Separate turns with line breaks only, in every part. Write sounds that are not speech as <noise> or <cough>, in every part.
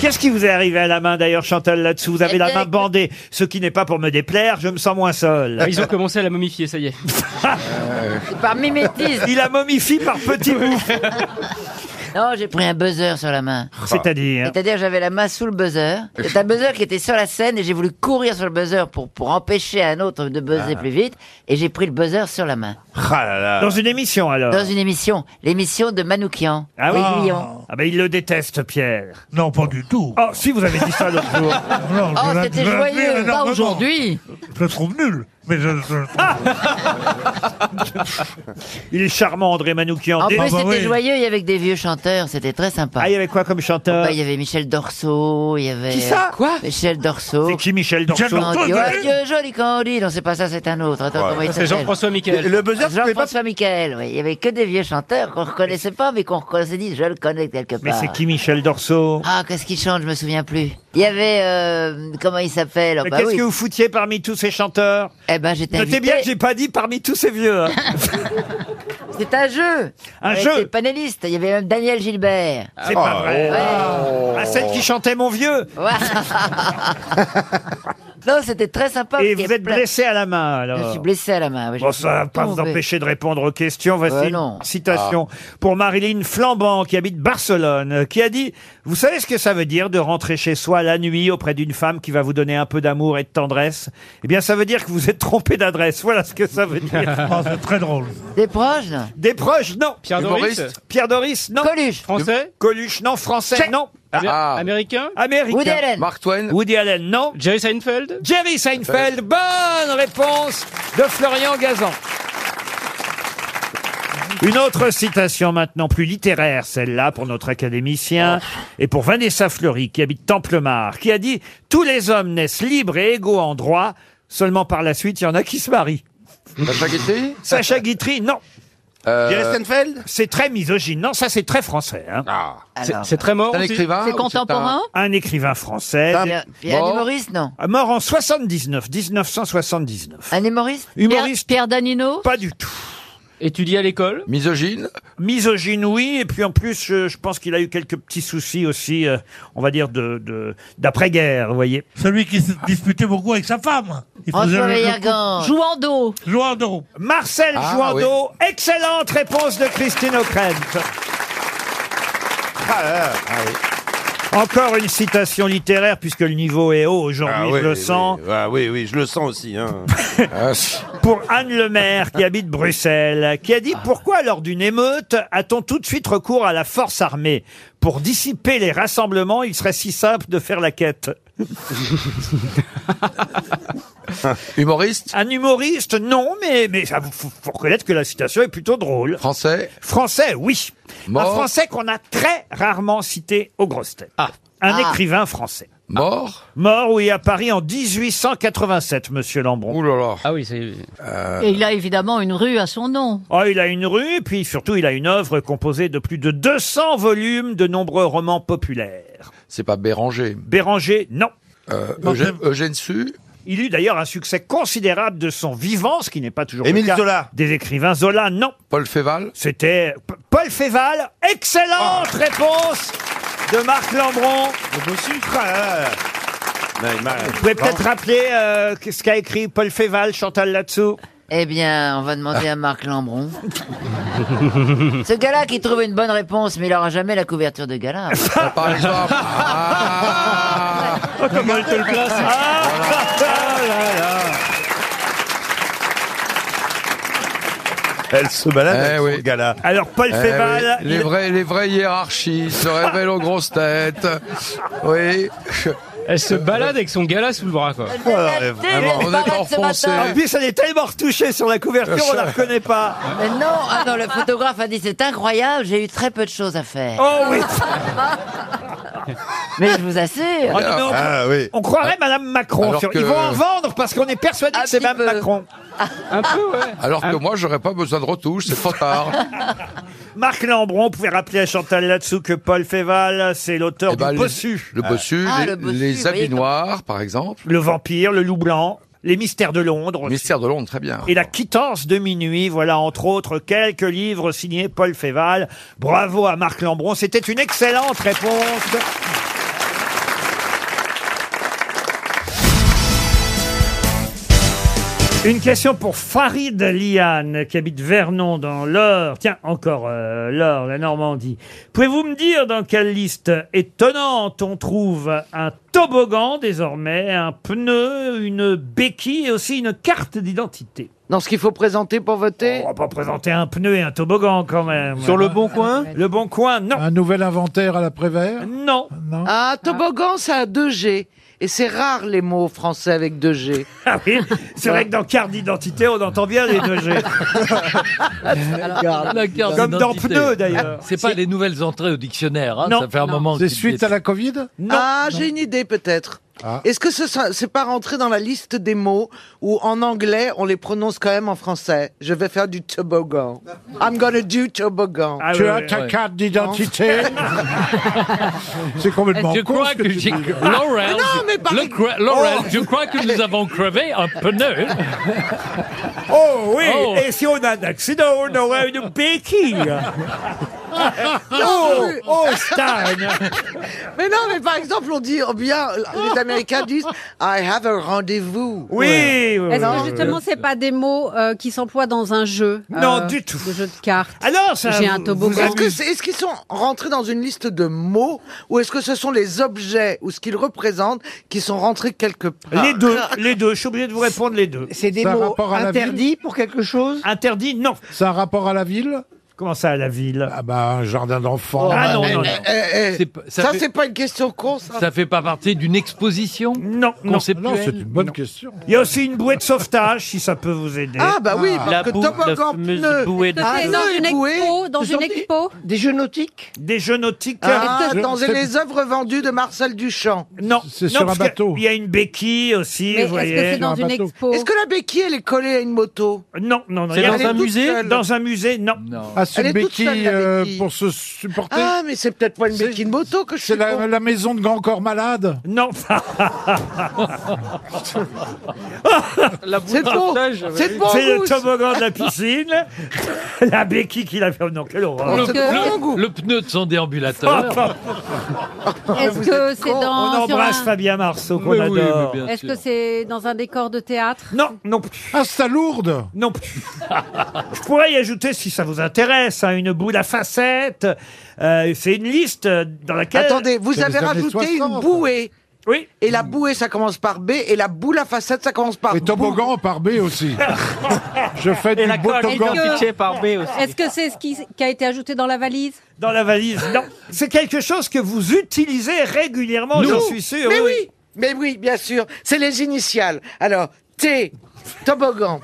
Qu'est-ce qui vous est arrivé à la main d'ailleurs, Chantal, là-dessous Vous avez
Eh
la
bien,
main
écoute-
bandée, ce qui n'est pas pour me déplaire, je me sens moins seul.
Ah,
<laughs>
Ils ont commencé à la momifier, ça y est.
Par mimétisme.
Il la momifie par
<laughs>
petits bouts,
Non, j'ai pris un buzzer sur la main.
c'est-à-dire.
C'est-à-dire, j'avais la main sous le buzzer. C'est un buzzer qui était sur la scène et j'ai voulu courir sur le buzzer pour, pour empêcher un autre de buzzer plus vite. Et j'ai pris le buzzer sur la main.
Ah
Dans une émission alors.
Dans une émission, l'émission de Manoukian.
Ah oui.
Aiguillon.
Ah ben il le déteste, Pierre.
Non, pas du tout.
Oh, si vous avez dit ça l'autre jour.
<laughs> Non,
Ah,
Oh,
je l'ad-
c'était
je l'admire
joyeux. Pas
énormément.
aujourd'hui.
Je le trouve nul. Mais je, je-
<laughs> Il est charmant, André Manoukian.
En
Dé-
plus,
bah
c'était
oui.
joyeux. Il y avait que des vieux chanteurs. C'était très sympa.
Ah, il y avait quoi comme chanteur
Bah, il y avait Michel Dorso, il y avait.
Qui ça
euh, Quoi Michel Dorso.
C'est qui Michel Dorso
Michel Dorso.
Candide.
Candide.
Oh, Dieu, joli Candide. Non, c'est pas ça, c'est un autre. Attends, comment il
C'est
s'appelle
Jean-François Michel.
Le buzzer, tu pouvais pas...
Jean-François Michael, oui. Il y avait que des vieux chanteurs qu'on reconnaissait pas, mais qu'on reconnaissait dit, je le connais quelque part.
Mais c'est qui Michel Dorso
Ah, qu'est-ce qui change, je me souviens plus. Il y avait, euh, comment il s'appelle
Mais
Bah
Qu'est-ce
oui.
que vous foutiez parmi tous ces chanteurs
Eh ben, j'étais
Notez
invité.
bien que j'ai pas dit parmi tous ces vieux.
<laughs>
hein.
C'est un jeu.
Un
Avec
jeu.
Les panélistes. Il y avait même Daniel Gilbert. Ah,
C'est pas vrai.
Ouais.
Ah, celle qui chantait mon vieux.
Ouais. non, c'était très sympa.
Et
parce qu'il y
vous
a
êtes
plein-
blessé à la main
Je
alors.
suis blessé à la main. oui, je
Bon,
suis
ça va pas vous
tombé.
empêcher de répondre aux questions. Voici
Euh,
une
non.
citation pour Marilyn Flambant, qui habite Barcelone, qui a dit « Vous savez ce que ça veut dire de rentrer chez soi la nuit auprès d'une femme qui va vous donner un peu d'amour et de tendresse Eh bien, ça veut dire que vous êtes trompé d'adresse. Voilà ce que ça veut dire.
<laughs> oh, c'est très drôle.
Des proches, non
Des proches, non.
Pierre Doris,
Humoriste.
Pierre Doris, non.
Coluche.
français,
Coluche, non. Français, non.
Amé-
Ah.
américain,
Américain.
Woody Allen.
Mark Twain.
Woody Allen, non.
Jerry Seinfeld.
Jerry Seinfeld, bonne réponse de Florian Gazan. Une autre citation maintenant plus littéraire, celle-là pour notre académicien
Oh.
et pour Vanessa Fleury qui habite Templemar, qui a dit Tous les hommes naissent libres et égaux en droit, seulement par la suite il y en a qui se marient.
Sacha Guitry.
Sacha Guitry, non,
Euh,
Jerry Seinfeld
c'est très misogyne. Non, ça c'est très français. hein.
Ah.
C'est-
Alors,
C'est très mort.
C'est un
aussi.
écrivain ou
C'est contemporain
Un écrivain français,
il y a- il y a un
Bon.
humoriste, non
mort en 79, 1979.
Un humoriste
Pierre,
Humoriste,
Pierre Danino
pas du tout.
Étudie à l'école.
Misogyne.
misogyne, oui. Et puis en plus, euh, je, je pense qu'il a eu quelques petits soucis aussi, euh, on va dire, de, de- d'après-guerre, vous voyez.
Celui qui se disputait beaucoup avec sa femme. Il
François Veillagant.
Jouant d'eau
Joueur d'eau.
Marcel
Ah,
Joindeau, excellente réponse de Christine O'Krent.
Ah,
Ah
Encore une citation littéraire, puisque le niveau est haut aujourd'hui, je le sens.
Ah Oui. Ah, oui, oui, je le sens aussi.
<laughs>
Hein.
Ah,
Pour Anne Lemaire, qui habite Bruxelles, qui a dit Pourquoi, lors d'une émeute, a-t-on tout de suite recours à la force armée Pour dissiper les rassemblements, il serait si simple de faire la quête.
<laughs> Humoriste.
Un humoriste, non, mais, mais ça, faut, faut reconnaître que la citation est plutôt drôle.
Français.
Français, oui. Un
Mort.
français qu'on a très rarement cité aux grosses têtes. Un
Ah.
écrivain français. Ah.
Mort.
Mort, oui, à Paris en 1887, monsieur Lambron.
Ouh là là. Euh,
Ah oui, c'est.
Ah.
Et il a évidemment une rue à son nom.
Oh, il a une rue, puis surtout, il a une œuvre composée de plus de 200 volumes de nombreux romans populaires.
C'est pas Béranger.
Béranger, non.
Euh, Eugène, Eugène Sue.
Il eut d'ailleurs un succès considérable de son vivant, ce qui n'est pas toujours
Émile
le cas
Zola.
des écrivains. Zola, non.
Paul Féval.
C'était P- Paul Féval. Excellente réponse de Marc Lambron.
Ah. Le bossu Ah, là, là. Non, il m'a-
Vous pouvez peut-être rappeler euh, ce qu'a écrit Paul Féval, Chantal là-dessous.
Eh bien, on va demander à Marc
<laughs>
Lambron. Ce gars-là qui trouve une bonne réponse, mais il n'aura jamais la couverture
<laughs>
de gala.
Oh,
Par exemple. Ah,
Elle se balade
Eh
avec
oui.
ce gars-là.
Alors Paul
eh
Féval,
oui. Les
il-
vraies, les vraies hiérarchies se révèlent aux grosses têtes. Oui.
Elle se balade avec son gala sous le bras, quoi.
Vraiment, on est enfoncé.
en plus elle est tellement retouchée sur la couverture, on la reconnaît pas.
Mais non, ah non, le photographe a dit c'est incroyable, j'ai eu très peu de choses à faire.
Oh oui,
<laughs> Mais je vous assure.
Oh, non, mais on,
Ah oui.
on croirait Madame Macron.
Alors
sur-
que-
Ils vont en vendre parce qu'on est persuadé
Un
que c'est
petit
Madame
peu.
Macron.
Un peu, ouais.
Alors que moi, j'aurais pas besoin de retouches, c'est trop tard.
<laughs> Marc Lambron, pouvait rappeler à Chantal là-dessous que Paul Féval, c'est l'auteur
Eh ben,
du
les-
Bossu,
Le bossu,
Ah,
les,
le bossu,
les
vous voyez
habits
comme-
noirs, par exemple.
le vampire, le loup blanc, les mystères de Londres. aussi.
Mystère de Londres, très bien.
Et la quittance de minuit, voilà entre autres quelques livres signés Paul Féval. Bravo à Marc Lambron, c'était une excellente réponse. Une question pour Farid Liane, qui habite Vernon dans l'Or. Tiens, encore euh, l'Or, la Normandie. Pouvez-vous me dire dans quelle liste étonnante on trouve un toboggan désormais, un pneu, une béquille et aussi une carte d'identité
Dans ce qu'il faut présenter pour voter
On va pas présenter un pneu et un toboggan quand même.
Sur le bon coin
Le bon coin, non.
Un nouvel inventaire à la Prévert
Non.
Non.
Ah, toboggan, ça a 2G. Et c'est rare les mots français avec 2G.
<laughs> Ah oui, c'est vrai que dans carte d'identité, on entend bien les deux
<laughs>
G.
La carte
Comme dans
d'identité. Ah,
pneu d'ailleurs.
C'est pas les nouvelles entrées au dictionnaire, hein,
Non.
ça fait un moment
C'est
qu'il y
suite
est.
à la Covid
Non.
ah, j'ai une idée peut-être.
Ah.
Est-ce que ce sera- c'est pas rentré dans la liste des mots où en anglais on les prononce quand même en français Je vais faire du toboggan. I'm gonna do toboggan.
Ah
Tu
oui,
as
oui.
ta
<laughs>
carte d'identité C'est complètement
Je
con
crois
ce que
que
tu
j'ai...
dis.
Laurel,
non, mais par-
le cra- Laurel, je crois que nous avons crevé un pneu.
<laughs> Oh oui,
Oh.
et si on a un accident, on aurait une béquille. oh, oh Stan
Mais non, mais par exemple, on dit oh bien, les Américains disent I have a rendez-vous.
Oui oui, oui,
Est-ce que
oui.
Eh justement, c'est pas des mots euh, qui s'emploient dans un jeu
Non,
euh,
du tout.
De jeu de cartes.
Alors, ça,
J'ai un
vous-
toboggan.
vous
Est-ce que
amuse-
c'est- est-ce qu'ils sont rentrés dans une liste de mots ou est-ce que ce sont les objets ou ce qu'ils représentent qui sont rentrés quelque part
Les
<laughs>
deux, les deux, je suis obligé de vous répondre les deux.
C'est un rapport à la ville
pour quelque chose
Interdit, non.
C'est un rapport à la ville
Comment ça, à la ville
Ah bah un jardin d'enfants.
Ah non, non, non.
C'est p-
Eh, Ça,
ça fait-
c'est pas une question con, ça.
Ça fait pas partie d'une exposition
Non, non.
conceptuelle
Non, c'est une bonne question.
Il y a aussi une bouée de sauvetage, si ça peut vous aider.
Ah bah oui,
Ah.
parce que toboggan pneu.
Que c'est dans
oui,
une
bouée.
Oh,
expo, dans une expo.
Des jeux nautiques
Des jeux nautiques.
ah,
Je-
Dans
c'est-
les œuvres vendues de Marcel Duchamp.
Non,
C'est
non,
sur un
parce qu'il y a-
bateau.
Il y a une béquille aussi,
Mais
vous
est-ce
voyez.
que c'est dans
sur un
une
bateau.
expo
Est-ce que la béquille, elle est collée à une moto
Euh, Non, non, non.
C'est
il y a-
dans
Elle est
un
toute
musée
seule.
dans un musée, non.
Non.
Ah, c'est
Elle
une
est toute
béquille,
seule, la
euh,
béquille.
pour se supporter.
Ah, mais c'est peut-être pas une
C'est-
béquille de moto que je
c'est
suis
la,
con.
la maison de grand corps malade.
Non,
<laughs>
<laughs>
C'est beau C'est de bon
c'est le
goût
toboggan de la piscine. <laughs> la béquille qu'il a fait. Oh, Non, quelle horreur.
Le,
que-
le- le pneu de son déambulateur.
Est-ce que c'est
On
dans sur
embrasse
un-
Fabien Marceau qu'on
Mais oui,
adore.
mais bien
Est-ce que
sûr.
c'est dans un décor de théâtre
Non, non plus.
Ah, c'est à Lourdes.
Non plus. <laughs> Je pourrais y ajouter, si ça vous intéresse, hein, une boule à facettes. Euh, c'est une liste euh, dans laquelle.
Attendez, vous
C'est
avez
les années
rajouté
60,
une bouée.
Oui.
Et la bouée, ça commence par B, et la boule à facettes, ça commence par
Et toboggan par B aussi. Je fais
Et
du
la
beau
colle
toboggan.
identifiée par B aussi.
Est-ce que c'est ce qui, qui a été ajouté dans la valise
Dans la valise. Non. C'est quelque chose que vous utilisez régulièrement, Oh, j'en suis sûr.
Mais oui, mais oui, bien sûr. C'est les initiales. Alors, T, toboggan.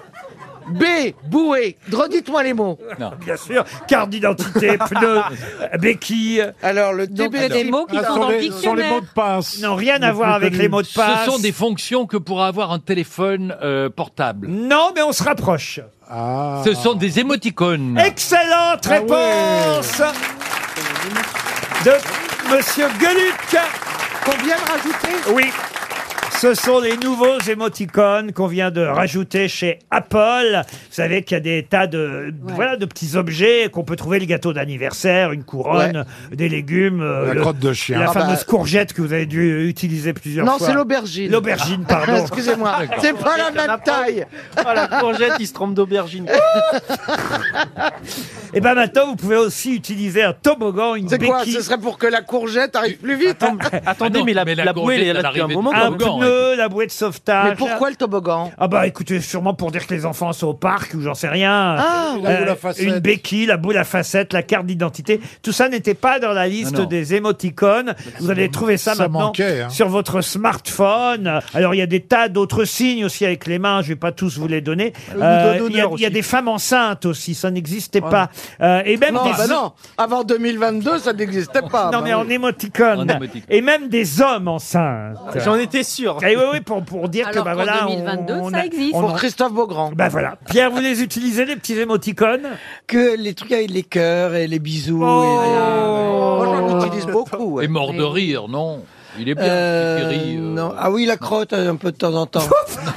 B, bouée. Redites-moi les mots.
Bien sûr. Carte
<laughs>
d'identité, pneu, euh, béquille.
Alors, le
Donc il y a des
TBT.
mots qui
Ah,
sont
sont,
dans le
les, sont les mots
dictionnaire.
de passe.
Non, rien à
Les
voir
plus
avec
connus.
les mots de passe.
Ce sont des fonctions que pourra avoir un téléphone euh, portable.
Non, mais on se rapproche.
Ah.
Ce sont des émoticônes.
Excellente
Ah ouais.
réponse de Monsieur Gueluc.
Qu'on vient de rajouter
Oui. Ce sont les nouveaux émoticônes qu'on vient de rajouter chez Apple. Vous savez qu'il y a des tas de voilà de petits objets qu'on peut trouver le gâteau d'anniversaire, une couronne, des légumes, euh,
La
le-
crotte de chien.
la
Ah bah.
fameuse courgette que vous avez dû utiliser plusieurs
Non,
fois.
c'est l'aubergine.
L'aubergine, pardon.
<laughs> Excusez-moi, c'est pas la même taille.
Oh, la courgette, il se trompe
<laughs>
d'aubergine.
Et ben maintenant, vous pouvez aussi utiliser un toboggan, une
C'est quoi
béquille,
Ce serait pour que la courgette arrive plus vite. hein
Ah
Attendez,
non,
mais la, la bouée,
courgette,
elle est là
à
depuis un
l'arrivée
moment.
du
un
toboggan,
pneu, la bouée de sauvetage.
Mais pourquoi le toboggan
Ah bah écoutez, sûrement pour dire que les enfants sont au parc ou j'en sais rien. Euh,
Ah,
La boule à facettes.
Une béquille, la boule à facettes, la carte d'identité. Tout ça n'était pas dans la liste
Ah non.
des émoticônes. Vous allez trouver ça,
ça
maintenant
manquait, hein.
sur votre smartphone. Alors il y a des tas d'autres signes aussi avec les mains. Je vais pas tous vous les donner. Euh, Il y, a- il y a des femmes enceintes aussi. Ça n'existait pas. Euh, et même
Oh Non,
des
bah non. Avant 2022, ça n'existait pas.
non,
bah
mais en
oui.
émoticône.
En émoticône.
Et même des hommes enceintes.
Ah,
J'en étais sûr.
Et oui, oui, pour, pour dire
Alors
que bah,
qu'en
voilà, on-
2022,
on,
ça
a-
existe.
on
Pour
a-
Christophe Beaugrand.
bah voilà. Pierre, vous les utilisez, les petits émoticônes Oh.
Que les trucs avec les cœurs et les bisous. Moi, j'en utilise beaucoup.
Et mort de rire, non Il est bien, Thierry, euh,
euh,
<laughs>
Ah oui, la crotte un peu de temps en temps.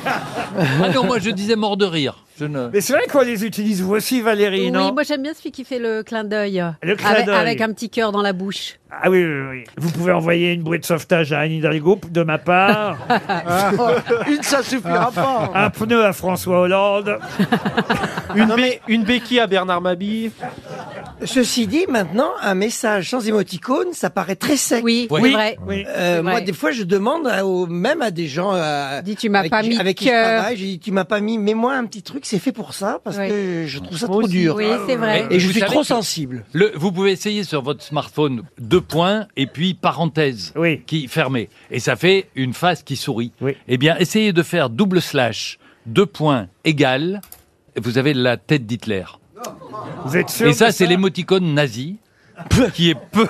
Ah non, moi je disais mort de rire. Je ne...
Mais c'est vrai qu'on les utilise, vous aussi, Valérie,
Oui,
non
moi j'aime bien celui qui fait le clin d'œil.
Le clin
Avec-
d'œil.
Avec un petit cœur dans la bouche.
Ah oui, oui, oui. Vous pouvez envoyer une bouée de sauvetage à Anne Hidalgo de ma
<laughs>
part.
<laughs> Une, ça suffira pas.
Un pneu à François Hollande.
Une, bé- une béquille à Bernard Mabille.
Ceci dit, maintenant, un message sans émoticône, ça paraît très sec. Oui,
c'est Oui. vrai. Oui,
Euh,
c'est
moi,
vrai.
des fois, je demande à- au- même à des gens euh,
Dis, tu m'as
avec,
pas
qui-
mis
avec qui
cœur.
je travaille, j'ai dit, tu m'as pas mis, mets-moi un petit truc, c'est fait pour ça, parce que je trouve ça trop dur.
Ah,
Et je
Vous
suis
savez
trop
que
sensible.
le- vous pouvez essayer sur votre smartphone deux points et puis parenthèse qui fermée. Et ça fait une face qui sourit. Eh bien, essayez de faire double slash deux points égal. et Vous avez la tête d'Hitler.
Vous êtes sûr
Et ça,
de
c'est
ça
l'émoticône nazi <laughs> qui est peu,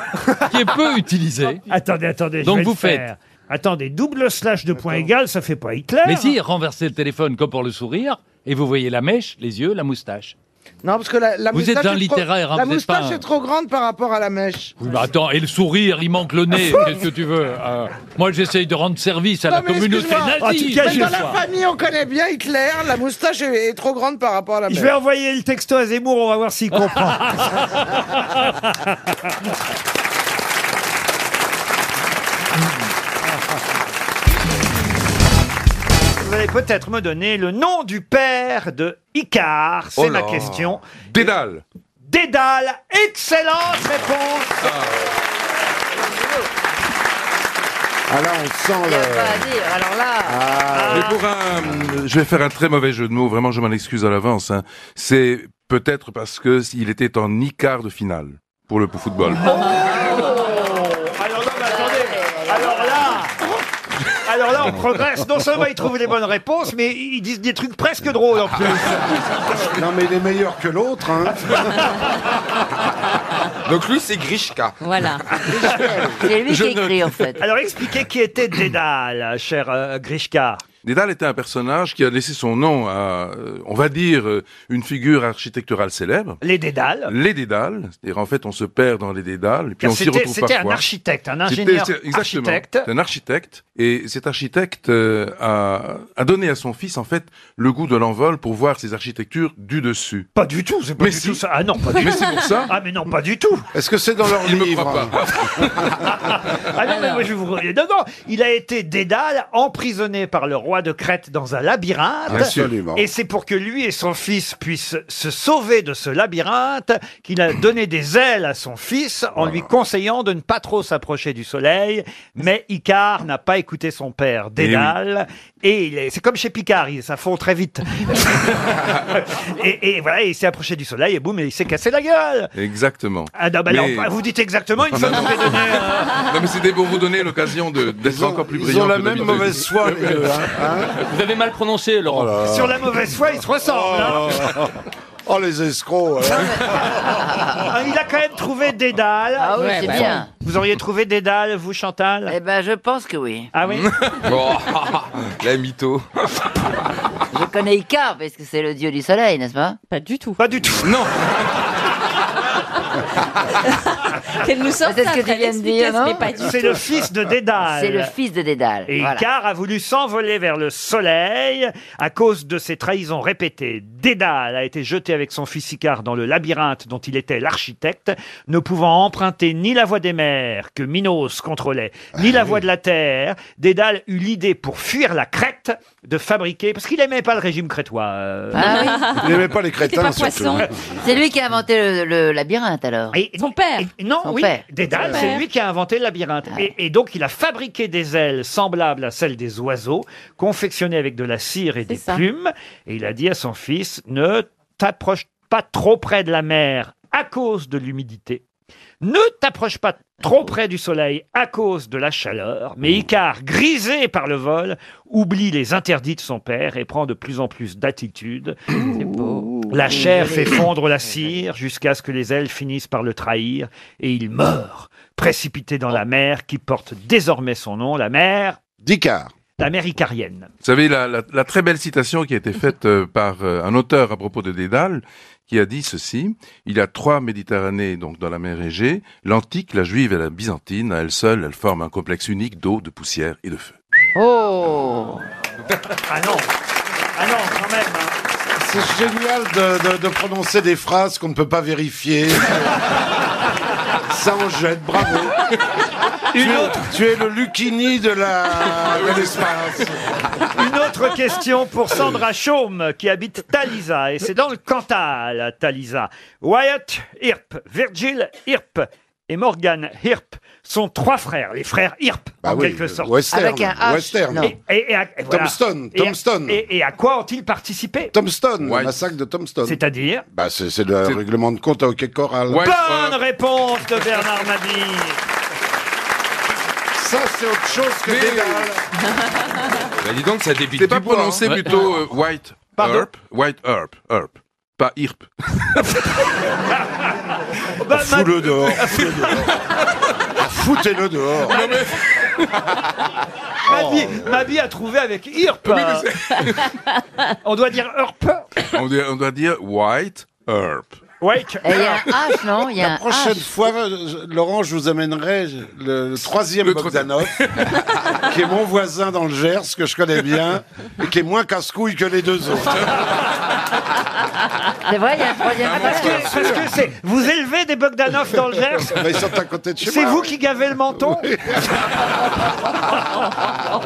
qui est peu utilisé.
Attendez, attendez. je
Donc
vais
vous
le faire.
faites.
Attendez, double slash de point égal, ça fait pas Hitler.
Mais si, renversez le téléphone comme pour le sourire et vous voyez la mèche, les yeux, la moustache.
Non, parce que la, la
Vous
moustache
êtes un
est trop-
littéraire, hein,
la
vous êtes pas
moustache
un-
est trop grande par rapport à la mèche.
Oui, bah attends, et le sourire, il manque le nez, qu'est-ce que tu veux Euh, Moi, j'essaye de rendre service à la
Ah, Non, mais
communauté
excuse-moi. Ah,
nazie.
Même dans la famille, on connaît Eh bien Hitler. La moustache est, est trop grande par rapport à la mèche.
Je vais envoyer le texto à Zemmour, on va voir s'il comprend. Vous allez peut-être me donner le nom du père de Icare, c'est
Oh
ma
là.
question.
Dédale.
Dédale, excellente réponse
Ah là, on sent Ah.
Il y a pas à dire, alors là.
Mais pour un- Euh, je vais faire un très mauvais jeu de mots, vraiment je m'en excuse à l'avance. hein. C'est peut-être parce que s'il était en quart de finale pour le football.
Alors là, mais attendez, alors là alors là, on progresse. Non seulement ils trouvent des bonnes réponses, mais ils disent des trucs presque drôles en plus.
Non, mais il est meilleur que l'autre. Hein.
Donc lui c'est Grishka.
Voilà. C'est lui
Je
qui
note.
écrit, en fait.
Alors expliquez qui était Dédale, cher euh, Grishka.
Dédale était un personnage qui a laissé son nom à, euh, on va dire, euh, une figure architecturale célèbre.
Les Dédales.
Les Dédales. C'est-à-dire, en fait, on se perd dans les Dédales, et puis
Car
on s'y
c'était-
retrouve parfois.
c'était un architecte, un ingénieur
C'était- c'est- exactement.
architecte.
C'est Un architecte. Et cet architecte euh, a, a donné à son fils, en fait, le goût de l'envol pour voir ses architectures du dessus.
Pas du tout, c'est pas
Mais
du
si.
tout ça. Ah non, pas du
Mais
tout.
c'est pour ça.
Ah mais non, pas du tout.
Est-ce que c'est dans leur <laughs> Il livre me croit pas.
Ah non, mais moi, je vous... non, non, il a été Dédale emprisonné par le roi de Crète dans un labyrinthe.
Absolument.
Et c'est pour que lui et son fils puissent se sauver de ce labyrinthe qu'il a donné des ailes à son fils en lui conseillant de ne pas trop s'approcher du soleil. Mais Icare n'a pas écouté son père, Dédale. Et il est- c'est comme chez Picard, il- ça fond très vite. et, et voilà, il s'est approché du soleil et boum, il s'est cassé la gueule.
Exactement.
Ah non, bah
Mais-
non, vous dites exactement une
Non,
fois que
non.
vous avez donné, euh,
Non, mais c'était pour vous donner l'occasion de- d'être encore plus brillant. que hein. d'habitude. <laughs>
hein.
Vous avez mal prononcé, Laurent.
<laughs> Sur la mauvaise foi, ils se ressemblent. hein.
Oh, les escrocs. hein.
Ah, il a quand même trouvé Dédale.
Ah oui, Ouais, c'est bah bien.
Vous auriez trouvé Dédale, vous, Chantal
Eh ben, je pense que oui.
<laughs> Ah oui
Oh,
la mytho.
Je connais Icar, parce que c'est le dieu du soleil, n'est-ce pas
Pas du tout.
Pas du tout.
Non.
Qu'elle nous sorte
C'est ce que
après,
tu viens de
explique,
dire, non
mais pas du
C'est
tout.
le fils de Dédale.
C'est le fils de Dédale.
Et
voilà.
Icare a voulu s'envoler vers le soleil à cause de ses trahisons répétées. Dédale a été jeté avec son fils Icare dans le labyrinthe dont il était l'architecte, ne pouvant emprunter ni la voie des mers que Minos contrôlait,
Ah
ni la voie de la terre. Dédale eut l'idée pour fuir la Crète de fabriquer, parce qu'il aimait pas le régime crétois. euh,
Ah
Il n'aimait pas les crétins, surtout. hein.
<laughs>
C'est lui qui a inventé le, le labyrinthe, alors.
Son père. non,
Son
oui,
père.
Dédale,
Son
c'est
père. Ah.
lui qui a inventé le labyrinthe. Et, et donc, il a fabriqué des ailes semblables à celles des oiseaux, confectionnées avec de la cire et des
ça.
plumes. Et il a dit à son fils, ne t'approche pas trop près de la mer à cause de l'humidité. Ne t'approche pas trop près du soleil à cause de la chaleur, mais Icare, grisé par le vol, oublie les interdits de son père et prend de plus en plus d'attitude. La chair fait fondre la cire jusqu'à ce que les ailes finissent par le trahir et il meurt, précipité dans la mer qui porte désormais son nom, la mer
d'Icare.
La mer Icarienne.
Vous savez, la, la- la très belle citation qui a été faite euh, par euh, un auteur à propos de Dédale, qui a dit ceci Il y a trois Méditerranées donc dans la mer Égée, l'antique, la juive et la byzantine. À elles seules, elles forment un complexe unique d'eau, de poussière et de feu.
Oh
Ah non Ah non, quand même. hein.
C'est génial de, de- de prononcer des phrases qu'on ne peut pas vérifier. Ça en jette, bravo. tu, es- tu es le Lucini de la de l'espace.
Une autre question pour Sandra Chaume, qui habite Talisa, et c'est dans le Cantal, Talisa. Wyatt Earp, Virgil Earp et Morgan Earp sont trois frères, les frères Earp,
Bah
en
oui,
quelque sorte.
western, Avec un H, western. non.
Et, et- et à- et voilà.
Tombstone,
Et à-
Tombstone.
Et, et à quoi ont-ils participé
Tombstone, le massacre de Tombstone.
C'est-à-dire
bah, C'est c'est le règlement de compte à Hockey Coral. Bah
Bonne réponse de Bernard Mabille
Ça, c'est autre chose que des
Bah, dis donc, ça débite T'es pas
bois,
prononcé
hein.
plutôt euh, White
Pardon
Herp White Herp, Herp. Pas <laughs> Irp.
Bah,
Fous-le dehors, fous-le dehors. Ah, Foutez-le dehors. Oh.
Mabille Mabille a trouvé avec Earp. <laughs> On doit dire Earp.
on, doit, on doit dire White Herp.
White
Et il y a un H, non Il y a
La
un
prochaine
H.
fois, euh, je- Laurent, je vous amènerai le, le troisième Bogdanov, qui est mon voisin dans le Gers, que je connais bien, et qui est moins casse-couille que les deux autres.
C'est vrai, il y a un troisième
Ah, parce
frère.
que, parce que c'est. Vous élevez des Bogdanov dans le Gers
Bah, ils sont à côté de chez
C'est
moi,
vous
ouais.
qui gavez le menton Oh.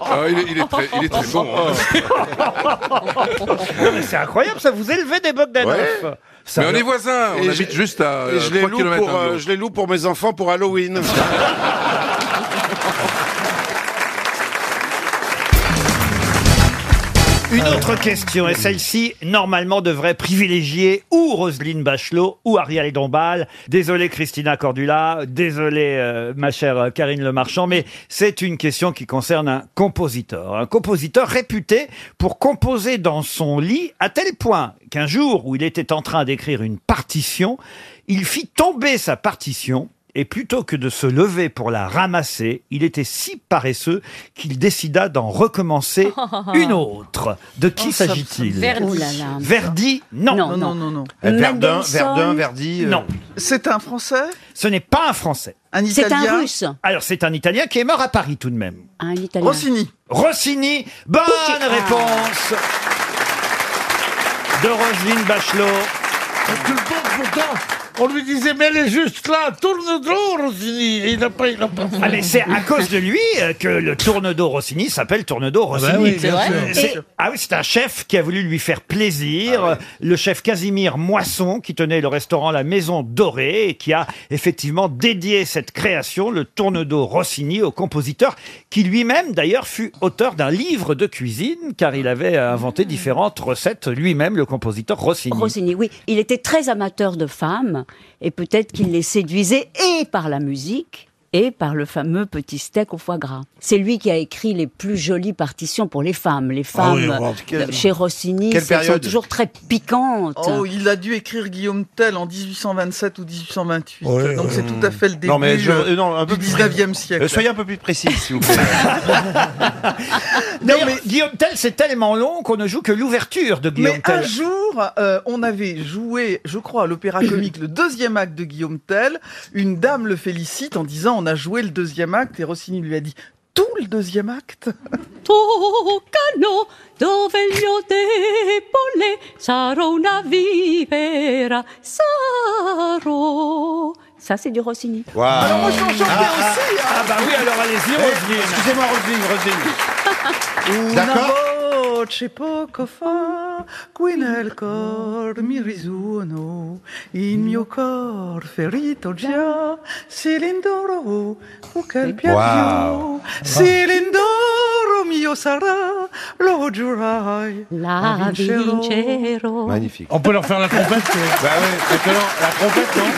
Ah, il, est, il est très, il est très bon. hein.
<laughs> Non, mais C'est <laughs> incroyable, ça vous élevez des Bogdanov
Ouais.
Ça
Mais on
va.
est voisins, on
Et
habite
je-
juste à
et
euh,
je les
3
loue
km.
pour, euh, je les loue pour mes enfants pour Halloween.
Une autre question, et celle-ci, normalement, devrait privilégier ou Roselyne Bachelot ou Ariel Dombal. Désolé Christina Cordula, désolé euh, ma chère euh, Karine Le Marchand, mais c'est une question qui concerne un compositeur. Un compositeur réputé pour composer dans son lit à tel point qu'un jour où il était en train d'écrire une partition, il fit tomber sa partition et plutôt que de se lever pour la ramasser, il était si paresseux qu'il décida d'en recommencer une autre. De qui s'agit-il
Verdi. Oh là là.
Verdi, non.
Non, non, non, non.
Euh,
Mendelssohn. euh,
Non.
C'est un Français
Ce n'est pas un Français.
Un C'est Italien un Russe.
Alors, c'est un Italien qui est mort à Paris tout de même.
Un Italien. Rossini.
Rossini, bonne
Pucci- Ah.
réponse de Roselyne Bachelot.
Tout le temps, pourtant, on lui disait, mais elle est juste là, tourne droit, Rossini. Et il n'a pas, il a pas
Ah, mais c'est à cause de lui euh, que le tourne-dos Rossini s'appelle tourne-dos Rossini.
Ah bah oui, C'est bien vrai sûr.
C'est-
Et-
Ah oui, c'est un chef qui a voulu lui faire plaisir.
Ah
euh, Le chef Casimir Moisson, qui tenait le restaurant La Maison Dorée et qui a effectivement dédié cette création, le tourne-dos Rossini, au compositeur qui lui-même, d'ailleurs, fut auteur d'un livre de cuisine car il avait euh, inventé différentes recettes lui-même, le compositeur Rossini.
Rossini, oui. Il était très amateur de femmes, et peut-être qu'il les séduisait et par la musique, et par le fameux petit steak au foie gras. C'est lui qui a écrit les plus jolies partitions pour les femmes. Les
Ah
femmes,
oui, wow,
euh,
quelle-
chez Rossini,
quelle
elles sont
période
toujours très piquantes.
Oh, il a dû écrire Guillaume Tell en 1827 ou 1828.
Ouais,
donc
ouais.
c'est tout à fait le début
Non, mais je-
euh,
euh, non, un peu
du
plus-
19e siècle.
Euh, soyez un peu plus précis, s'il vous plaît.
Non, mais Guillaume Tell, c'est tellement long qu'on ne joue que l'ouverture de Guillaume
Mais
Tell.
un jour, euh, on avait joué, je crois, à l'opéra comique, le deuxième acte de Guillaume Tell. Une dame le félicite en disant On a joué le deuxième acte, et Rossini lui a dit Tout le deuxième acte
Toccano dove io debole sarò una vivera sarò.
Ça, c'est du Rossini.
Alors, moi, je l'en chantais
aussi, Ah bah oui, alors allez-y, Roselyne.
Excusez-moi, Roselyne, Roselyne. D'accord
Una voce poco fa, qui nel cor mi risuono, il mio cor ferito già, cilindro, oh quel
Wow.
piacere, cilindro mio sarà, lo giurai,
La vincerò.
Magnifique.
On peut leur faire la
<laughs>
trompette Bah oui, la trompette, non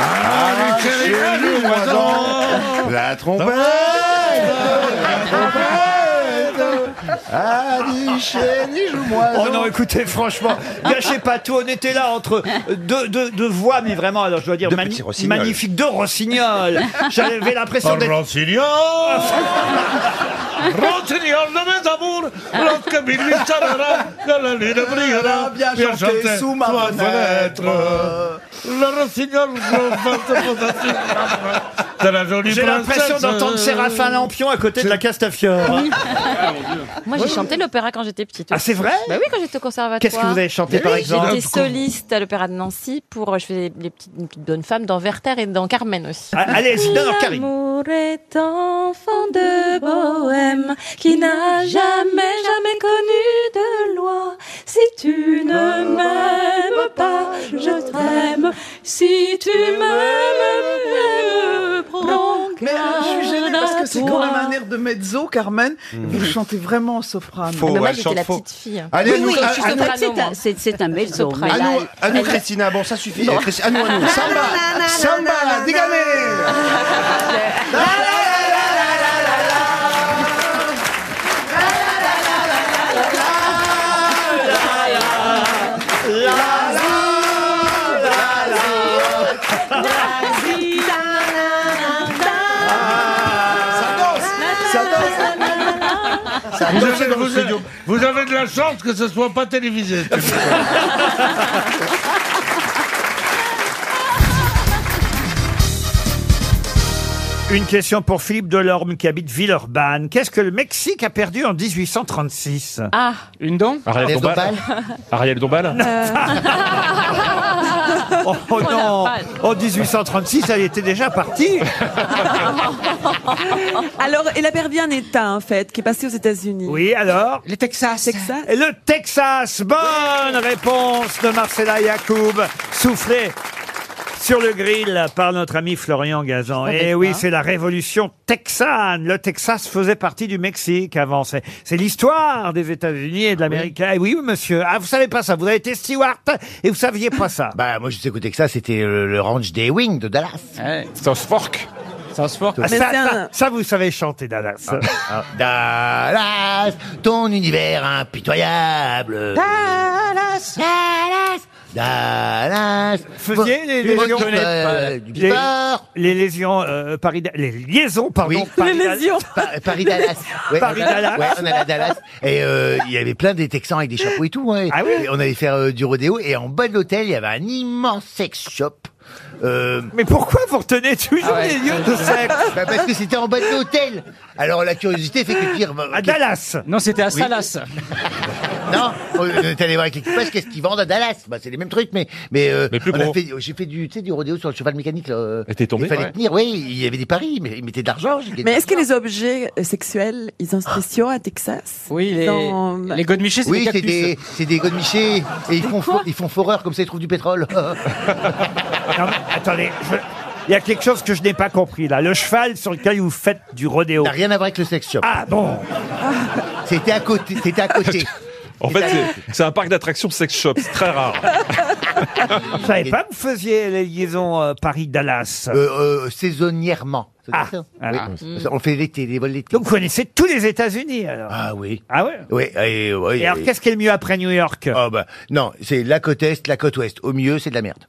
Ah,
les chéris, les oiseaux.
<laughs> La trompette Ah, ni chien, ni joue-moi.
Oh non, écoutez, franchement, gâchez pas tout. On était là entre deux, deux, deux voix, mais vraiment, alors je dois dire, magnifiques
rossignols.
magnifique, deux rossignols. J'avais l'impression
Oh,
d'être...
Rossignol Rossignol de mes amours, lorsque minuit sonnera, que la lune brillera,
Bien chanté sous ma fenêtre.
Le rossignol, je vais te poser sur ma
T'as la jolie
J'ai l'impression
princesse.
d'entendre Séraphin Lampion à côté de la Castafiore.
Ah, Moi, j'ai chanté l'opéra quand j'étais petite.
Ah, c'est vrai
Bah oui, quand j'étais au conservatoire.
Qu'est-ce que vous avez chanté,
Oui,
par exemple
J'étais soliste à l'opéra de Nancy pour. euh, Je faisais les petites, une petite bonne femme dans Werther et dans Carmen aussi.
Ah, allez-y, non, non, Karine.
L'amour est enfant de bohème qui n'a jamais, jamais connu de loi. Si tu ne m'aimes pas, je t'aime. Si tu m'aimes, prends
Mais euh, je suis gênée parce que c'est quand même un air de mezzo, Carmen.
Mm.
Vous le chantez vraiment en soprano.
Faux, Ah, Mais moi, Hmm. elle j'étais chante la faux. petite fille. Allez, Oui, nous, oui, à- je suis à- soprano,
c'est un- C'est c'est un mezzo. mais
À nous,
là-
à nous, Christina, bon, ça suffit.
Non.
Christi- À nous, à nous. ah, Samba,
<laughs>
samba, dégagez
Ça vous, avez, vous avez- vous avez de la chance que ce soit pas télévisé. cette émission.
Une question pour Philippe Delorme qui habite Villeurbanne. Qu'est-ce que le Mexique a perdu en 1836
Ah.
Une dent
Ariel Dombal. Ariel Dombal
<laughs> Oh, oh non En <laughs> 1836, elle était déjà partie
<laughs> Alors, elle a perdu un État, en fait, qui est passé aux États-Unis.
Oui, alors Le Texas. Et Le Texas Bonne réponse de Marcella Yacoub. Soufflé sur le grill par notre ami Florian Gazan.
Je savais
Et oui,
pas.
c'est la révolution texane. Le Texas faisait partie du Mexique avant. C'est c'est l'histoire des États-Unis et de l'Amérique. Eh Oui. monsieur. Ah, vous savez pas ça. Vous avez été steward et vous saviez pas ça.
Bah, moi, je sais écouter que ça, c'était le, le ranch des Wings de Dallas.
South Fork.
South Fork.
Ah, ça, ça- ça, vous savez chanter, Dallas.
Ah, Dallas, ton univers impitoyable.
Dallas, Dallas,
Dallas.
Faisiez les
Tu
lésions,
reconnais pas
les,
euh, du sport.
les lésions, euh, Paris, les liaisons, pardon, Paris, <laughs>
Paris Dallas. <laughs> Ouais,
Paris
on a-
Dallas.
ouais, on allait à Dallas. Et euh, il y avait plein de Texans avec des chapeaux et tout.
Ah
ouais. Et on allait faire euh, du rodéo. Et en bas de l'hôtel, il y avait un immense sex shop. Euh,
Mais pourquoi vous retenez toujours
les
les lieux de
<laughs>
sexe
Bah, Parce que c'était en bas de l'hôtel. Alors la curiosité fait que dire.
À Dallas.
Non, c'était
à
Salas. non, on est allé voir avec l'équipage. Qu'est-ce qu'ils vendent à Dallas Bah, c'est les mêmes trucs, mais mais, euh,
Mais plus
on a
gros.
fait- J'ai fait du tu sais, du rodéo sur le cheval mécanique. Là. euh,
Et t'es tombé
Il fallait
Ouais.
tenir. Oui, il y avait des paris, mais ils mettaient de l'argent. j'ai gagné.
Mais est-ce que les objets euh, sexuels, ils sont spéciaux à Texas
Oui,
les- Dans- les godemichés, c'est
Oui,
des
c'est
cactus.
des, c'est des godemichés. Et ils font, fo- ils font foreur, comme ça ils trouvent du pétrole.
<laughs> Non, mais attendez, je- il y a quelque chose que je n'ai pas compris là. Le cheval sur lequel vous faites du rodéo. N'a
rien à voir avec le sex shop.
Ah bon
C'était à côté. C'était
<laughs>
à côté.
En fait, c'est- c'est un parc d'attractions sex shop, c'est très rare.
Vous savez pas que vous faisiez les liaisons euh, Paris-Dallas
Euh, euh, saisonnièrement. C'est
Ah,
ça
ah,
Oui.
ah.
Parce qu'on fait l'été, les vols l'été.
Donc vous connaissez tous les États-Unis alors
Ah oui.
Ah ouais
Oui, et,
Et alors, qu'est-ce qui est le mieux après New York
Ah bah, Non, c'est la côte Est, la côte Ouest. Au mieux, c'est de la merde.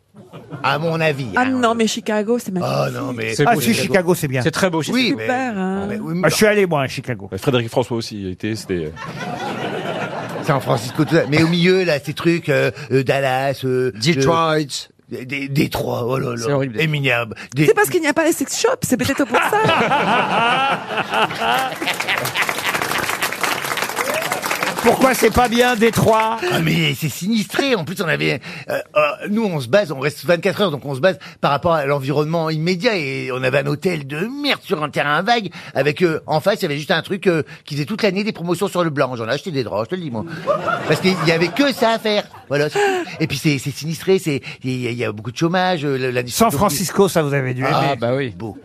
À mon avis.
Ah non, mais Chicago, c'est
Ah
magnifique.
non, mais...
C'est Ah beau, si, Chicago. Chicago, c'est bien. C'est très beau,
Oui,
Chicago.
mais-
Super, hein.
Ah, mais oui, mais-
Bah, Je suis allé moi à Chicago.
Frédéric François aussi, il a été,
euh,
c'était.
San Francisco, tout ça. Mais au milieu, là, ces trucs, euh, euh, Dallas... euh,
Detroit.
euh, Dé- Détroit, oh là là.
C'est horrible.
Eminem.
C'est parce qu'il n'y a pas les sex shops, c'est peut-être pour ça.
Pourquoi c'est pas bien Détroit
ah, mais c'est sinistré. En plus, on avait, euh, euh, nous, on se base, on reste 24 heures, donc on se base par rapport à l'environnement immédiat. Et on avait un hôtel de merde sur un terrain vague, avec euh, en face, il y avait juste un truc euh, qui faisait toute l'année des promotions sur le blanc. J'en ai acheté des draps, je te le dis moi, parce qu'il y avait que ça à faire. Voilà. c'est tout. Et puis c'est c'est sinistré, c'est il y, a- il y a beaucoup de chômage. euh, la- l'industrie
San
automobile-
Francisco, ça vous avez dû aimer.
Ah bah oui. Beau.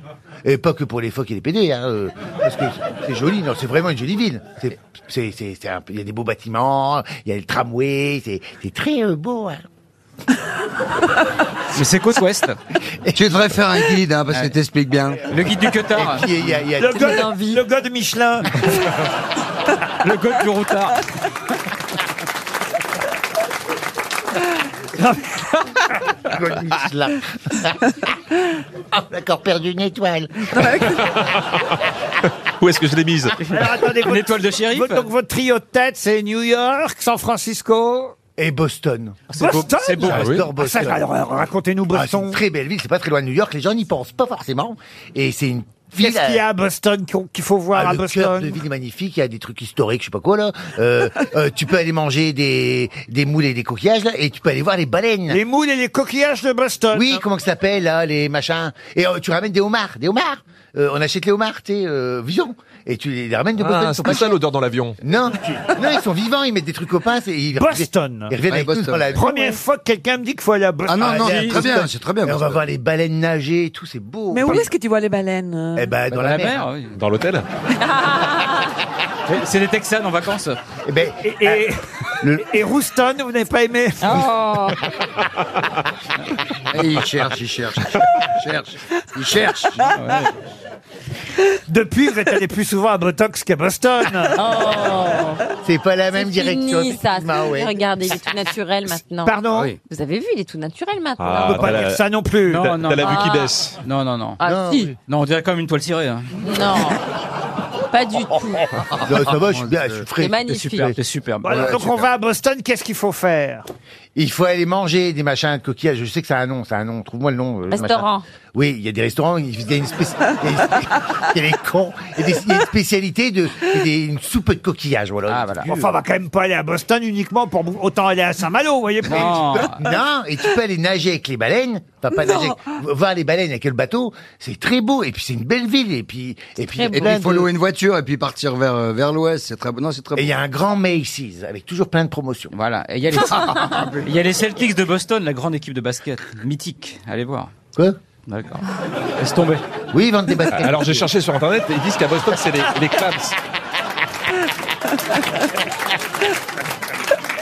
Et pas que pour les phoques et les PD, hein, euh, parce que c'est joli. Non, c'est vraiment une jolie ville. C'est, c'est, c'est, c'est un peu- il y a des beaux bâtiments, il y a le tramway, c'est, c'est très euh, beau. Hein.
<laughs> Mais c'est côte
<laughs>
ouest. tu devrais faire un guide, hein, parce que t'expliques bien.
Le guide du
Cotard.
Et puis, il y a- il y a-
Le gars, le gars de Michelin.
Le golf du routard.
<laughs> Godmichla. oh, encore perdu une étoile.
Où est-ce que je l'ai mise
Alors, attendez, votre-
de
votre- donc votre trio de tête, c'est New York, San Francisco.
Et Boston.
c'est Boston beau- c'est beau.
J'adore
Ah oui.
Boston.
Ah, ça, alors, alors, racontez-nous
Ah, c'est une très belle ville, c'est pas très loin de New York, les gens n'y pensent pas forcément. Et c'est une ville.
Qu'est-ce qu'il y a à Boston qu'on- qu'il faut voir
Ah,
à
le
Boston
cœur de ville est magnifique, il y a des trucs historiques, je sais pas quoi là. Euh, <laughs> euh, tu peux aller manger des, des moules et des coquillages là, et tu peux aller voir les baleines. Les
moules et les coquillages de Boston.
Oui, comment que ça s'appelle là, les machins. Et euh, tu ramènes des homards, des homards. Euh, on achète les homards, tu sais, euh, vivants. Et tu les ramènes de Boston.
Ah,
ils sont
c'est
pas
pour ça
chers.
l'odeur
<laughs>
dans l'avion.
Non, non, ils sont vivants, ils mettent des trucs au pince et ils
Boston.
Ils reviennent
Ouais,
avec
Boston.
tout dans la
Première fois que quelqu'un me dit qu'il faut aller à Boston. Ah
allez,
si.
à Boston. Et on va voir les baleines nager et tout, c'est beau.
Mais où
Enfin,
est-ce que tu vois les baleines euh
Eh
Bah,
ben, dans, la, mer.
Dans l'hôtel
C'est des Texans en vacances.
Eh Et, et- et Rouston, vous n'avez pas aimé <laughs>
Et il cherche, il
<laughs>
cherche, il cherche, il cherche.
<laughs> Depuis, vous êtes allé plus souvent à Botox qu'à
<laughs>
Boston.
Oh. C'est pas la
C'est fini, ça. Regardez, il est tout naturel maintenant.
Ah
Pardon
Vous avez vu, il est tout naturel maintenant.
Ah, On peut pas
t'as
dire
la-
ça non plus.
Non,
T'as-
non.
t'as la
non.
vue qui
Ah.
baisse.
Non, non, non.
Ah, Non, si. oui.
Non, on dirait comme une toile cirée. hein.
Ah.
Non, pas du tout.
Non, ça va, je suis bien, je suis frais.
C'est magnifique.
Super, c'est superbe.
Voilà,
Ouais,
donc on
super.
va à Boston, qu'est-ce qu'il faut faire
Il faut aller manger des machins de coquillages. Je sais que ça a un nom, ça a un nom. Trouve-moi le nom. euh, le machin.
Restaurant.
Oui, il y a des restaurants. Il y a une spéci- il y a des- il y a des cons. Il y a des- il y a une spécialité de il y a des- une soupe de coquillages. Voilà.
Ah,
Enfin, on va quand même pas aller à Boston uniquement pour bou- autant aller à Saint-Malo, vous voyez
Non. non, et tu peux aller nager avec les baleines. Enfin, pas
Non.
nager, voir les baleines avec le bateau. C'est très beau. Et puis, c'est une belle ville. Et puis, et puis,
Et puis, il faut louer une voiture et puis partir vers, euh, vers l'ouest. C'est très bon. Non, c'est très
Et il y a un grand Macy's avec toujours plein de promotions.
Voilà. Et il y, a les...
<laughs>
il y a les Celtics de Boston, la grande équipe de basket. Mythique. Allez voir.
Quoi
D'accord. Laisse tomber.
Oui, ils vendent des baskets.
Alors j'ai cherché sur internet et ils disent qu'à Boston c'est les, les claps.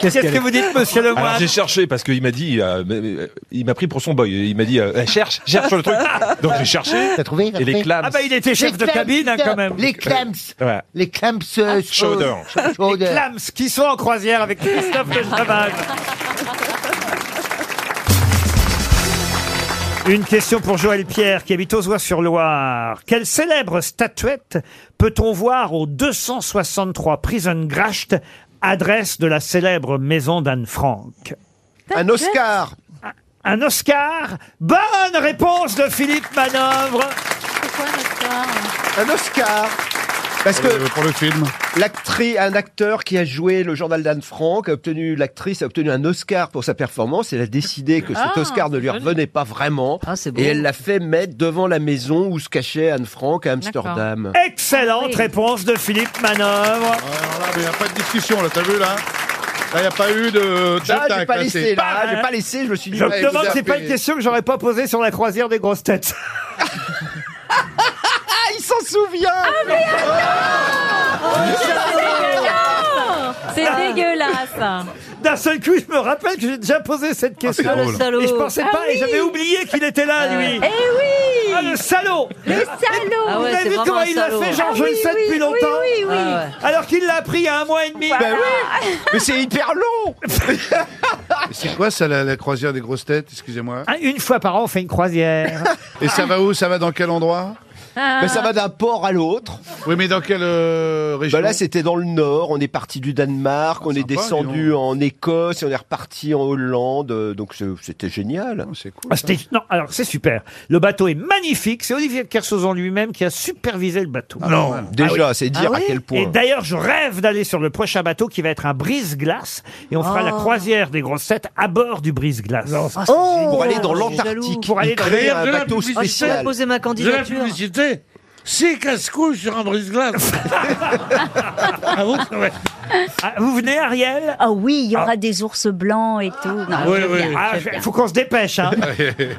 Qu'est-ce que vous dites, monsieur Lemoine
Alors j'ai cherché parce qu'il m'a dit, euh, mais- mais, euh, il m'a pris pour son boy. Il m'a dit, euh, Eh, cherche, cherche le truc. Donc j'ai cherché.
T'as trouvé
Et les clams.
Ah bah il était chef
Les
de
clams,
cabine hein,
putain,
quand même.
Les clams.
Ouais.
Les clams. euh,
Ah,
Schroeder.
Ah, Les clams qui sont en croisière avec Christophe de Chavannes. Une question pour Joël Pierre qui habite aux sur loire Quelle célèbre statuette peut-on voir aux 263 Gracht, adresse de la célèbre maison d'Anne Frank Un Oscar Un Oscar Bonne réponse de Philippe Manœuvre
Un Oscar parce
Euh,
que pour le film, l'actrice, un acteur qui a joué le journal d'Anne Frank a obtenu l'actrice a obtenu un Oscar pour sa performance. Elle a décidé que
Ah,
cet Oscar ne lui revenait pas vraiment,
Ah,
et elle l'a fait mettre devant la maison où se cachait Anne Frank à Amsterdam.
Eh Excellente réponse de Philippe Manœuvre.
Il n'y a pas de discussion là, t'as vu là hein Là, il n'y a pas eu de.
Là,
Ah, j'ai pas laissé, là, j'ai pas laissé, je me suis dit,
Je
ouais,
me
vous
demande, c'est
avez
pas
fait-
une question que j'aurais pas posée sur la croisière des grosses têtes. <laughs>
Ah, il s'en souvient
Oh,
C'est
Ah.
Ah,
dégueulasse.
D'un seul coup, je me rappelle que j'ai déjà posé cette question.
Ah, le salaud.
Et je pensais
Ah
pas, et
oui.
j'avais oublié qu'il était là,
Ah
lui.
ouais. Eh oui.
Ah, le salaud
Le salaud. Ah ouais,
Vous
c'est
avez vu
vraiment
comment
un
il l'a
salaud.
fait, Jean
Ah
je le
oui,
sais
oui,
depuis
oui,
longtemps
oui, oui. Ah
Alors qu'il l'a appris il y a un mois et demi
Bah oui. Mais c'est hyper long
<laughs> C'est quoi ça, la, la croisière des grosses têtes Excusez-moi.
Ah, Une fois par an, on fait une croisière.
Et ça va où Ça va dans quel endroit
Ah.
ah.
Mais ça va d'un port à l'autre.
Oui, mais dans quelle euh, région
Bah là, c'était dans le nord. On est parti du Danemark, on est descendu en Écosse et on est reparti en Hollande. euh, Donc c'est- c'était génial. C'est cool.
Ah, c'était- non, alors c'est super. Le bateau est magnifique. C'est Olivier de Kersauzon lui-même qui a supervisé le bateau. Ah
Ah, Non. normal. Déjà, c'est dire à quel point.
Et d'ailleurs, je rêve d'aller sur le prochain bateau qui va être un brise-glace et on fera
Oh.
la croisière des grosses têtes à bord du brise-glace.
Ah,
pour aller dans l'Antarctique.
Pour aller dans
Créer
les-
un bateau spécial.
De la publicité C'est casse-couille sur un
<laughs>
brise-glace.
Ah, vous, Ah, venez, Ariel
Ah oui, il y aura des ours blancs et tout. Non, je viens, je
Ah,
viens.
faut qu'on se dépêche. Hein.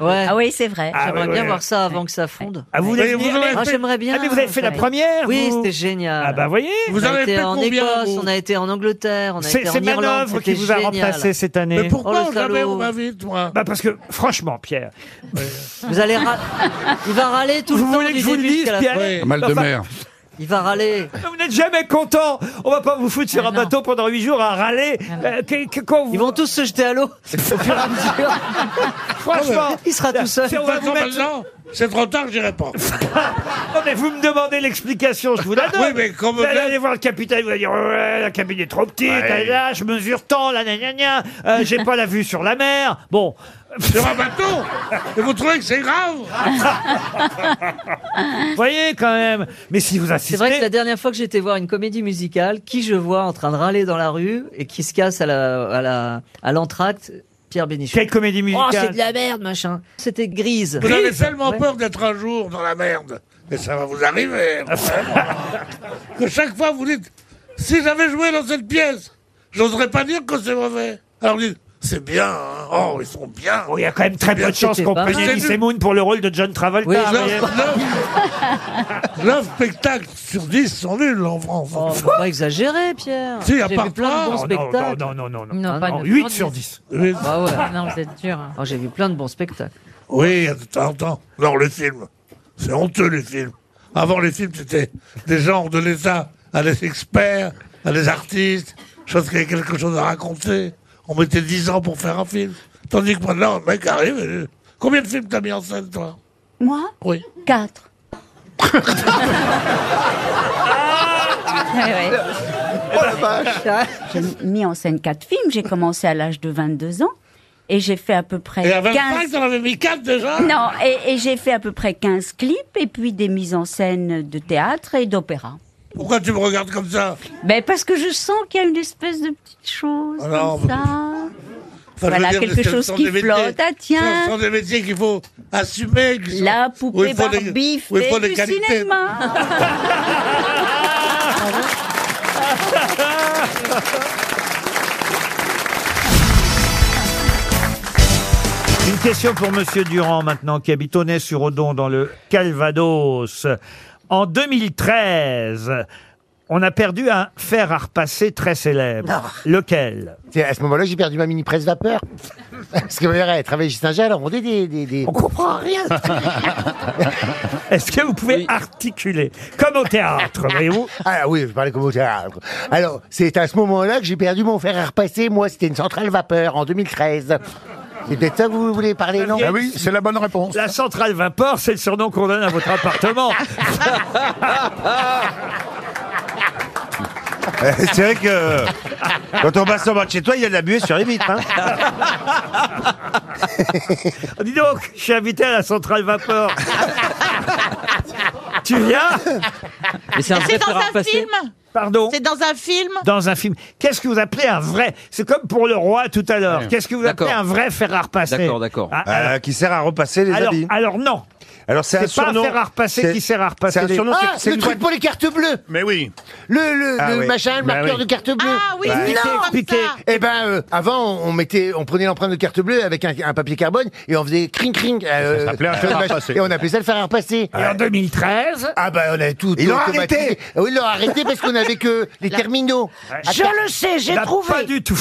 Ah oui, c'est vrai.
Ah,
J'aimerais
ouais,
bien
ouais.
voir ça avant que ça fonde.
Ah, vous
Ouais.
voulez venir
Ah,
Mais-
J'aimerais bien.
Ah, mais vous avez fait la première,
Oui,
vous
c'était génial.
Ah, bah, voyez. Vous
on a
avez
été
fait
en
combien,
Écosse,
vous
on a été en Angleterre, on a
C'est
été
c'est
en Irlande.
Manœuvre qui
c'était
vous a
génial.
remplacé cette année.
Mais pourquoi Oh, le jamais salaud. on
m'invite, moi bah Parce que, franchement, Pierre.
Vous allez ra- Il va râler tout
Vous
le temps.
voulez que
du
je vous le
début
dise,
jusqu'à la
Pierre
fin.
Enfin,
Il va râler.
Vous n'êtes jamais content. On va pas vous foutre sur un bateau pendant huit jours à râler. Euh, que- que- quand vous-
Ah Ils vont tous <laughs> se
<laughs>
<laughs>
jeter à l'eau. Au fur et à mesure.
Franchement,
Ah Il sera tout seul.
si on va vous mettre-
C'est trop tard, je réponds.
Non, mais vous me demandez l'explication, je vous la donne.
Oui, mais comme-
Vous allez aller voir le capitaine, vous allez dire Ouais, la cabine est trop petite,
Ouais.
elle est là, je mesure tant, la gna gna gna, euh, j'ai pas la vue sur la mer. Bon. Sur un bateau Et vous trouvez que c'est grave Vous voyez quand même. Mais si vous
C'est
assistez.
vrai que la dernière fois que j'étais voir une comédie musicale, qui je vois en train de râler dans la rue et qui se casse à la à la à l'entracte, Pierre Bénichou.
Quelle comédie
Oh, c'est
musicale
de la merde, machin. C'était grise.
Vous avez tellement
Ouais.
peur d'être un jour dans la merde, mais ça va vous arriver, vraiment.
<laughs>
que chaque fois vous dites si j'avais joué dans cette pièce, j'oserais pas dire que c'est mauvais. Alors vous dites c'est bien, hein. oh ils sont bien.
Bon, Il y a quand même très peu de chances qu'on prenne Elise Moon pour le rôle de John Travolta.
Oui,
vous voyez.
9 spectacles sur 10 sont nuls en France.
Oh, faut pas exagérer, Pierre.
Si, à
J'ai
part
vu plein de bons
trois. Non, non,
Oh,
spectacles.
non, non, non, non.
Ah,
Non, pas neuf
8
sur
sur
10.
10.
Oui.
Ah ouais.
Bah Non, vous êtes dur. hein.
Oh, J'ai vu plein de bons spectacles.
Oui, de temps en temps. Non, les films. C'est honteux, les films. Avant, les films, c'était des genres de l'État à des experts, à des artistes, chose qui avait quelque chose à raconter. On mettait 10 ans pour faire un film. Tandis que maintenant, le mec arrive. et- Combien de films t'as mis en scène, toi
Moi
Oh
Oui.
Quatre.
Ah,
<laughs> J'ai mis en scène quatre films. J'ai commencé à l'âge de 22 ans et j'ai fait à peu près
Et à 25,
15...
t'en avais mis 4 déjà
Non, et, et j'ai fait à peu près 15 clips et puis des mises en scène de théâtre et d'opéra.
Pourquoi tu me regardes comme ça
Ben parce que je sens qu'il y a une espèce de petite chose
Ah non,
comme
bah-
ça.
Enfin, je
voilà
veux dire,
quelque
c'est le
chose
sens
qui
des métiers.
flotte. Ah
Ce
tiens,
sont des métiers qu'il faut assumer. qui sont-
la
où
poupée
il faut des-
Barbie
où il
fait
faut des
du
qualités.
cinéma.
Une question pour Monsieur Durand maintenant, qui habite sur odon dans le Calvados. En 2013, on a perdu un fer à repasser très célèbre. Lequel
C'est à ce moment-là, j'ai perdu ma mini
<laughs>
presse vapeur. Parce que ma mère, elle travaillait chez Saint-Jean, elle rendait des, des, des. On comprend <laughs> rien.
Est-ce que vous pouvez articuler Comme au théâtre, voyez-vous
Ah oui, je parlais comme au théâtre. Alors, c'est à ce moment-là que j'ai perdu mon fer à repasser. Moi, c'était une centrale vapeur en 2013. C'est peut-être ça que vous voulez parler, non
Ah oui,
Eh c'est la bonne réponse.
La centrale Vimport, c'est le surnom qu'on donne à
<laughs>
votre appartement.
Eh, C'est vrai que quand on passe en bas de chez toi, il y a de la buée sur les vitres. hein.
<laughs> Dis donc, je suis invité à la
<laughs>
centrale Vapeur. tu viens
Mais c'est un vrai C'est dans fer à un repasser. film
Pardon
C'est dans un film
Dans un film. Qu'est-ce que vous appelez un vrai C'est comme pour le roi tout à l'heure.
Ouais.
Qu'est-ce que vous appelez
D'accord.
un vrai fer à repasser
D'accord, d'accord.
Ah, alors-
Euh, qui sert à repasser les
alors,
habits.
alors non.
Alors c'est un
C'est pas
surnom.
un fer à repasser
c'est-
qui sert à repasser
C'est un
les-
surnom.
Ah,
c'est- c'est
le
une
truc
boîte-
pour les cartes bleues
Mais oui.
Le, le,
Ah
le
oui.
machin, le
Bah
marqueur
oui.
de carte bleue.
Ah oui,
non,
Bah, expliquez, expliquez.
Eh ben, euh, avant, on mettait, on prenait l'empreinte de carte bleue avec un, un papier carbone et on faisait cring cring. euh,
Ça s'appelait un
euh,
fer à
mach-
repasser.
Et on appelait ça le fer à repasser.
Et en 2013
Ah ben, on avait tout.
Ils
tout
l'ont
automatisé.
arrêté.
Ah Oui, ils l'ont arrêté parce qu'on avait
<laughs>
que les
La-
terminaux.
Je
Attends.
le sais, j'ai Là, trouvé. pas
<laughs>
du tout.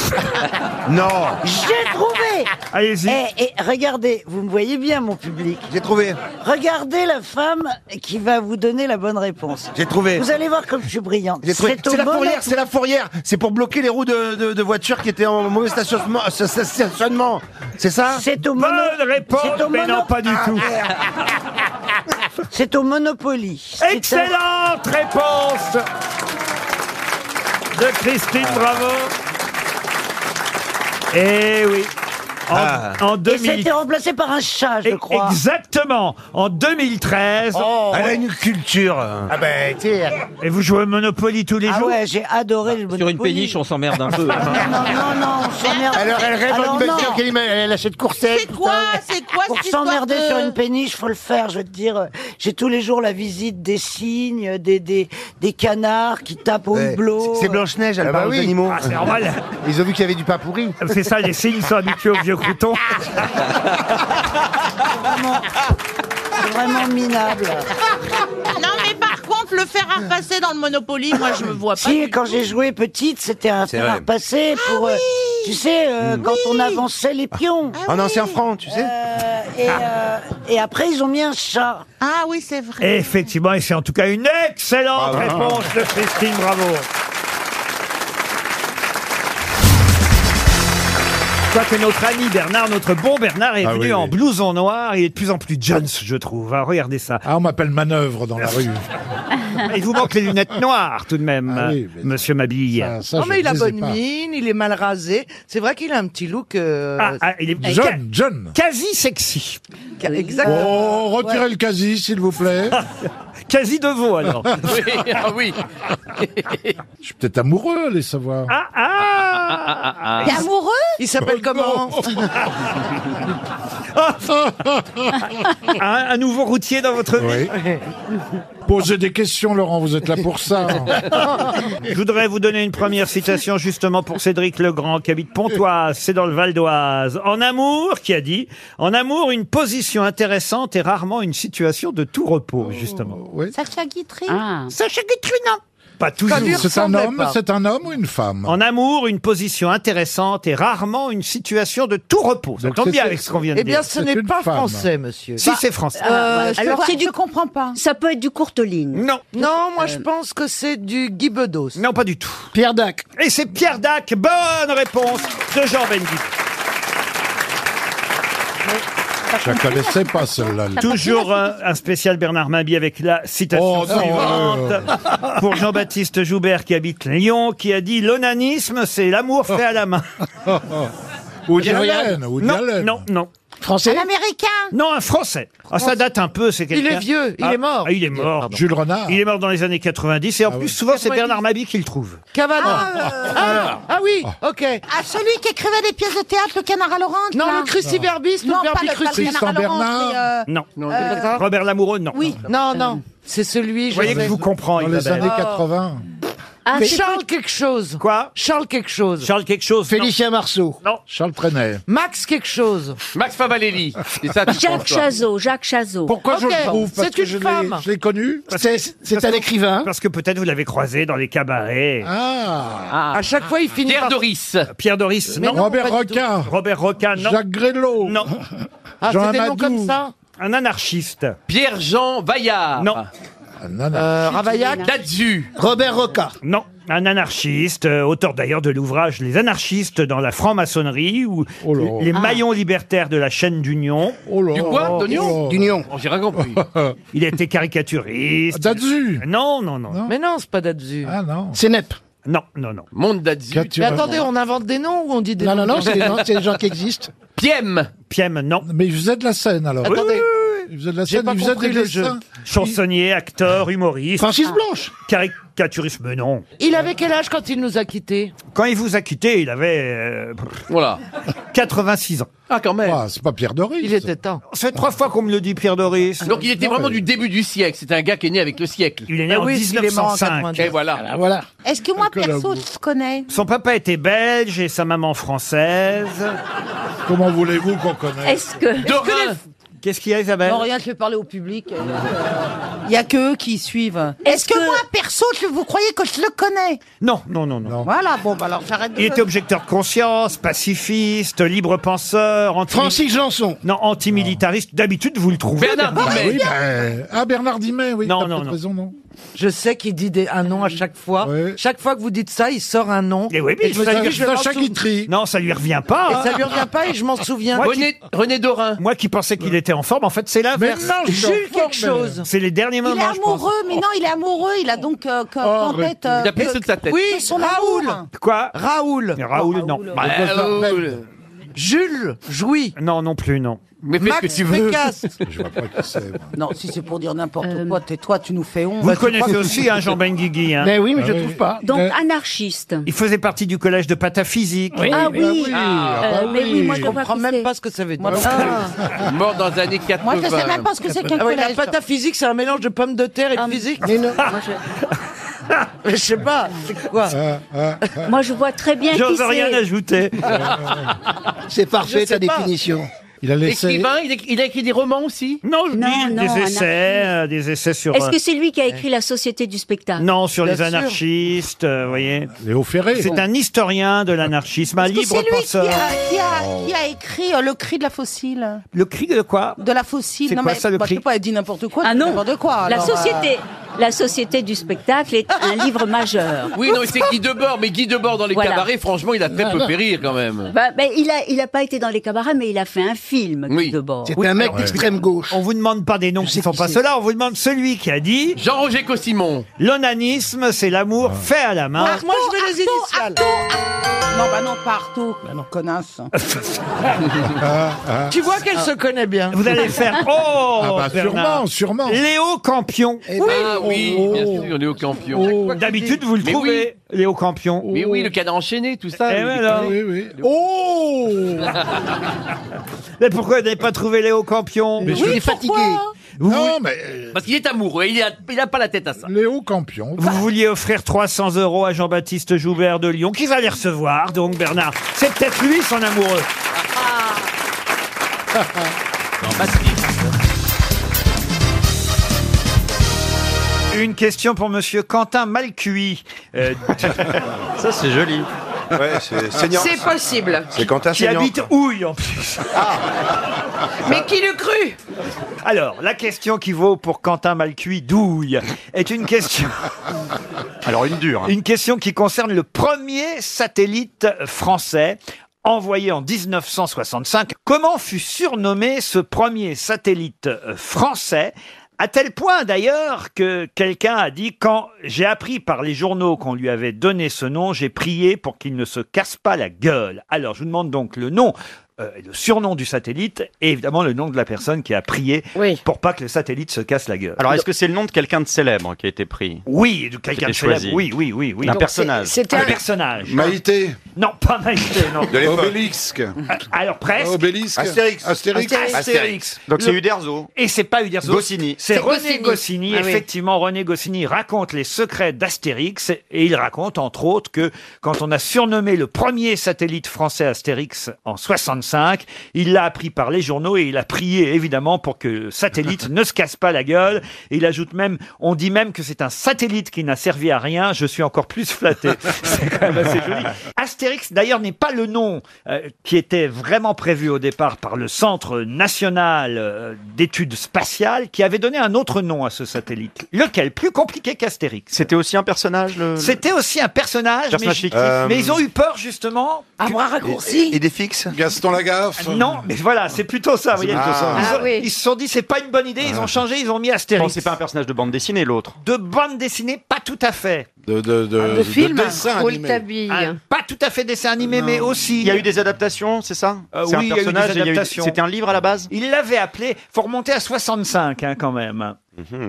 Non.
J'ai trouvé
<laughs> Allez-y.
Et, Eh, regardez, vous me voyez bien, mon public.
J'ai trouvé.
Regardez la femme qui va vous donner la bonne réponse.
J'ai trouvé.
Vous allez voir comme je suis brillante.
J'ai trouvé.
au
C'est la
bon
fourrière,
endroit.
c'est la fourrière. C'est pour bloquer les roues de, de, de voitures qui étaient en mauvais stationnement. sta- sta- stationnement. C'est ça
C'est au
mono...
Bonne réponse,
C'est au
mais
mono- Ah,
non, pas du
Hein <laughs>
tout.
C'est au Monopoly.
Excellente réponse de Christine
Ah.
Bravo. Eh oui. En,
Ah.
en
Et ça a
2000.
été remplacé par un chat, je crois. Oh.
Exactement. En 2013.
Elle a une culture.
Ah ben, tu sais,
Et vous jouez au Monopoly tous les
Ah
jours
ouais, j'ai adoré le Monopoly.
Sur une péniche, on s'emmerde
<laughs>
un peu. hein.
Non, non, non, on s'emmerde.
Alors elle rêve
Alors,
d'une belle
non.
sœur qu'elle ima- elle achète Courcelles.
C'est
tout
quoi,
ça.
c'est quoi Pour cette histoire s'emmerder de- sur
euh,
une péniche, faut le faire. Je veux te dire, j'ai tous les jours la visite des cygnes, des des, des canards qui tapent au hublot.
C'est Blanche-Neige, elle
Ah bah
parle aux
oui.
animaux.
Ah, c'est
<laughs>
<laughs>
normal.
Ils ont vu qu'il y avait du pain pourri.
Ah, C'est ça, les signes sont habitués aux vieux
<laughs>
croutons.
C'est vraiment minable.
<laughs> Non, mais par contre, le fer à repasser dans le Monopoly, moi, je me vois pas.
Si, quand j'ai joué petite, c'était un
C'est
fer
vrai.
à repasser pour, euh, tu sais, euh,
Mm.
quand on avançait les pions.
Ah
En ancien franc, tu sais.
Et, euh, et après, ils ont mis un chat. Ah oui, c'est vrai.
Et effectivement, et c'est en tout cas une excellente
Bravo.
réponse de Christine Bravo. Quand que notre ami Bernard, notre bon Bernard, est
Ah
venu
oui,
en
oui.
blouson noir. Il est de plus en plus Jones, je trouve. Ah, regardez ça. Ah, on m'appelle manœuvre dans la rue. <laughs> Il vous manque les lunettes noires, tout de même,
Ah
monsieur Mabille.
non, Oh, mais il a bonne mine, il est mal rasé. C'est vrai qu'il a un petit look. euh,
Ah, ah, il est
Jeune,
jeune. Quasi sexy.
Ca- exactement.
Oh, retirez le quasi, s'il vous plaît.
<laughs>
quasi de veau,
<laughs>
alors.
oui.
Je suis peut-être amoureux, allez savoir.
Ah, ah
T'es amoureux
Il s'appelle
Oh,
Oh,
comment
un, un nouveau routier dans votre vie
Posez des questions, Laurent, vous êtes là pour ça. hein.
Je voudrais vous donner une première citation justement pour Cédric Legrand qui habite Pontoise, c'est dans le Val d'Oise. En amour, qui a dit En amour, une position intéressante est rarement une situation de tout repos, justement.
Sacha Guitry
Ah.
Sacha Guitry, non
Pas toujours.
Ça lui C'est un ressemblait homme, pas. c'est
un homme ou une femme En amour, une position intéressante est rarement une situation de tout repos. Ça tombe bien avec ce qu'on vient de
Eh
dire.
bien, ce n'est pas français, monsieur. Bah, euh,
Si, c'est français.
Ah,
Euh,
alors, c'est du. Euh.
comprends pas. Ça peut être du Courteline.
Non.
Non, moi, je pense que c'est du Guy Bedos.
Non, pas du tout. Pierre Dac. Et c'est Pierre Dac. Bonne réponse de Jean Benguigui.
Je la connaissais pas celle-là.
Toujours euh, un spécial Bernard Mabie avec la citation
Oh, non,
suivante pour Jean-Baptiste Joubert qui habite Lyon, qui a dit l'onanisme c'est l'amour fait à la main.
<laughs> Woody Allen, Woody
non,
Allen.
non, non.
Un américain
Non, un Français. Ah, ça date un peu, c'est
Il
quelqu'un.
est vieux, il est mort.
ah, il est mort.
Pardon. Jules Renard. Ah
Il est mort dans les années 90 et en plus souvent c'est
90.
Bernard Mabie qui le trouve.
Cavana.
Ah, euh,
Ah, ah oui, ok.
Ah, celui qui écrivait des pièces de théâtre, le canard à Laurence
Non,
là.
le cruciverbiste, le
Non, pas
verbi
le, pas le
crucis.
canard à
Tristan
Laurence, mais, euh,
Non.
euh,
Robert Lamoureux, non. Euh. Oh. Oui.
Non, non. C'est celui.
Vous voyez que je vous comprends.
Dans
Isabelle.
Ah,
Mais-
Charles quelque chose.
Quoi
Charles quelque chose.
Charles quelque chose.
Félicien Marceau.
Non.
Charles Trenet.
Max quelque chose.
Max Favalelli. C'est ça, tu penses,
Jacques
toi.
Chazot, Jacques Chazot.
Pourquoi
je le trouve Parce c'est que une je l'ai- femme.
je l'ai connu.
C'est un écrivain. Parce que peut-être vous l'avez croisé dans les cabarets.
Ah. À chaque fois, il finit
Pierre
par...
Doris.
Pierre Doris,
Mais
non.
non, Robert pas du tout. Roca.
Robert Roca, non. Jacques Grélot. Non.
Ah, c'est des noms comme ça
Un anarchiste.
Pierre-Jean Vaillard.
Non.
Euh, Ravaillac
Dazu.
Robert Roca. Non. Un anarchiste, euh, auteur d'ailleurs de l'ouvrage Les anarchistes dans la franc-maçonnerie ou
Oh
les
Ah.
maillons libertaires de la chaîne d'Union.
Du bois,
Oh
d'oignon D'union. Oh, J'ai rien compris.
<laughs> Il était caricaturiste. Dazu. Non, non, non.
Mais non, c'est pas Dadzu. Ah non.
Cénep. Non, non, non.
Monde Dazu.
Mais attendez, on invente des noms ou on dit des noms
qui existent.
Piem.
Piem, non.
Mais il faisait de la scène alors.
Attendez.
Il faisait de la
J'ai
scène,
pas
il faisait
compris
des
le jeu.
dessins.
Chansonnier, acteur, humoriste. Ah.
Francis Blanche.
Caricaturiste, mais non.
Il avait quel âge quand il nous a quittés
Quand il vous a quitté, il avait.
voilà.
86 ans.
Ah, quand même.
c'est pas Pierre Doris.
Il était temps.
Ça fait trois fois qu'on me le dit, Pierre
Ah,
Doris.
Donc il était vraiment du début du siècle. C'était un gars qui est né avec le siècle.
Il est
Ah
Eh
né en 1905.
Et voilà.
voilà.
Est-ce que moi,
Nicolas
perso,
Beau.
je connais
Son papa était belge et sa maman française. Comment voulez-vous qu'on connaisse
Est-ce que- est-ce que Dorin.
Qu'est-ce qu'il y a, Isabelle
Non, rien, je vais parler au public.
Euh,
Il n'y a que eux qui suivent.
Est-ce que, moi, perso, je- vous croyez que je le connais
Non, non, non, non.
Voilà, bon, bah alors j'arrête de...
Il était objecteur de conscience, pacifiste, libre penseur, anti Francis Janson. Non, antimilitariste. D'habitude, vous le trouvez.
Bernard
Bah
Dimet.
oui,
ben,
bah, ah, Bernard Dimet, oui.
Non,
t'as
non,
peut-être
non.
raison, non.
Je sais qu'il dit des- un nom à chaque fois. Chaque fois que vous dites ça, il sort un nom.
Et Eh oui, mais
je me
ça
dis,
lui-
je vais m'en souvenir.
Non, ça lui revient pas.
Et ça
hein.
lui revient pas et je m'en souviens.
Moi qui- Moi qui pensais qu'il était en forme, en fait, c'est l'inverse.
Mais non, je suis en Jules forme, quelque chose.
C'est les derniers
Il est
moments, je pense. Oh,
amoureux, mais non, il est amoureux. Il a donc euh, co- en tête... euh, que- que
Oui,
son
Raoul.
amour.
Quoi Raoul. Raoul, non.
Bah,
Raoul.
Jules Jouy. Non, non plus, non.
Mais
fais ce Max que tu veux.
<laughs>
Pécasse.
Je vois pas qui c'est.
Non, si c'est pour dire n'importe
Euh,
quoi, tais-toi, tu nous fais honte.
Vous le
Bah,
connaissez aussi, hein, Jean Benguigui. Hein.
Mais oui, mais je Ah oui. trouve
pas.
Donc,
Euh,
anarchiste.
Il faisait partie du collège de pataphysique.
ah oui,
Ah,
Euh,
bah
mais
oui.
oui, moi
Je
je
comprends même pas ce que ça veut dire.
Mort dans les années 80.
Ah oui, La pâte à physique, c'est un mélange de pommes de terre et
Ah.
de physique. Mais non. <laughs> je sais pas, c'est quoi
Moi, je vois très bien
J'ose
qui c'est.
rien ajouter.
C'est
parfait, ta définition.
Il a laissé.
Écrivain, il, écrit- il a écrit des romans aussi
Non,
je
Non, non,
Des
un
essais, euh, des essais sur.
Est-ce
euh,
que c'est lui qui a écrit La Société du spectacle
Non, sur les
Bien sûr.
anarchistes, euh, vous voyez.
Léo Ferré.
C'est un historien de l'anarchisme, un
Est-ce que
libre
c'est lui qui
penseur.
a, qui a-
Oh.
qui a écrit euh, Le cri de la fossile
Le cri de quoi
De la fossile.
C'est quoi
mais,
ça, le
bah, je
cri
sais pas, elle dit n'importe quoi. Ah non. N'importe quoi.
La
alors, euh,
société.
La Société du spectacle est un livre majeur.
Oui, non, c'est Guy Debord, mais Guy Debord dans les
Voilà.
cabarets, franchement, il a
Ah,
très peu fait rire quand même.
Bah, bah, il a, il a pas été dans les cabarets, mais il a fait un film.
Oui.
de bord.
C'était un mec Ouais. d'extrême
gauche. On vous demande pas des noms qui ne sont pas
c'est.
ceux-là, on vous demande celui qui a dit.
Jean-Roger Cossimon.
L'onanisme, c'est l'amour fait à la main.
moi, je veux les initiales. Non, bah non, partout. Bah non, connasse. Ah. Tu vois qu'elle se connaît bien.
Vous allez faire.
<laughs>
Oh
Ah bah,
Bernard.
sûrement, sûrement.
Léo Campion.
Ah oui,
oh,
bien sûr, Léo Campion.
D'habitude, vous le
Mais oui.
trouvez, Léo Campion.
Mais oui, le cadre enchaîné, tout ça.
Eh
le
ouais,
décalé.
alors.
Oh
Mais pourquoi vous n'avez pas trouvé Léo Campion
Mais je Oui, suis fatigué. euh, pourquoi
non, mais
Parce qu'il est amoureux, il a, il a pas la tête à ça.
Léo Campion. Vous vouliez offrir 300 euros à Jean-Baptiste Joubert de Lyon, qui va les recevoir, donc Bernard. C'est peut-être lui son amoureux. Une question pour Monsieur Quentin Euh, Malcuit.
<laughs> Ça, c'est joli. Ouais,
<laughs>
c'est Seigneur.
C'est possible.
C'est Quentin
Qui
Seigneur. Ah.
habite Houille, en plus.
Mais qui l'eût cru
Alors, la question qui vaut pour Quentin Malcuit d'Ouille est une
<laughs>
question...
Alors, une dure. hein.
Une question qui concerne le premier satellite français envoyé en 1965. Comment fut surnommé ce premier satellite euh, français à tel point d'ailleurs que quelqu'un a dit quand j'ai appris par les journaux qu'on lui avait donné ce nom, j'ai prié pour qu'il ne se casse pas la gueule. Alors je vous demande donc le nom, euh, et le surnom du satellite et évidemment le nom de la personne qui a prié pour pas que le satellite se casse la gueule.
Alors, est-ce que c'est le nom de quelqu'un de célèbre qui a été pris
Oui, de quelqu'un de
C'était choisi.
célèbre, Oui, oui, oui, oui.
Un
Donc,
personnage.
c'est- C'était un personnage. Maïté. Non, pas Maïté, non.
De l'époque.
Obélix. Ah, Alors presque.
Obélisque. Astérix. Astérix. Astérix. Astérix. Donc, c'est
Le-
Uderzo.
Et c'est pas Uderzo.
Goscinny.
C'est
C'est
René
Goscinny.
Goscinny.
Ah oui.
Effectivement, René Goscinny raconte les secrets d'Astérix et il raconte entre autres que quand on a surnommé le premier satellite français Astérix en 65, il l'a appris par les journaux et il a prié évidemment pour que le
<laughs>
satellite ne se casse pas la gueule. Et il ajoute même, on dit même que c'est un satellite qui n'a servi à rien. Je suis encore plus
<laughs>
flatté. c'est quand même assez joli. Astérix, d'ailleurs, n'est pas le nom euh, qui était vraiment prévu au départ par le Centre national euh, d'études spatiales, qui avait donné un autre nom à ce satellite. Lequel Plus compliqué qu'Astérix.
C'était aussi un personnage le...
C'était aussi un personnage,
Personnage
mais,
fictif. Euh,
mais ils ont eu peur justement. À moi
raccourci. Et des fixes Gaston Lagaffe
Ah, Non, mais voilà, c'est plutôt ça. vous voyez.
plutôt ça.
Ils, ont-
Ah
ils se sont dit c'est pas une bonne idée, ils ont changé, ils ont mis Astérix.
Non, c'est pas un personnage de bande dessinée, l'autre.
De bande dessinée, pas tout à fait.
De, de, de,
Ah, Pas tout à fait dessin animé, mais aussi.
Il y a eu des adaptations, c'est ça
Euh,
C'est
oui, il
un
y a eu des
personnage, et il y a eu-
adaptations.
C'était un livre à la base
Il l'avait appelé. Faut remonter à 65 hein, quand même.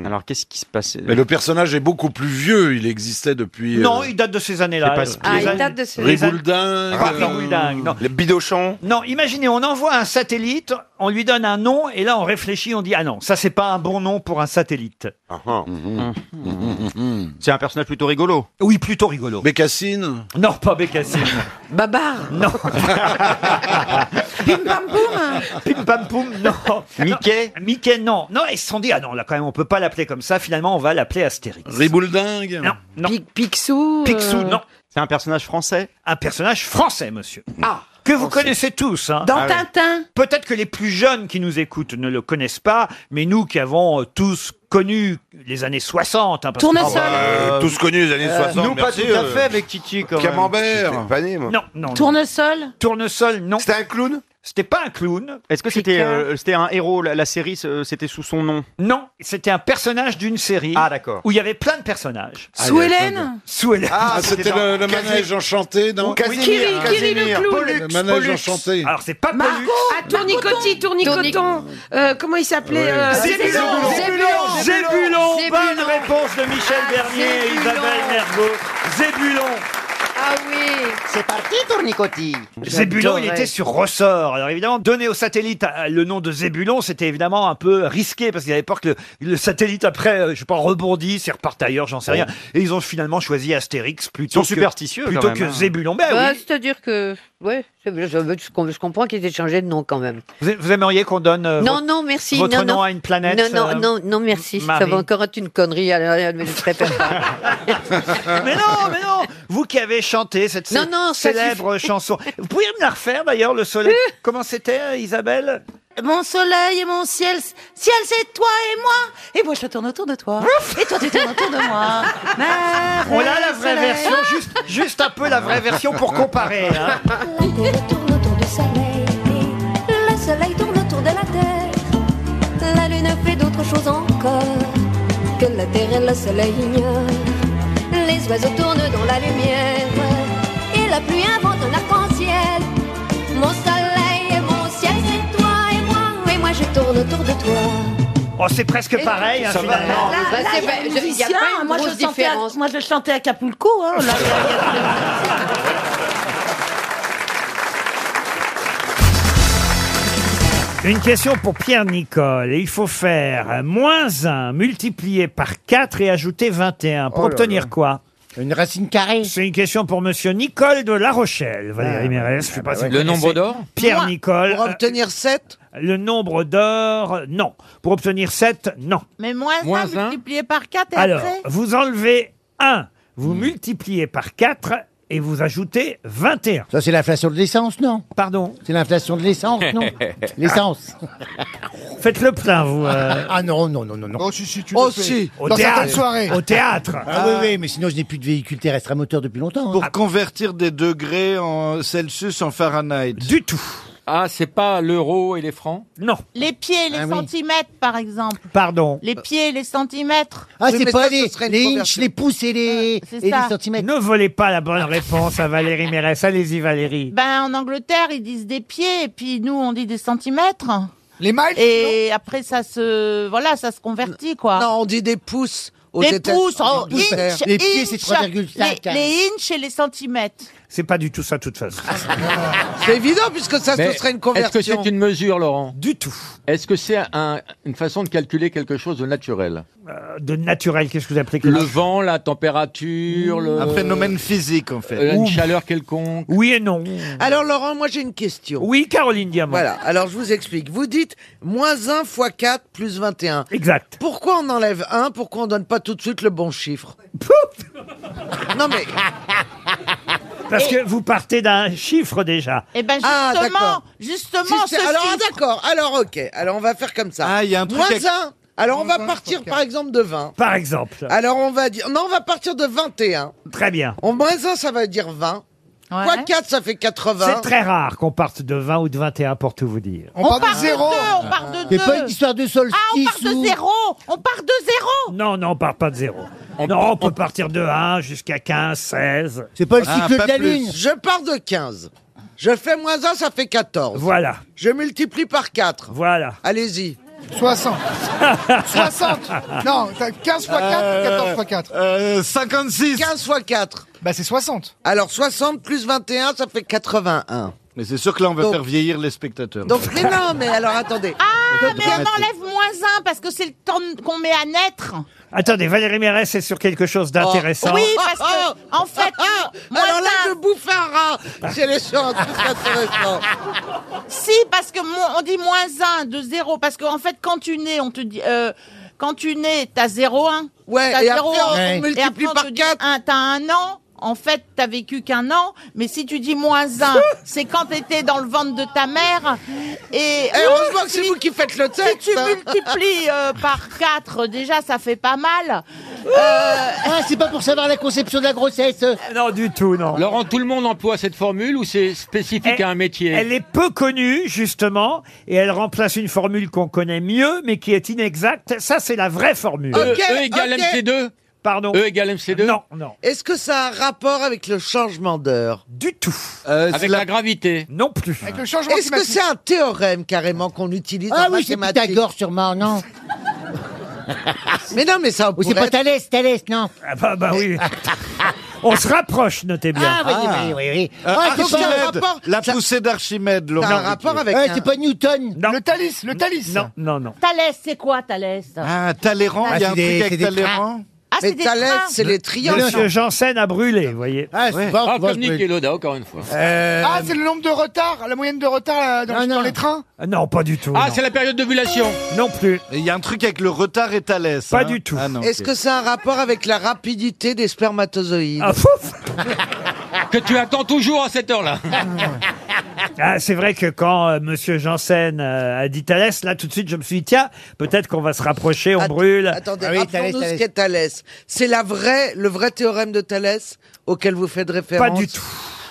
Alors, qu'est-ce qui se passait
Mhm. Mais le personnage est beaucoup plus vieux, il existait depuis...
Non,
euh,
il date de ces années-là.
C'est pas
Euh,
Spirou. Ah,
les
il
années-
date de ces-
les années-
Rigoldin,
Pas
euh,
Rigoldin, non. Le Bidochon. Non, imaginez, on envoie un satellite, on lui donne un nom, et là on réfléchit, on dit ah non, ça c'est pas un bon nom pour un satellite.
Ah,
Mhm. C'est un personnage plutôt rigolo.
Oui, plutôt rigolo.
Bécassine
Non, pas Bécassine.
<laughs> Babar
<laughs> Non. Pim pam poum Pim pam poum, non. <laughs> Mickey Mickey, non. Non, ils se sont dit, ah non, là quand même, on peut pas l'appeler comme ça, finalement on va l'appeler Astérix. Ribouledingue Non, non. Picsou euh, Picsou, non.
C'est un personnage français
Un personnage français, monsieur. Ah que vous connaissez tous. Hein.
Dans Ah oui.
Tintin. Peut-être que les plus jeunes qui nous écoutent ne le connaissent pas, mais nous qui avons euh, tous connu les années 60. Hein, parce que-
Tournesol. Ah bah, euh, tous connus les années
Euh,
60, merci, euh,
avec Titi
Camembert. J'étais pas né, moi.
Non, non.
Tournesol
Tournesol, non.
C'était un clown
C'était pas un clown.
Est-ce que c'était
Picard.
euh, c'était un héros La, la série, euh, c'était sous son nom
Non, c'était un personnage d'une série.
Ah, d'accord.
Où il y avait plein de personnages.
Ah, Sous il y avait Hélène plein de-
Sous Hélène.
Ah, c'était le, le manège enchanté, non
Oui, Casimir, Casimir.
Le manège enchanté.
Alors, c'est pas
Pollux.
Ah, Tournicotti, Tournicoton. Euh, comment il s'appelait euh,
Zébulon, Zébulon, Zébulon, bonne réponse de Michel
Ah,
Bernier et Isabelle Mergo. Zébulon.
Ah oui.
C'est parti, Tournicotti
Zébulon, il était sur ressort. Alors évidemment, donner au satellite euh, le nom de Zébulon, c'était évidemment un peu risqué parce qu'ils avaient peur que le, le satellite après, euh, je sais pas, rebondisse et reparte ailleurs, j'en sais rien. Et ils ont finalement choisi Astérix plutôt
Ils sont
que-
superstitieux, quand
plutôt
même,
que
hein.
Zébulon. Ben
Bah,
oui.
C'est-à-dire que, ouais, c'est- je, je- je comprends qu'ils aient changé de nom quand même.
Vous, vous aimeriez qu'on donne euh,
non,
Oh
votre-
non, merci.
votre
non,
nom
non.
à une planète
Non, non,
euh,
non, non, merci. Ça
Marie.
va encore être une connerie. alors, alors, mais je préfère pas.
<laughs> mais non, mais non Vous qui avez chanté cette cé-
Non, non, ça
célèbre chanson. Vous pouvez me la refaire d'ailleurs, le soleil Comment c'était, euh, Isabelle
Mon soleil et mon ciel, ciel c'est toi et moi. Et moi je tourne autour de toi. Et toi tu tournes autour de moi.
<laughs>
Merveille,
On a la vraie
soleil.
version, juste, juste un peu la vraie version pour comparer.
Ah
hein.
La Terre tourne autour du Soleil et le Soleil tourne autour de la Terre. La Lune fait d'autres choses encore que la Terre et le Soleil ignorent. Les oiseaux tournent dans la lumière et la pluie invente un arc-en-ciel. Mon Soleil et mon ciel, c'est toi et moi et moi je tourne autour de toi.
Oh, c'est presque pareil, hein,
Ça va.
finalement.
Là, là, il y a les musiciens, moi, je chantais à- moi, je chantais à Capulco. Hein, là, il y a- il y a-
Une question pour Pierre Nicole. Il faut faire moins 1 multiplié par 4 et ajouter 21. Pour
Oh là
obtenir
là.
quoi Une racine carrée. C'est une question pour monsieur Nicole de La Rochelle. Valérie
Ah,
Mérès, je sais pas
bah
si
ouais.
vous
Le
connaissez.
nombre d'or
Pierre
Moi,
Nicole.
pour
obtenir 7 Le nombre d'or, non. Pour obtenir 7, non.
Mais moins,
Moins
un
un.
multiplié par 4 et
Alors,
après
vous enlevez 1, vous multipliez par 4 et vous ajoutez 21.
Ça, c'est l'inflation de l'essence, non
Pardon
C'est l'inflation de l'essence,
<laughs>
non L'essence.
Faites-le plein, vous. euh.
Ah non, non, non, non, non. Oh si, si, tu
le Oh, fais. si, Au dans théâtre. certaines soirées.
Au
théâtre.
Ah,
Ah.
oui, oui, mais sinon, je n'ai plus de véhicule terrestre à moteur depuis longtemps. hein.
Pour convertir des degrés en Celsius en Fahrenheit.
Du tout.
Ah, c'est pas l'euro et les francs
Non.
Les pieds et les
Ah oui.
centimètres, par exemple.
Pardon.
Les pieds et les centimètres.
Ah, c'est pas les, les inches, les pouces et les,
c'est
et les
ça.
centimètres.
Ne volez pas la bonne réponse à Valérie Mérès. Allez-y, Valérie.
Bah
Ben, en Angleterre, ils disent des pieds, et puis nous, on dit des centimètres. Les miles Et après, ça se. Voilà, ça se convertit, quoi. Non, on dit des pouces.
aux
Des
États-
pouces, oh,
Des pouces.
inch,
Les pieds, c'est
inch.
3,5,
Les,
hein.
les inches et les centimètres.
C'est pas du tout ça, de toute façon.
C'est évident puisque ça
Mais
ce serait une conversion.
est-ce que c'est
une mesure, Laurent
Du tout.
Est-ce que c'est une façon de calculer quelque chose de naturel
Euh, De naturel, qu'est-ce que vous appelez
Le
quelque-
vent, la température, le...
Un phénomène
physique en fait,
Ouh.
une chaleur quelconque.
Oui et non.
Euh,
Mmh. Alors Laurent, moi j'ai une question.
Oui, Caroline Diamant.
Voilà. Alors je vous explique. Vous dites moins 1 fois 4 plus 21.
Exact.
Pourquoi on enlève 1 Pourquoi on donne pas tout de suite le bon chiffre Non mais
<laughs> Parce que vous partez d'un chiffre déjà.
Eh ben,
Ah,
justement,
d'accord.
justement,
Si
ce
c'est- alors ah,
chiffre-
d'accord, alors ok, alors on va faire comme ça. Ah, il y a un
truc
Moins
avec-
1, alors on va partir par exemple de 20.
Par exemple.
Alors on va dire, non on va partir de 21.
Très bien.
On, moins 1 ça va dire 20. Quoi 4 ça fait 80.
C'est très rare qu'on parte de 20 ou de 21 pour tout vous dire.
On On part de part de zéro. deux, on part de
Mais
deux. pas une
histoire de solstice. Ah, on
part de zéro. On part de zéro.
Non, non, on part pas de zéro. non, on peut partir de 1 jusqu'à 15, 16.
C'est
Ah, Je pars de 15. Je fais moins 1, ça fait 14.
Voilà.
Je multiplie par 4.
Voilà.
Allez-y.
<laughs>
60.
60. Non, t'as 15 fois 4, 14 fois
Euh,
4. 56. 15 fois 4. Bah c'est 60. Alors 60 plus 21, ça fait 81.
Mais c'est sûr que là, on va
Donc-
faire vieillir les spectateurs.
Donc mais non, mais alors attendez.
Ah, mais on
Automatique.
enlève moins un parce que c'est le temps qu'on met à naître.
Attendez, Valérie Mérès est sur quelque chose d'intéressant.
Oui, parce que, en fait, moins
alors là,
un.
je bouffe un rat. J'ai les choses intéressantes.
Si, parce que mo- on dit moins 1 de 0, parce qu'en fait, quand tu nais, on te dit... euh, quand tu nais, t'as 0,1.
Ouais,
t'as
et après,
0,1,
on
et après,
multiplie
on
par
te dit un, T'as un an, en fait, t'as vécu qu'un an, mais si tu dis moins
<laughs>
1, c'est quand t'étais dans le ventre de ta mère, et...
Eh, heureusement que c'est vous qui faites le texte,
Si tu
hein.
multiplies euh, par 4, déjà, ça fait pas mal.
Ah, c'est pas pour savoir la conception de la grossesse.
Euh, Non, du tout, non.
Laurent, tout le monde emploie cette formule ou c'est spécifique à un métier
Elle est peu connue, justement, et elle remplace une formule qu'on connaît mieux, mais qui est inexacte. Ça, c'est la vraie formule.
E- Ok, E égale ok. MC2?
Pardon
E égale MC2
Non,
<laughs>
non.
Est-ce que ça a un rapport avec le changement d'heure
Du tout.
Euh,
avec
la... gravité
Non plus.
Avec
le changement
Est-ce que
climatique.
c'est un théorème carrément qu'on utilise
Ah
en
oui, c'est
mathématiques
Pythagore sûrement, non
<laughs>
Mais non, mais ça.
Ou c'est pas
pourrait être-
Thalès, Thalès, non
Ah bah, bah <laughs> oui. On se rapproche, notez bien.
Ah, oui, oui, oui, oui.
Euh,
Ah, c'est pas-
Archimède,
La poussée d'Archimède, Laurent.
Ça a un rapport avec
Ouais,
un-
c'est pas Newton.
Non.
Le Thalys, le Thalys.
Non, non, non.
Thalès, c'est quoi, Thalès
Ah, Talleyrand,
Ah,
il y a un
c'est des-
truc
c'est
avec
des
Talleyrand.
Ah, c'est des trains.
Monsieur Janssen a brûlé, vous voyez.
Ah,
Ouais. Ah, comme Niki
hein,
Loda, encore une fois.
Euh,
euh,
Ah, c'est le nombre de retard, la moyenne de retard euh, dans, dans les trains
Non, pas du tout.
Ah,
non.
c'est la période d'ovulation.
Non plus.
Il y a un truc avec le retard et Thalès. hein. Ah, Pas
du tout.
Est-ce que c'est un rapport avec la rapidité des spermatozoïdes
Ah, fouf
<laughs>
Que tu attends toujours à cette heure-là.
Ah, c'est vrai que quand euh, Monsieur Janssen euh, a dit Thalès, là tout de suite je me suis dit tiens, peut-être qu'on va se rapprocher, on brûle. Ah
Attendez, rappelons-nous ce qu'est Thalès. C'est la vraie, le vrai théorème de Thalès auquel vous faites référence Pas du tout.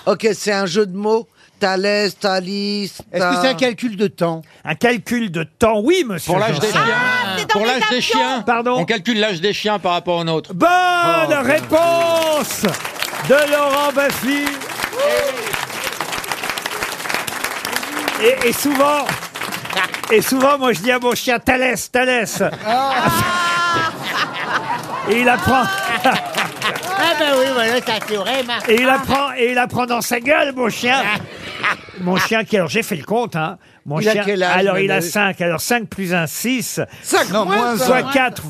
Ok, c'est un jeu de mots. Thalès, Thalys...
Est-ce que c'est un
calcul de temps
Un calcul de temps, oui, monsieur.
Pour l'âge des
Janssen.
chiens.
Ah,
pour l'âge des chiens.
Pardon.
On calcule l'âge des chiens par rapport au nôtre.
Bonne
Oh,
réponse de Laurent Baffy. Et, et souvent, et souvent, moi je dis à mon chien Thalès, Thalès. Et il apprend. <laughs>
Ah ben oui, voilà, ça c'est vrai, Marc.
Et il apprend, et il apprend dans sa gueule, mon chien. Mon chien qui, alors j'ai fait le compte, hein. Mon
Il a
chien,
quel âge,
alors il a
Manu
5, alors 5 plus 1, 6.
Cinq Non, moins moins un.
Soit
un.
4,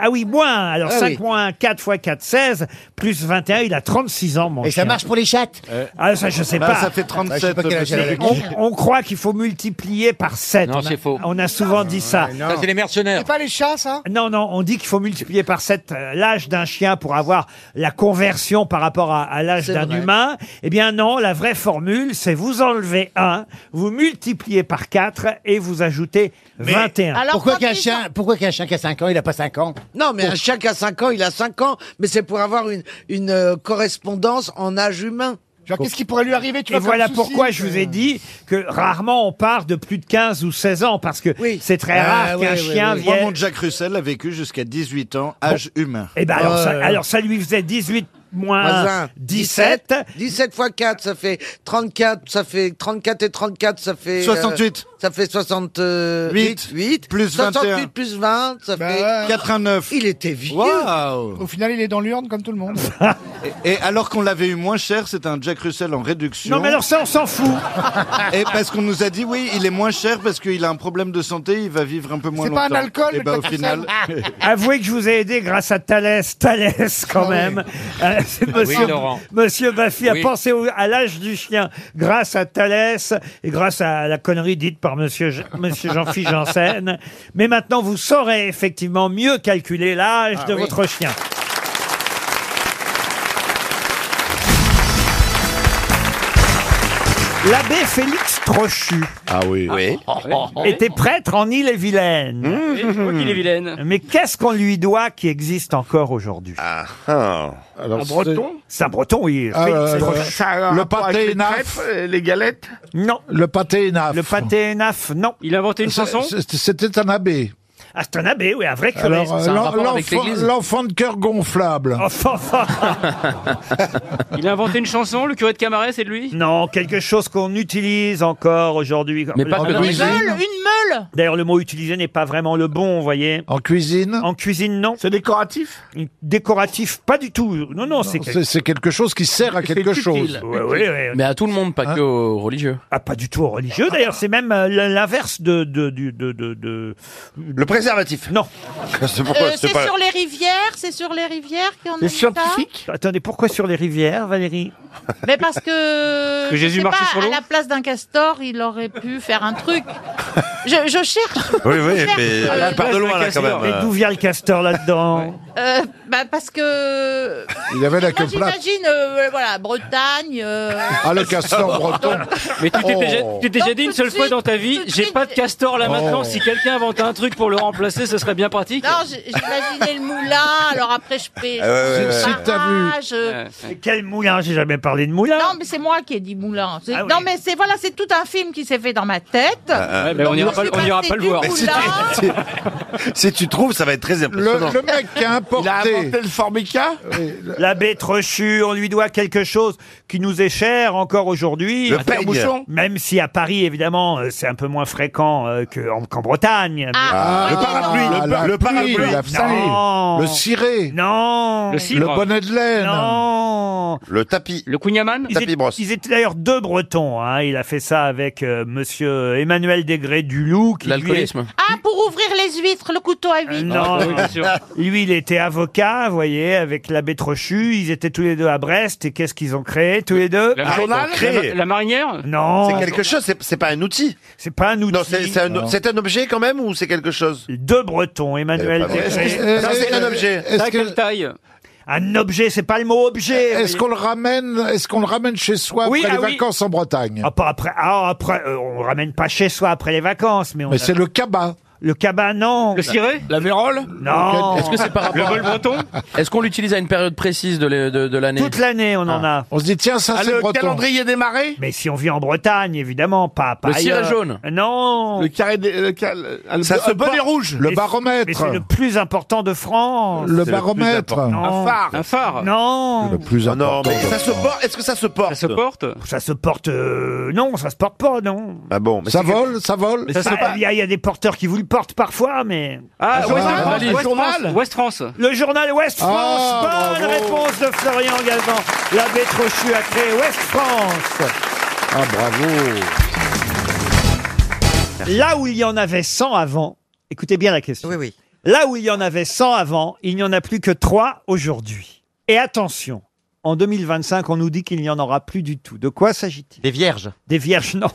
ah oui, moins un. Alors
Ah
5
oui.
moins 1, 4 fois 4, 16, plus 21, il a 36 ans, mon
Et
chien.
ça marche pour les chattes
Ah ça je sais
Bah,
pas.
ça fait 37, Bah, je sais pas quel âge elle a, la
on,
guiche.
on croit qu'il faut multiplier par 7.
Non,
On a-
c'est faux.
On a souvent dit ça.
Ça, c'est les mercenaires.
pas les chats, ça Non, non, on dit qu'il faut multiplier par 7 l'âge d'un chien pour avoir la conversion par rapport à, à l'âge
C'est
d'un
vrai.
humain. Eh bien non, la vraie formule, c'est vous enlevez 1, vous multipliez par 4 et vous ajoutez 21.
pourquoi qu'un chien, pourquoi qu'un chien qui a 5 ans, il a pas 5 ans
Non, mais un chien qui a 5 ans, il a 5 ans, mais c'est pour avoir une, une euh, correspondance en âge humain. Genre,
qu'est-ce qui
pourrait lui arriver
Et voilà pourquoi je vous ai dit que rarement on part de plus de 15 ou 16 ans, parce que c'est très
Ah,
rare qu'un chien
Moi,
vienne...
mon Jack Russell a vécu jusqu'à 18 ans, âge humain.
Eh ben alors, ça, alors ça lui faisait 18 moins 1, 17.
17 fois 4, ça fait 34, ça fait 34 et 34, ça fait... euh,
68.
ça fait 68. 8.
Plus 21.
68 plus 20, ça fait...
Bah ouais. 89.
Il était vieux.
Waouh
Au final, il est dans l'urne comme tout le monde.
et, et alors qu'on l'avait eu moins cher, c'était un Jack Russell en réduction.
Non, mais alors
ça, on s'en fout.
et parce qu'on nous a dit oui, il est moins cher parce qu'il a un problème de santé, il va vivre un peu moins
C'est
longtemps.
pas un alcool,
Et
le
bah, au
Jack
final.
Avouez que je vous ai aidé grâce à Thalès, <laughs> Thalès quand même. Euh, c'est
Ah oui,
monsieur,
Laurent.
monsieur Baffy
Oui.
a pensé au- à l'âge du chien grâce à Thalès et grâce à la connerie dite par monsieur, Je- monsieur
<laughs>
Jean-Philippe Janssen. Mais maintenant, vous saurez effectivement mieux calculer l'âge
Ah
de
oui.
votre chien. L'abbé Félix Trochu
Ah Mmh. oui.
était prêtre en Île-et-Vilaine.
Oui, je crois qu'il est
<laughs>
vilaine.
Mais qu'est-ce qu'on lui doit qui existe encore aujourd'hui
Ah, Un breton
C'est un breton, oui.
Ah,
Félix
là, là,
Trochu.
là. Ça a un Le rapport pâté avec les énaf. crêpes,
Les galettes Non. Le pâté naf. Le pâté naf, non. Il a inventé
une chanson
C'était un abbé. Ah, c'est un abbé, oui, un vrai curé.
Alors, euh, l'en- l'enfant- l'enfant
de cœur gonflable.
<laughs> Oh. Il a inventé une chanson, le curé de Camaret, c'est de lui
Non, quelque chose qu'on utilise encore aujourd'hui.
Mais pas
La-
que
la-
dans les
cuisine.
îles.
Une meule
D'ailleurs, le mot utilisé n'est pas vraiment le bon, vous voyez. En cuisine En cuisine, non. C'est décoratif Décoratif, pas du tout. Non, non, c'est
c'est- c'est
quelque chose qui sert à
quelque chose.
Oui, oui, oui.
Mais à tout le monde, pas que aux religieux.
Ah, pas du tout aux religieux. D'ailleurs, c'est même euh, l'inverse de, de, du- de, de, Le préservatif. Non. c'est
Euh, c'est sur les rivières, c'est sur les rivières qu'on a ça.
Attendez, pourquoi sur les rivières, Valérie
Mais parce que,
Que
je
Jésus
sais
marchait
pas,
sur
à
l'eau
la place d'un castor, il aurait pu faire un
<laughs>
truc. Je, je cherche.
Oui, oui,
Je cherche.
mais-
Euh,
Ah, tu pars de loin, là, quand même.
Mais d'où vient le castor là-dedans
euh, bah parce que
Il avait la
moi j'imagine euh, voilà Bretagne. euh,
Ah,
<laughs>
le <laughs> castor breton.
Mais tu t'es déjà, tu t'es déjà dit une seule fois dans ta vie,
tout de
j'ai
suite,
pas de castor là
Oh.
maintenant, si quelqu'un invente un truc pour le remplacer, ce serait bien pratique.
Non, j- j'imaginais le moulin. Alors après je fais.
Ah ouais, ouais,
je fais
ouais.
le
Si t'as vu.
barrage, euh,
Mais Quel moulin J'ai jamais parlé de moulin.
Non, mais c'est moi qui ai dit Moulin. C'est-
Ah oui.
Non, mais c'est voilà, c'est tout un film qui s'est fait dans ma tête.
Euh,
Ouais, mais on
Donc,
ira
je
pas-
suis
on ira
passée
pas le
du
voir.
Moulin.
Mais <laughs> c'était-
<laughs> Si tu trouves, ça va être très impressionnant.
Il a inventé le formica L'abbé Trochu, on lui doit quelque chose qui nous est cher encore aujourd'hui.
Le Le peigne. peigne.
Même si à Paris, évidemment, euh, c'est un peu moins fréquent euh, que- en- qu'en Bretagne.
Ah, le parapluie, le pa- le parapluie.
la pluie. Non.
Le
ciré Non
Le cidre. Le bonnet
de laine Non
Le tapis.
Le Cunyaman
ils étaient, ils étaient d'ailleurs deux Bretons. hein. Il a fait ça avec euh, Monsieur Emmanuel Degré du Loup. qui, lui, est-
L'alcoolisme.
Ah, pour ouvrir les huîtres, le couteau à huîtres.
Ah,
Non, Ah, <laughs> lui, il était avocat, vous voyez, avec l'abbé Trochu. Ils étaient tous les deux à Brest. Et qu'est-ce qu'ils ont créé, tous les deux
La- journal la- la marinière
Non.
C'est quelque
chose, c'est pas un outil. C'est pas un outil. Non, c'est
un- c'est
objet quand même ou ben, c'est quelque chose Deux Bretons, Emmanuel
Est-ce que
Degré.
c'est- est-ce que- T'as quelle taille
Un objet, c'est pas le mot objet.
Est-ce qu'on le ramène, est-ce qu'on le ramène chez soi
Oui,
après les
ah oui.
vacances en Bretagne
Ah, pas après, ah, après euh, on ramène pas chez soi après les vacances, mais on.
Mais c'est le cabas.
Le cabas, non. Le ciré
La vérole
Non.
Est-ce que c'est par rapport
Le bol breton
Est-ce qu'on l'utilise à une période précise de l'e- de de l'année
Toute l'année, on en a.
On se dit, tiens,
ça, Ah, c'est le breton. calendrier
des marées
Mais si on vit en Bretagne, évidemment, pas. pas
Le ciré
ailleurs.
jaune
Non.
Le
carré.
Ça, le bonnet rouge. Le baromètre.
Mais c'est le plus important de France.
Le C'est le plus baromètre. important.
Non.
Un phare.
Un phare
Non.
Le plus important.
Est-ce que ça se porte Ça se
porte
Ça se porte. euh, non, ça se porte pas, non.
Ah bon, ça vole, ça vole.
Bah, Il y, a- il y a des porteurs qui vous le portent parfois, mais.
Ah,
Un
Ouest
journal.
France,
Un
Ouest
journal.
France, Ouest France.
Le journal Ouest France.
Ah,
Bonne réponse de Florian Gazan. L'abbé Trochu a créé Ouest France.
Ah bravo.
Là où il y en avait 100 avant, écoutez bien la question. Là où il y en avait 100 avant, il n'y en a plus que 3 aujourd'hui. Et attention, en 2025, on nous dit qu'il n'y en aura plus du tout. De quoi s'agit-il Des vierges. Des vierges, non.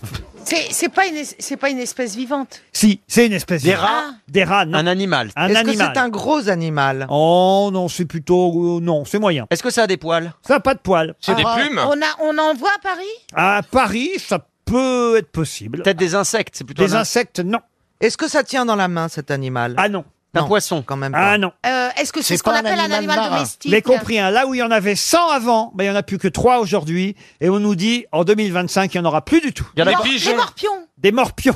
C'est c'est pas, une es- c'est pas une espèce vivante.
Si, c'est une espèce
Des
de-
rats
Des rats, non. Un animal. Un
Est-ce que
animal.
c'est un
gros animal Oh non, c'est plutôt... euh, non, c'est moyen. Est-ce que ça a des poils Ça n'a pas de poils.
Ah.
Alors,
Oh,
On, a, on en voit à Paris
À Paris, ça peut être possible.
Peut-être des insectes, c'est plutôt.
Des insectes, non.
Est-ce que ça tient dans la main cet animal
Ah non.
Un poisson quand même.
Ah non.
Euh, Est-ce que c'est ce qu'on appelle un animal domestique
Mais compris, hein, là où il y en avait 100 avant, ben, il n'y en a plus que 3 aujourd'hui. Et on nous dit, en 2025, il n'y en aura plus du tout.
Les mor- les morpions.
Des morpions.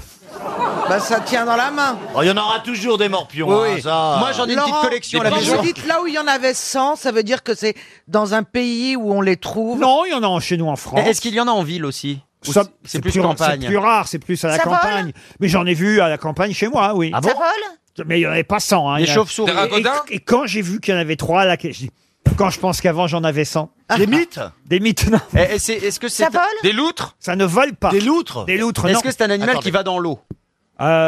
Bah ça tient dans la main.
Oh, Il y en aura toujours des morpions.
Oui,
hein,
oui.
ça.
Laurent, Quand vous dites là où il y en avait 100, ça veut dire que c'est dans un pays où on les trouve.
Non, il y en a chez nous en France.
Est-ce
qu'il
y en a en ville aussi
Ça, c'est plus, c'est plus rare, c'est plus à la
Ça vole
campagne. Mais j'en ai vu à la campagne chez moi, oui. Ah
Ça vole
Mais il n'y en avait pas 100. Hein,
Des
il y a-
chauves-souris. Des
Et,
ragondins
et quand j'ai vu qu'il y en avait 3, là, que- je dis, quand je pense qu'avant j'en avais 100.
Des mythes
<laughs> Des mythes, non.
Eh,
Est-ce que
c'est- Ça vole
Des loutres
Ça ne vole pas.
Des loutres
Des loutres, non.
Est-ce que c'est un animal Attendez. qui
va dans l'eau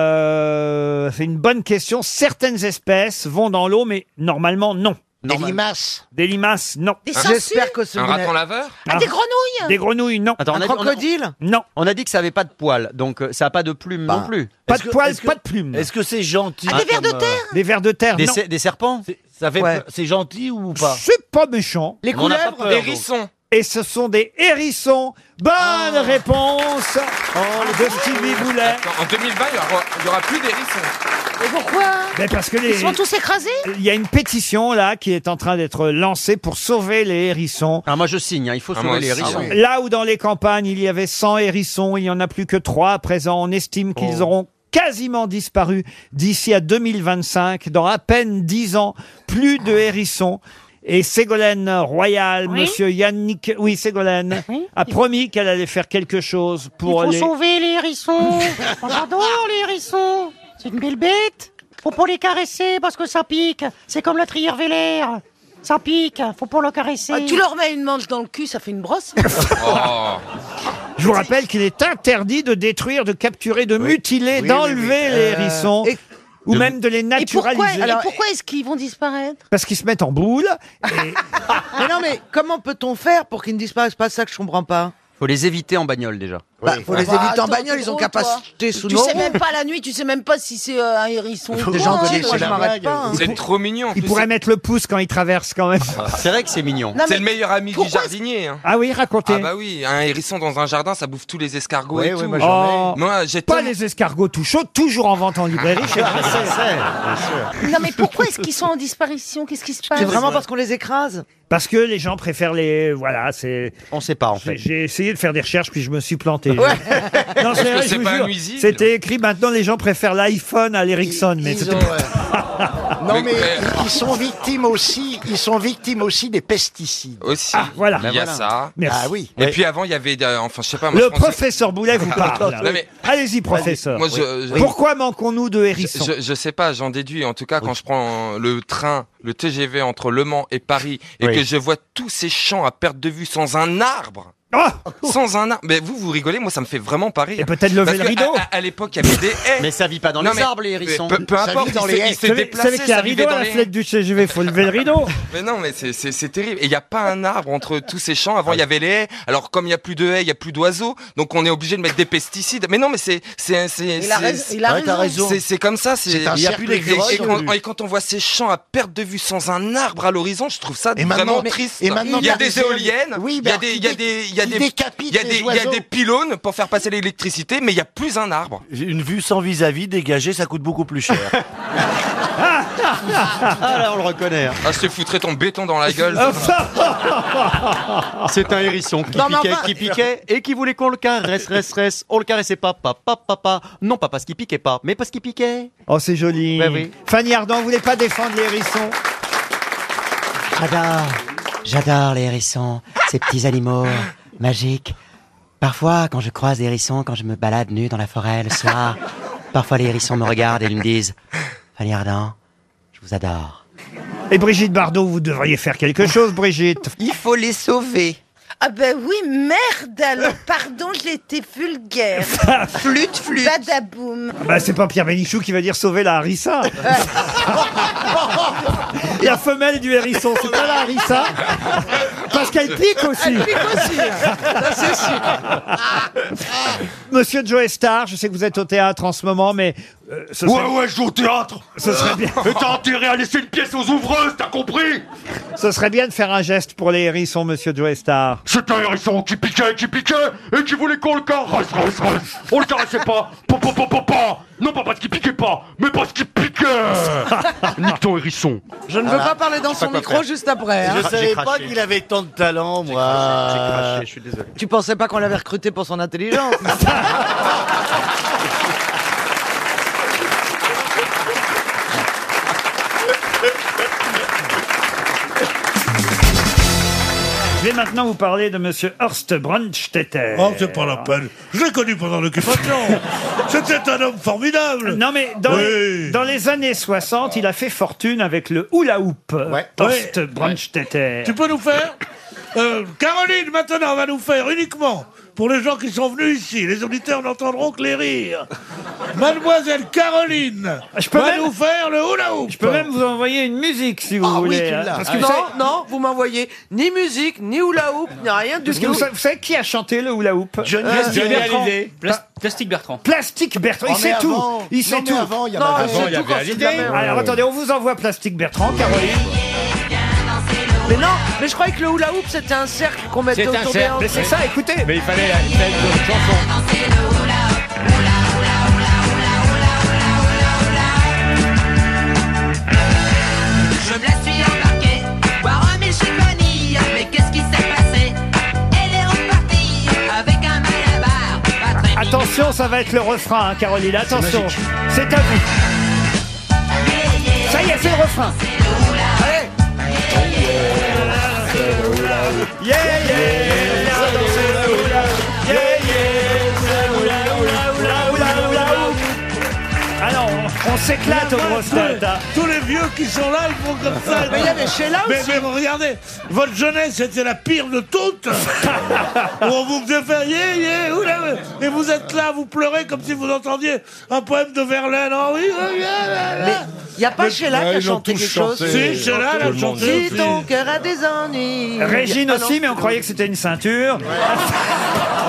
euh, C'est une bonne question. Certaines espèces vont dans l'eau, mais normalement, non. Des limaces Des limaces, non.
Des sangsues J'espère que ce- Un raton
laveur
Ah, des grenouilles
Des grenouilles, non.
Un crocodile
Non.
On a dit que ça avait pas de poils, donc euh, ça n'a pas de plumes non plus.
Pas de poils, pas de plumes.
Bah, Est-ce que c'est gentil
Ah, des vers de
comme, euh,
terre
Des vers de terre,
des,
non.
se- des serpents Ça fait
Ouais.
peur. C'est gentil ou pas
C'est pas méchant.
Les On n'a pas couleuvres peur,
Les
donc. Hérissons.
Et ce sont des hérissons. Bonne
Ah.
réponse Oh, de Stevie Boulet.
En 2020, il n'y aura, plus d'hérissons.
Mais pourquoi
Mais parce que les-
Ils sont tous écrasés
Il y a une pétition là qui est en train d'être lancée pour sauver les hérissons.
Ah, moi je signe, il faut
Ah, sauver moi les aussi. hérissons. Ah, oui.
Là où dans les campagnes il y avait 100 hérissons, il n'y en a plus que 3 à présent. On estime
Oh.
qu'ils auront quasiment disparu d'ici à 2025. Dans à peine 10 ans, plus de hérissons. Et Ségolène Royal,
Oui.
monsieur Yannick, oui Ségolène, a promis qu'elle allait faire quelque chose pour
Il faut
les...
sauver les hérissons. On adore les hérissons. C'est une belle bête. Faut pas les caresser parce que ça pique. C'est comme la trière vélaire. Ça pique. Faut pas le caresser. Ah, tu leur mets une manche dans le cul, ça fait une <laughs> brosse.
Je vous rappelle qu'il est interdit de détruire, de capturer, de mutiler,
Oui,
d'enlever
oui, oui.
les
Euh,
hérissons. Ou même de les naturaliser.
est-ce qu'ils vont disparaître
Parce qu'ils se mettent en boule.
<laughs> mais non, mais comment peut-on faire pour qu'ils ne disparaissent pas ça que je comprends pas Faut les éviter en bagnole déjà. Bah, faut les
Ah,
Bah,
éviter en
attends,
bagnole,
t'es
ils ont
drôle,
qu'à pas
toi.
jeter sous
Tu
nos
sais
roues.
même pas la nuit, tu sais même pas si c'est euh, un hérisson. ou quoi, hein.
gentil, moi, je m'arrête pas,
ah.
hein.
Vous êtes
trop mignon.
Ils pourraient mettre le pouce quand ils traversent quand même.
Ah. C'est vrai que c'est mignon.
Non, mais
c'est le meilleur ami du
pourquoi
jardinier. hein.
Ah oui, racontez.
Ah bah oui, un hérisson dans un jardin, ça bouffe tous les escargots
Ouais,
et
ouais,
tout.
moi, j'en
Oh.
ai.
Moi, j'ai
Pas les escargots tout chauds, toujours en vente en librairie
<laughs>
chez
Oh.
Grasset.
Non mais pourquoi est-ce qu'ils sont en disparition Qu'est-ce qui se passe
C'est vraiment parce qu'on les écrase
Parce que les gens préfèrent les. Voilà, c'est. On sait pas en fait. J'ai essayé de faire des recherches puis je me suis planté. <laughs> Non,
Parce
c'est
que
vrai, je
c'est
vous
pas
jure,
nuisible.
C'était écrit maintenant les gens préfèrent l'iPhone à l'Ericsson, mais c'était. <laughs>
Non, mais
<laughs>
ils sont victimes aussi. Ils sont victimes aussi des pesticides.
Aussi.
voilà.
Il y a
Ben voilà.
ça.
Merci. Ah oui.
Et
Ouais.
puis avant, il y avait. euh, enfin, je sais pas. moi,
le
je pensais-
professeur Boulet Eh, vous parle.
Non, mais-
Allez-y, professeur.
Moi, je- je-
Pourquoi manquons-nous de hérissons
Je, je sais pas, j'en déduis. En tout cas, quand je prends le train, le TGV entre Le Mans et Paris, et
Oui.
que je vois tous ces champs à perte de vue sans un arbre. Sans un arbre. Mais vous, vous rigolez, moi ça me fait vraiment pas rire.
Ah Et peut-être lever
Parce
le
que
rideau.
À, à- à l'époque, il y avait des haies.
Mais ça vit pas dans les arbres, les hérissons.
Peu, peu
Ça vit
importe,
dans
il
les
s'est-
haies.
il
Vous
s'est
savez-
déplacé.
vous savez qu'il y a
ça
un rideau
vivait
à
dans
la
les
flecque du
<laughs>
CGV, faut lever le rideau.
mais non, mais c'est- c'est c'est terrible. Et il n'y a pas un arbre entre tous ces champs. Avant, il y avait les haies. Alors, comme il n'y a plus de haies, il n'y a plus d'oiseaux. Donc, on est obligé de mettre des pesticides. Mais non, mais c'est. c'est- c'est-
Il a
c'est-
raison, il a Ouais, t'as raison. raison.
C'est- C'est comme ça. c'est-
C'est un
Il y a
cercle
plus d'aigreur.
vicieux.
Et, quand- et quand on voit ces champs à perte de vue sans un arbre à l'horizon, je trouve ça
Et maintenant-
vraiment
mais-
triste.
et maintenant, bah,
il y a
t'as
des
raison.
éoliennes.
Oui, bah,
il y
mais alors,
a des. Il y a
qui
des. Il y a
qui
des.
décapite
Il y a
les
des. Il y a
oiseaux.
des pylônes pour faire passer l'électricité, mais il n'y a plus un arbre.
Une vue sans vis-à-vis dégagée, ça coûte beaucoup plus
<laughs>
cher.
Ah
là, on le reconnaît. hein. Ah,
Ah, je te foutrais ton béton dans la gueule.
<laughs>
C'est un hérisson qui
Non, mais
piquait,
enfin-
qui piquait et qui voulait qu'on le caresse, reste, reste. On le caressait pas, papa, papa. Non, pas parce qu'il piquait pas, mais parce qu'il piquait.
Oh, c'est joli.
Ben oui.
Fanny Ardant, vous voulez pas défendre les hérissons
J'adore, j'adore les hérissons, ces petits animaux magiques. Parfois, quand je croise des hérissons, quand je me balade nu dans la forêt le soir, parfois les hérissons me regardent et ils me disent Fanny Ardant, je vous adore.
Et Brigitte Bardot, vous devriez faire quelque chose, Brigitte.
Il faut les sauver.
Ah ben oui, merde alors, pardon, j'ai été vulgaire.
<laughs> Ah,
flûte, flûte. Badaboum.
Ah Bah, c'est pas Pierre Bénichou qui va dire sauver la harissa. la femelle du hérisson, c'est pas la harissa. Parce qu'elle pique aussi.
Elle pique aussi, hein. Ça, c'est
Monsieur Joe Star, je sais que vous êtes au théâtre en ce moment, mais. euh, ce
Ouais,
serait-
ouais, je joue au théâtre
Ce serait bien.
Et t'as intérêt à laisser une pièce aux ouvreuses, t'as compris
Ce serait bien de faire un geste pour les hérissons, monsieur Joe Star.
C'est un hérisson qui piquait, qui piquait, et qui voulait qu'on le caresse, caresse, caresse. On le caressait pas, pa, pa, pa, pa, pa. Non pas parce qu'il piquait pas, mais parce qu'il piquait Nique ton hérisson
Je ne veux pas parler dans son micro juste après. hein.
avait tant de talent, moi. J'ai craché, je suis désolé.
Tu pensais pas qu'on l'avait recruté pour son intelligence
Je vais maintenant vous parler de monsieur Horst Brandstetter.
Oh, c'est pas la peine. Je l'ai connu pendant
<laughs>
l'occupation. C'était un homme formidable.
Non, mais dans, les, dans les années 60, il a fait fortune avec le hula hoop. Horst
Ouais.
Brandstetter.
Tu peux nous faire Euh, Caroline, maintenant, va nous faire uniquement pour les gens qui sont venus ici. Les auditeurs n'entendront que les rires. Mademoiselle Caroline
Je peux
va
même-
nous faire le hula hoop.
Je peux même vous envoyer une musique si vous
Ah oui,
voulez.
tu
hein.
l'as.
Parce que
Allez.
vous savez-
Non,
Non, vous m'envoyez ni musique, ni hula hoop, ni rien du
parce que
tout.
vous savez, vous savez qui a chanté le hula hoop
Johnny-
Plastic
Johnny
Bertrand.
Hallyday.
Pla-
Plastique Bertrand.
Plastique Bertrand, il
Oh, mais
sait tout.
avant-
Il sait
Non, mais
tout.
avant, il y avait Non, Hallyday. il sait tout quand c'est de la merde.
Alors attendez, on vous envoie Plastique Bertrand, Caroline.
Mais non, mais je croyais que le hula hoop c'était un cercle qu'on mettait autour des hanches.
Mais c'est ça, écoutez.
Mais il fallait faire une chanson.
Je me la suis embarquée, boire un milkshake vanille, mais qu'est-ce qui s'est passé Elle est repartie avec un malabar, pas très
Attention, ça va être le refrain, hein, Caroline. Attention, c'est à vous. Ça y est, c'est le refrain. Allez.
Oh
Yeah, yeah, viens danser le hula hoop. Yeah, yeah, c'est hula, hula, hula, hula, hula hoop. Alors, on, on s'éclate aux grosses têtes. hein.
Tous les vieux qui sont là, ils font comme ça.
Mais il y avait Sheila
mais,
aussi.
mais regardez, votre jeunesse c'était la pire de
<laughs>
toutes. Où on vous faisait faire yeah, yeah, oula, et vous êtes là, vous pleurez comme si vous entendiez un poème de Verlaine. Oh oui, oh, yeah, là, là.
Mais il n'y a pas
Mais-
Sheila qui a chanté quelque chose.
Si, Sheila, elle a
<laughs>
chanté.
Si ton cœur a des ennuis.
Régine
Ah
aussi,
non.
mais on croyait que c'était une ceinture.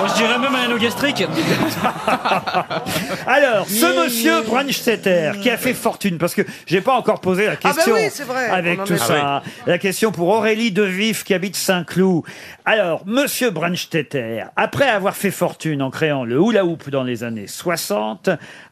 je dirais même un anneau gastrique. <laughs> Alors, ce monsieur Brunstetter, qui a fait fortune, parce que j'ai pas encore posé la
bah
question
oui, c'est vrai, on
avec
en
tout
est-
ça.
Ah
La question pour Aurélie Devif, qui habite Saint-Cloud. Alors, monsieur Brunstetter, après avoir fait fortune en créant le hula hoop dans les années 60,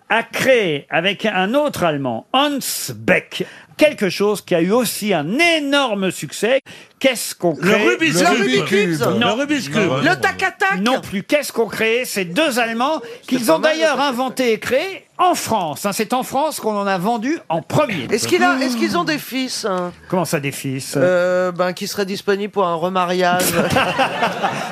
a créé avec un autre Allemand, Hans Beck, quelque chose qui a eu aussi un énorme succès. Qu'est-ce qu'on
Le
crée
Rubik's Le Cube. Rubik's Cube.
Non.
Le Rubik's Cube.
Non plus. Qu'est-ce qu'on crée Ces deux Allemands qu'ils ont d'ailleurs inventé et créé en France. hein. C'est en France qu'on en a vendu en premier.
Est-ce qu'il a- est-ce qu'ils ont des fils hein
Comment ça, des fils
Euh, ben, qui seraient disponibles pour un
<laughs>
remariage.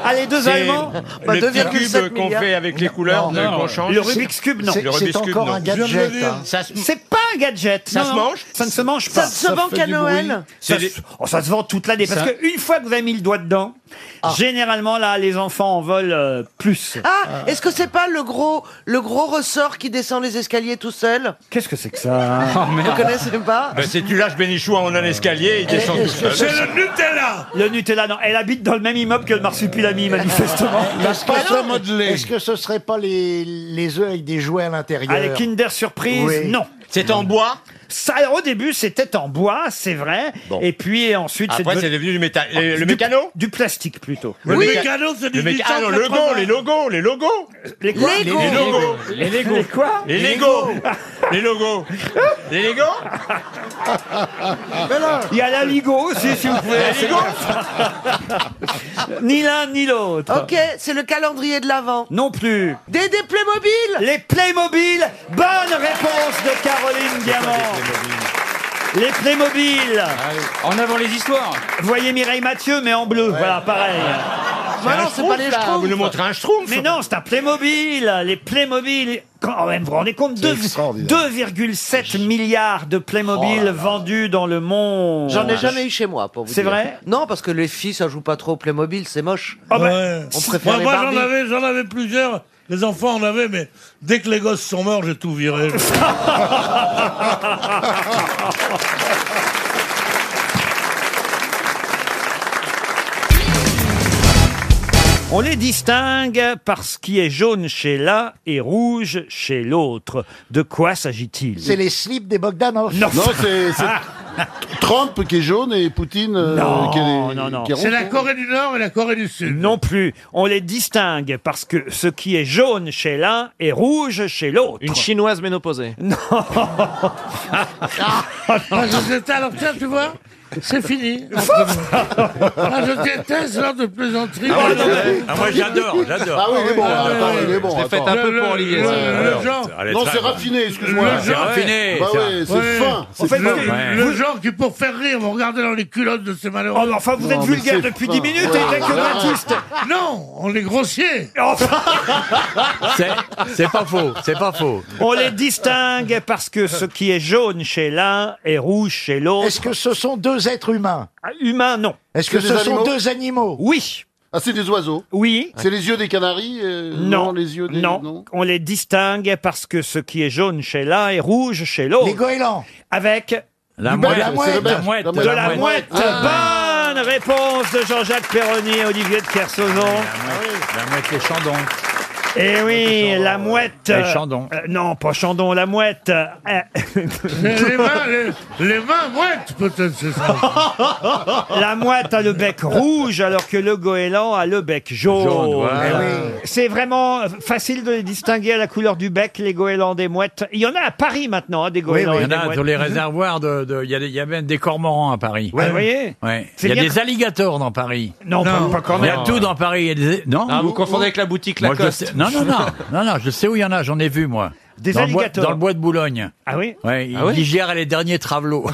ah, les deux
C'est
Allemands
bah,
le petit
2,7
cube qu'on
milliards.
fait avec les couleurs de- qu'on change.
Le Rubik's Cube, non.
C'est- Le Rubik's c'est Cube, encore non. un gadget, Je le dis. hein. Ça se-
C'est pas un gadget.
Ça
non,
se
non.
mange
Ça ne se mange
Ça
pas.
ne se Ça vend fait qu'à du Noël bruit. C'est
Ça, se-
des-
oh, ça se vend toute l'année. Parce
Ça-
qu'une fois que vous avez mis le doigt dedans, généralement, là, les enfants en volent euh, plus. Euh,
Ah, est-ce que c'est pas le gros, le gros ressort qui descend les escaliers tout seul Oh,
Qu'est-ce que c'est que ça hein
Vous connaissez pas
Ben, si tu lâches Bénichou en un escalier, il descend tout seul.
Nutella Le Nutella, non. Elle habite dans le même immeuble que le marsupilami,
<laughs>
manifestement.
Est-ce Euh, que, ce- est-ce que ce serait pas les, les œufs avec des jouets à l'intérieur
Ah, les Kinder Surprise,
Oui.
non. C'est en bois ça, alors, au début, c'était en bois, c'est vrai. Et puis ensuite, Ah,
Après, c'est devenu du métal. Le, le
du-
mécano
Du plastique plutôt.
Le Oui. mécano, c'est du
Le méca- Ah non, le
1880.
go, les logos, les logos. Les quoi
Les Lego. Lego.
Les
Les Lego.
Les quoi
Les Lego.
<laughs>
Les logos. Les Lego
Il y a la Ligo aussi, si vous pouvez.
La Ligo
<laughs> ni l'un ni l'autre.
Ok, c'est le calendrier de l'avant.
Non plus.
Des, des Playmobil
Les Playmobil Bonne réponse de Caroline Diamant. Les Playmobil
En avant les histoires. Ah.
Voyez Mireille Mathieu, mais en bleu, voilà, pareil.
C'est un non, c'est pas les Schtroumpf, là. Schtroumpf. Vous nous montrez un Schtroumpf.
Mais non, c'est un Playmobil. Les Playmobil, quand oh, même, vous vous rendez compte, deux- 2,7 milliards de Playmobil vendus dans le monde.
J'en ai jamais eu chez moi, pour vous
C'est
dire.
vrai Oh, ben,
Non, parce que les filles, ça joue pas trop au Playmobil, c'est moche. On préfère
Ah ben, Moi,
les
moi,
Barbie.
j'en avais, j'en avais plusieurs. Les enfants en avaient, mais dès que les gosses sont morts, j'ai tout
<laughs>
viré.
On les distingue par ce qui est jaune chez l'un et rouge chez l'autre. De quoi s'agit-il
C'est les slips des Bogdanov.
Non.
Non, c'est c'est Trump qui est jaune et Poutine euh,
Ah. Non,
qui est,
non, non.
qui est rond.
Corée du Nord et la Corée du Sud. Non plus. On les distingue parce que ce qui est jaune chez l'un est rouge chez l'autre. Une chinoise ménopausée. Non.
Ah, je déteste- alors tiens, tu vois, c'est fini. Ah, je déteste l'heure de plaisanterie.
Ah, ouais, non, mais- ah, moi, j'adore, j'adore.
Ah oui, il est bon,
Ah,
attends,
ouais,
il est
ouais.
bon.
Je l'ai faite
attends.
un peu pour Olivier,
le-
ça.
le
Alors,
genre-
allez,
Non,
très
c'est
bon.
raffiné, excuse-moi.
Le C'est genre- raffiné,
Bah
ça.
ouais,
Ouais.
c'est fin.
En fait,
c'est fin.
le, le genre qui, pour faire rire, vont regarder dans les culottes de ces malheureux.
Oh, mais enfin, vous êtes
mais
vulgaire
c'est
depuis
fin.
10 minutes,
Ouais.
et
Baptiste. Non, on est grossier.
Oh.
C'est pas faux, c'est pas faux.
On les distingue parce que ce qui est jaune chez l'un est rouge chez l'autre.
Est-ce que ce sont deux êtres humains
Ah, Humain, non.
Est-ce que
C'est
ce
des
sont
animaux
deux animaux
Oui.
Ah, c'est des oiseaux
Oui.
C'est les yeux des canaris euh,
Non,
les yeux des...
non. on les distingue parce que ce qui est jaune chez l'un est rouge chez l'autre. Les
goélands.
Avec
La Du mouette, mouette, c'est le la mouette.
de la mouette. Bonne réponse de Jean-Jacques Perroni et Olivier de Kersauzon.
La mouette, les
Ah
chandons.
Eh oui, la mouette.
Et
euh,
Chandon.
euh, non, pas Chandon, la mouette. euh,
Les, les mains, les, les mains mouettes, peut-être, c'est ça.
<laughs> La mouette a le bec rouge alors que le goéland a le bec jaune.
Jaune, voilà.
Eh oui. C'est vraiment euh, facile de les distinguer à la couleur du bec, les goélands des mouettes. Il y en a à Paris maintenant, hein, des
Il y
goélands. et
en
des
a
mouettes.
sur les réservoirs, de, de- il y, a des- il y a même des cormorans à Paris.
Ouais, Ah, vous voyez
Ouais.
C'est
Il y a
bien
des
que-
alligators dans Paris.
Non, pas- pas quand
Il y a
même.
tout dans Paris. il y a des- Non,
Ah, vous confondez avec la boutique
Moi, je
Lacoste.
sais- Non, non, non, non, non, je sais où il y en a, j'en ai vu, moi.
Des
dans le bois-
alligators.
Dans le bois de Boulogne.
Ah oui
Ouais, ils
Ah oui
digèrent les derniers
<laughs>
travelots.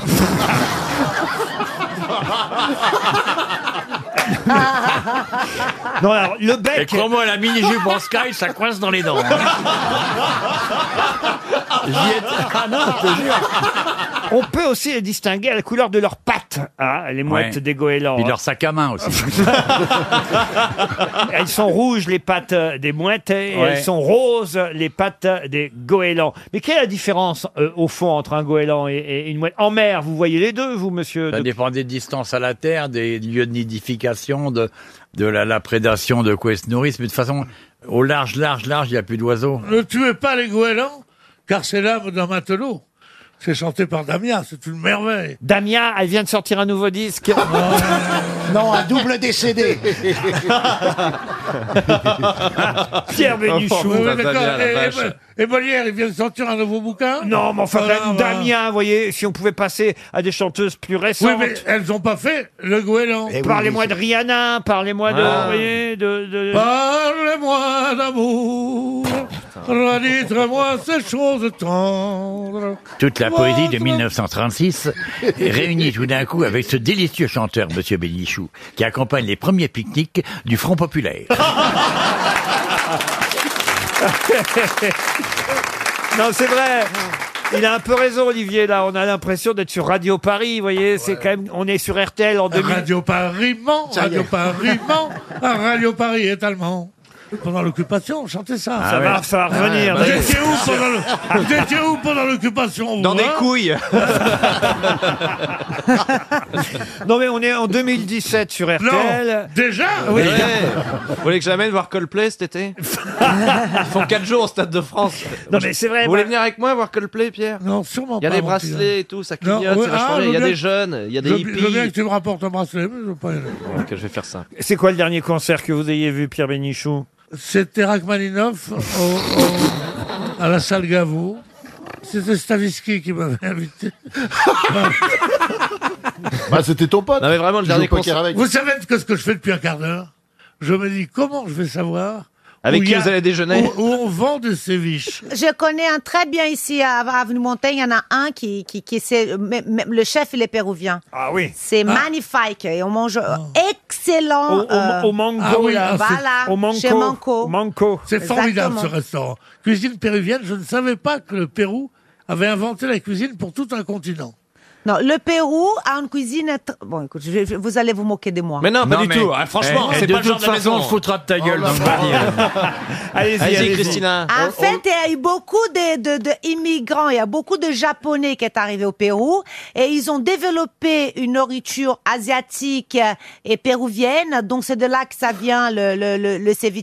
Non, alors, le bec.
Et crois-moi, la mini-jupe en sky, ça coince dans les dents. hein. J'y ai- Ah non, je te jure.
On peut aussi les distinguer à la couleur de leurs pattes, hein, les mouettes
Ouais.
des goélands.
Puis
hein.
leur sac à main aussi.
<laughs> Elles sont rouges, les pattes euh, des mouettes, et
Ouais.
elles sont roses, les pattes des goélands. Mais quelle est la différence, euh, au fond, entre un goéland et, et une mouette En mer, vous voyez les deux, vous, monsieur
Ça
de-
dépend des distances à la terre, des lieux de nidification, de, de la, la prédation, de quoi ils se nourrissent. Mais de toute façon, au large, large, large, il n'y a plus d'oiseaux.
Ne tuez pas les goélands, car c'est l'âme d'un matelot. C'est chanté par Damien, c'est une merveille.
Damien, elle vient de sortir un nouveau disque.
<laughs> Non, un double
<laughs>
décédé.
<laughs>
Pierre Bénichou.
Oui, oui, d'accord. Et- et- Et Molière, il vient de sortir un nouveau bouquin
Non, mais enfin,
Voilà,
quand même,
voilà.
Damien, vous voyez, si on pouvait passer à des chanteuses plus
Oui,
récentes.
mais elles n'ont pas fait le goéland.
Parlez-moi de Rihanna, parlez-moi de, Ah,
Ah.
vous voyez, de, de-
Parlez-moi d'amour. Redites-moi ces choses tendres.
Toute la poésie de 1936 est réunie tout d'un coup avec ce délicieux chanteur, Monsieur Bénichou, qui accompagne les premiers pique-niques du Front Populaire.
non, c'est vrai. Il a un peu raison, Olivier. Là, on a l'impression d'être sur Radio Paris. Vous voyez, c'est quand même. On est sur RTL en 2000.
Radio Paris ment,
Ça y est.
Radio Paris ment,
Ah,
Radio Paris est allemand. Pendant l'occupation, on chantait ça.
Ah Ça va- ouais. bah Ah, ça va revenir,
Vous
d'ailleurs.
étiez où pendant
<laughs>
le- vous étiez où pendant l'occupation
Dans des
couilles.
<laughs> Non, mais on est en 2017 sur RTL.
déjà
Oui.
Vous voulez que j'amène voir Coldplay cet été Ils font 4 jours au Stade de France.
Non, mais c'est vrai,
Vous voulez
bah-
venir avec moi voir Coldplay, Pierre
Non, sûrement
Il y a
pas,
des
mon
bracelets
Pierre.
et tout, ça
Non,
clignote,
ouais,
ça va
ah,
changer.
je
Il y a
veux
des
bien-
jeunes, il y a
je
des
veux- Je veux bien
hippies.
que tu me rapportes un bracelet, mais je veux pas y aller.
Ok, je vais faire ça.
C'est quoi le dernier concert que vous ayez vu, Pierre Bénichou
C'était Rachmaninoff au- au- à la salle Gavot. C'était Stavisky qui m'avait <laughs> invité.
Bah, c'était ton pote.
Non, mais vraiment, le
Tu
dernier
joues au poker
concert-
avec.
Vous savez que ce que je fais depuis un quart d'heure Je me dis comment je vais savoir
Avec
où
qui
il y a-
vous allez déjeuner
où, où on vend des séviches.
Je connais un très bien ici à à Avenue Montaigne. Il y en a un qui, qui, qui c'est même- même le chef, il est péruvien.
Ah oui.
C'est
Ah.
magnifique et on mange euh, excellent.
Au- au- au mango, Ah oui, là, c'est-
euh, voilà,
au mango.
chez Manco.
C'est formidable
Exactement.
ce restaurant. Cuisine péruvienne, je ne savais pas que le Pérou avait inventé la cuisine pour tout un continent.
Non, le Pérou a une cuisine. tr- Bon, écoute, je- je- vous allez vous moquer de moi.
Mais non, pas du tout. Ah, franchement,
Eh,
c'est
de
pas le genre
toute
de la
façon,
maison.
on se foutra de ta gueule
<laughs>
dans le panier.
Allez-y,
Allez-y,
allez-y.
Christina.
En
Euh,
fait, il y a eu beaucoup de, de, de immigrants, il y a beaucoup de Japonais qui est arrivé au Pérou et ils ont développé une nourriture asiatique et péruvienne. Donc c'est de là que ça vient le, le, le, le ceviche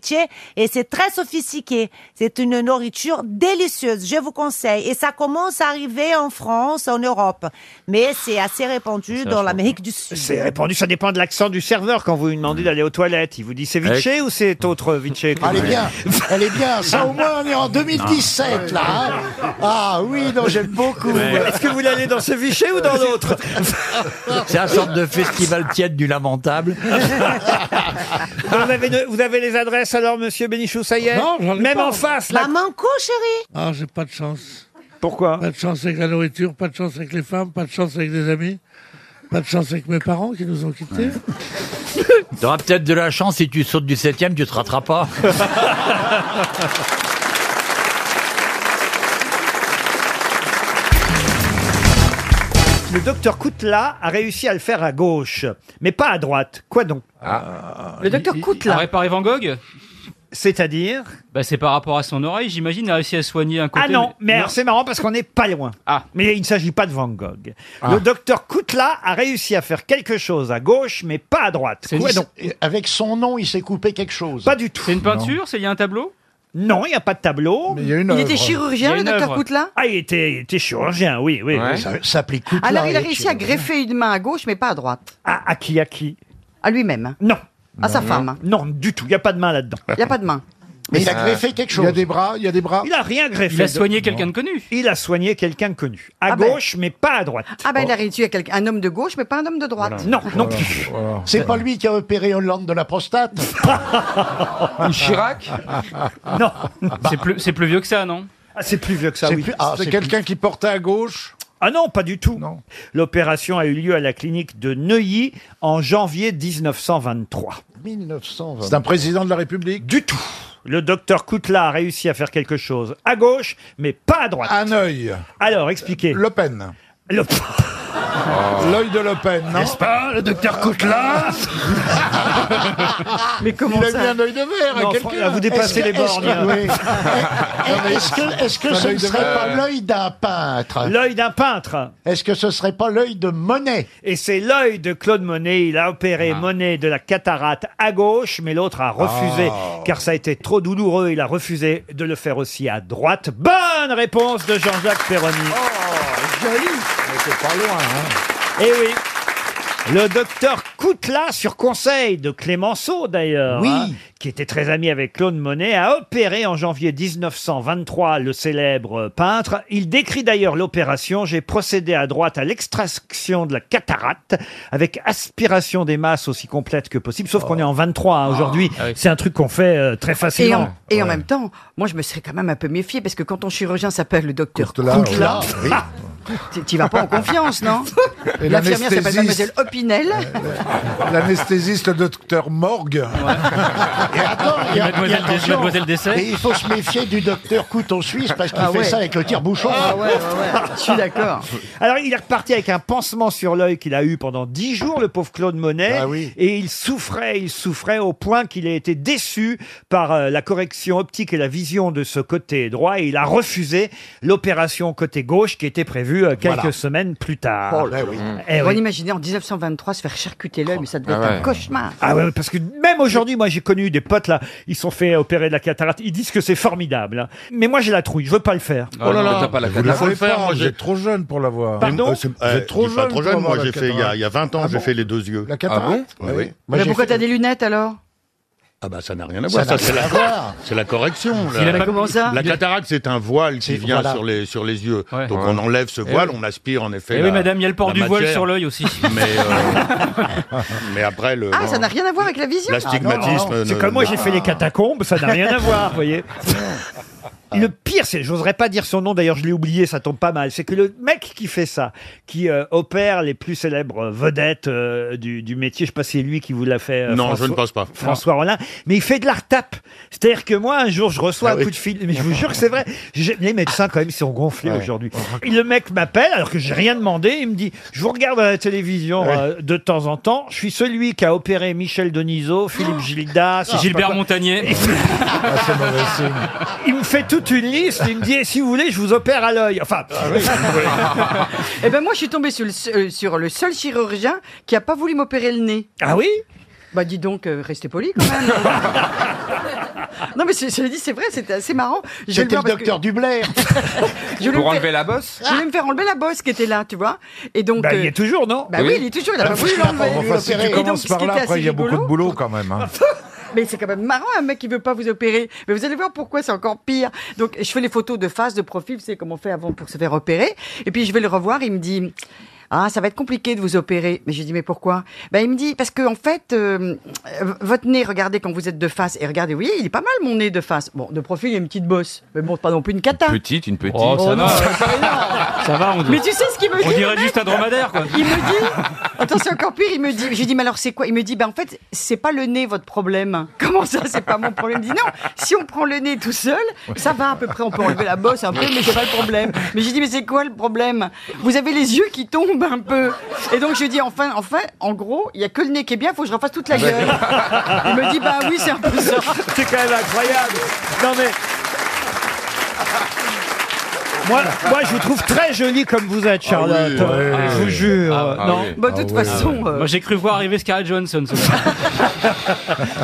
et c'est très sophistiqué. C'est une nourriture délicieuse, je vous conseille. Et ça commence à arriver en France, en Europe, mais c'est assez répandu dans l'Amérique du Sud.
C'est répandu, ça dépend de l'accent du serveur quand vous lui
Mm.
demandez d'aller aux toilettes. Il vous dit c'est Vichy ou c'est autre Vichy que
Ah, Elle
vous-
est bien, elle est bien. Ça au moins on est en 2017 là. hein. Ah oui, non j'aime beaucoup.
Ouais.
Est-ce que vous voulez aller dans ce Vichy ou dans l'autre
C'est un sorte de festival tiède du lamentable.
vous, avez de- vous avez les adresses alors, monsieur Bénichou, ça y est
Non, j'en ai
Même
pas.
en face, là.
Manco, chérie
Ah, j'ai pas de chance.
Pourquoi
Pas de chance avec la nourriture, pas de chance avec les femmes, pas de chance avec des amis, pas de chance avec mes parents qui nous ont quittés.
T'auras peut-être de la chance si tu sautes du septième, tu te rateras pas.
Le docteur Koutla a réussi à le faire à gauche, mais pas à droite. Quoi donc
Ah.
Le docteur
Coutla. A réparé Ah. Van Gogh
C'est-à-dire
bah, C'est par rapport à son oreille, j'imagine, il a réussi à soigner un côté. Ah.
Ah non, mais alors c'est marrant parce qu'on n'est pas loin. Mais il ne s'agit pas de Van Gogh. Le docteur Koutla a réussi à faire quelque chose à gauche, mais pas à droite. Quoi donc
Avec son nom, il s'est coupé quelque chose.
Pas du tout.
C'est une peinture C'est il y a un tableau
Non, il n'y a pas de tableau. Mais il y a une
Il était œuvre. chirurgien, Il y a le une docteur œuvre.
Koutla Ah, il était, il était chirurgien, oui, oui.
Ouais.
oui.
Ça- ça applique Koutla
Alors, il a
et
réussi à
Chirurgien.
greffer une main à gauche, mais pas à droite.
À, à qui, à qui
À lui-même.
Non.
À sa femme.
Non, du tout. Il n'y a pas de main là-dedans.
Il n'y a pas de main.
Mais il a greffé quelque chose.
Il y a des bras, il y a des bras.
Il a rien greffé.
Ah. Il a soigné quelqu'un de connu.
Il a soigné quelqu'un de connu. À
Ah ben.
gauche, mais pas à droite.
Ah ben, il a réussi à quelqu'un- un homme de gauche, mais pas un homme de droite.
Oh. Non, non plus.
Oh,
C'est pas lui qui a opéré Hollande de
<laughs>
la prostate
Ah,
Ou Chirac Bah.
Non.
C'est plus, c'est plus vieux que ça, non
Ah, c'est plus vieux que ça,
C'est
oui.
plus- ah, C'est c'est quelqu'un
qui portait à gauche Ah non, pas du tout. L'opération a eu lieu à la clinique de Neuilly en janvier 1923.
1920.
C'est un président de la République
Du tout. Le docteur Koutla a réussi à faire quelque chose à gauche, mais pas à droite. Un œil. Alors, expliquez. Le Pen. Le
Ah.
L'œil de Le Pen, non N'est-ce pas, le docteur <laughs> Coutla
Mais
comment Il a ça mis un œil de verre à quelqu'un.
ah, Vous dépassez
Est-ce
les
que-
bornes.
est-ce que-
<laughs>
oui.
Est-ce que, est-ce que
Un
ce
œil
ne
de
serait
verre.
pas l'œil d'un peintre
L'œil d'un peintre.
Est-ce que ce serait pas l'œil de Monet Ah.
Et c'est l'œil de Claude Monet. Il a opéré Monet de la cataracte à gauche, mais l'autre a refusé,
Ah.
car ça a été trop douloureux. Il a refusé de le faire aussi à droite. Bonne réponse de
Oh,
Jean-Jacques Perroni.
Joli Mais c'est pas loin, hein
Eh oui. Le docteur Coutla, sur conseil de Clémenceau d'ailleurs, hein,
Oui.
qui était très ami avec Claude Monet, a opéré en janvier 1923 le célèbre peintre. Il décrit d'ailleurs l'opération. J'ai procédé à droite à l'extraction de la cataracte avec aspiration des masses aussi complète que possible. Sauf
Oh.
qu'on est en 23 hein, aujourd'hui. C'est un truc qu'on fait euh, très
Ah, Et
facilement.
en, et en même temps, moi je me serais quand même un peu méfiée parce que quand ton chirurgien s'appelle le docteur Coutla,
Coutla, oui.
<laughs> tu- tu vas pas en confiance, non
Et
L'infirmière s'appelle mademoiselle
l'anesthésiste,
Opinel.
l'anesthésiste, le docteur Morgue.
<laughs>
Et attends,
Et
il y a-
Mademoiselle
il y a
Des-
attention.
Mademoiselle Dessay
Et il faut se méfier du docteur couteau suisse parce qu'il
Ah
fait
ouais.
ça avec le tire-bouchon.
Ah ouais, ouais, ouais. Je suis d'accord.
<laughs> Alors, il est reparti avec un pansement sur l'œil qu'il a eu pendant dix jours, le pauvre Claude
Bah
Monet. Et il souffrait, il souffrait au point qu'il a été déçu par euh, la correction optique et la vision de ce côté droit. Et il a refusé l'opération côté gauche qui était prévue euh, quelques
Voilà.
semaines plus tard.
Oh là
oui.
On imaginait en 1923 se faire charcuter l'œil, mais ça devait être un cauchemar.
Hum. Ah ouais, parce que même aujourd'hui, moi j'ai connu des potes là, ils sont fait opérer de la cataracte, ils disent que c'est formidable. hein. Mais moi j'ai la trouille, je veux pas le faire.
Oh là là, vous
Il faut
l'avez
le faire,
pas,
moi,
hein, vous
j'ai-
êtes trop jeune pour l'avoir.
Pardon
Euh, c'est-
Euh,
Vous êtes trop
je suis
jeune.
pas trop jeune,
pour
moi,
avoir
j'ai
la
fait, il y a-
cataracte.
il y a 20 ans,
Ah
j'ai
bon fait les deux yeux. La
Ah bon
cataracte Oui, oui.
mais pourquoi t'as des lunettes alors
Ah bah ça n'a rien à
Ça
voir.
n'a
Ça, c'est
rien
la,
à voir.
c'est la correction.
Il a pas- Comment ça
La
Il a-
cataracte, c'est un voile qui C'est- vient voilà. sur les sur les yeux.
Ouais.
Donc
Ouais.
on enlève ce
Eh
voile,
oui.
on aspire en effet.
Eh
la,
oui, madame, il y a le port
la
du voile
matière.
sur l'œil aussi.
<laughs>
<laughs>
Mais euh, mais après le.
Ah, ça n'a rien à voir avec la vision
La stigmatisme.
Ah non, non. C'est
ne-
comme moi, j'ai
ne-
fait les catacombes, ça n'a rien à voir, vous <laughs> voyez. Le pire, c'est, j'oserais pas dire son nom, d'ailleurs je l'ai oublié, ça tombe pas mal, c'est que le mec qui fait ça, qui euh, opère les plus célèbres vedettes euh, du, du métier, je sais pas si c'est lui qui vous l'a fait. euh,
Non, je
François-
ne pense pas.
François Rollin, mais il fait de la retape. C'est-à-dire que moi, un jour, je
Ah
reçois un coup de fil, mais je vous jure que c'est vrai, J'ai- les médecins quand même ils sont gonflés
Ouais.
aujourd'hui. Et le mec m'appelle, alors que j'ai rien demandé, il me dit, je vous regarde à la télévision euh, de temps en temps, je suis celui qui a opéré Michel Denisot,
Ah.
Philippe Gildas, je sais pas
Ah, Gilbert
Ah,
quoi.
Montagnier.
<laughs>
Il me fait toute une liste, il me dit, si vous voulez, je vous opère à l'œil. Enfin,
<laughs> Eh ben moi, je suis tombée sur le, se- euh, sur le seul chirurgien qui a pas voulu m'opérer le nez.
Ah oui
Bah dis donc, euh, restez poli
<laughs>
quand même. non mais je, je l'ai dit, c'est vrai, c'était assez marrant. Je vais
C'était
voir
le
parce que-
docteur Dubler.
<laughs> Je voulais
Pour
me faire-
enlever la bosse
Je voulais me faire enlever la bosse qui était là, tu vois. Et donc,
Bah, il y est
toujours, non
Bah oui.
Oui.
il est toujours, il a pas voulu l'enlever.
Enfin, si tu
Et donc,
commences
ce qui
par là,
était
après il y a
assez
beaucoup de
rigolo-
boulot quand même. hein.
Mais <laughs> c'est quand même marrant, un mec qui veut pas vous opérer. Mais vous allez voir pourquoi c'est encore pire. Donc, je fais les photos de face, de profil, vous savez comment on fait avant pour se faire opérer. Et puis, je vais le revoir, il me dit, ah, ça va être compliqué de vous opérer. Mais je lui dis, mais pourquoi? Ben, il me dit, parce que, en fait, euh, euh, votre nez, regardez quand vous êtes de face. Et regardez, oui, il est pas mal, mon nez de face. Bon, de profil, il y a une petite bosse. Mais bon, c'est pas non plus une cata.
Petite, une petite.
Oh, ça
Oh,
va.
non,
ça va, on
Mais tu sais ce qu'il me
On
dit,
dirait
le mec
juste un dromadaire, quoi.
Il me dit, attends, c'est encore pire, il me dit, je lui dis, mais alors c'est quoi Il me dit, ben en fait, c'est pas le nez votre problème. <laughs> Comment ça, c'est pas mon problème Il me dit, non, si on prend le nez tout seul, ça va à peu près, on peut enlever la bosse un peu, mais c'est pas le problème. Mais j'ai dit, mais c'est quoi le problème Vous avez les yeux qui tombent un peu. Et donc je lui dis, enfin, enfin, en gros, il y a que le nez qui est bien, faut que je refasse toute la
Ah ben.
gueule. Il me dit, bah oui, c'est un peu ça.
C'est quand même incroyable. Non mais. Moi, moi, je vous trouve très jolie comme vous êtes, Charlotte. je vous jure. non. Ah
Moi, j'ai cru voir arriver Scarlett Johansson. <laughs> ce soir.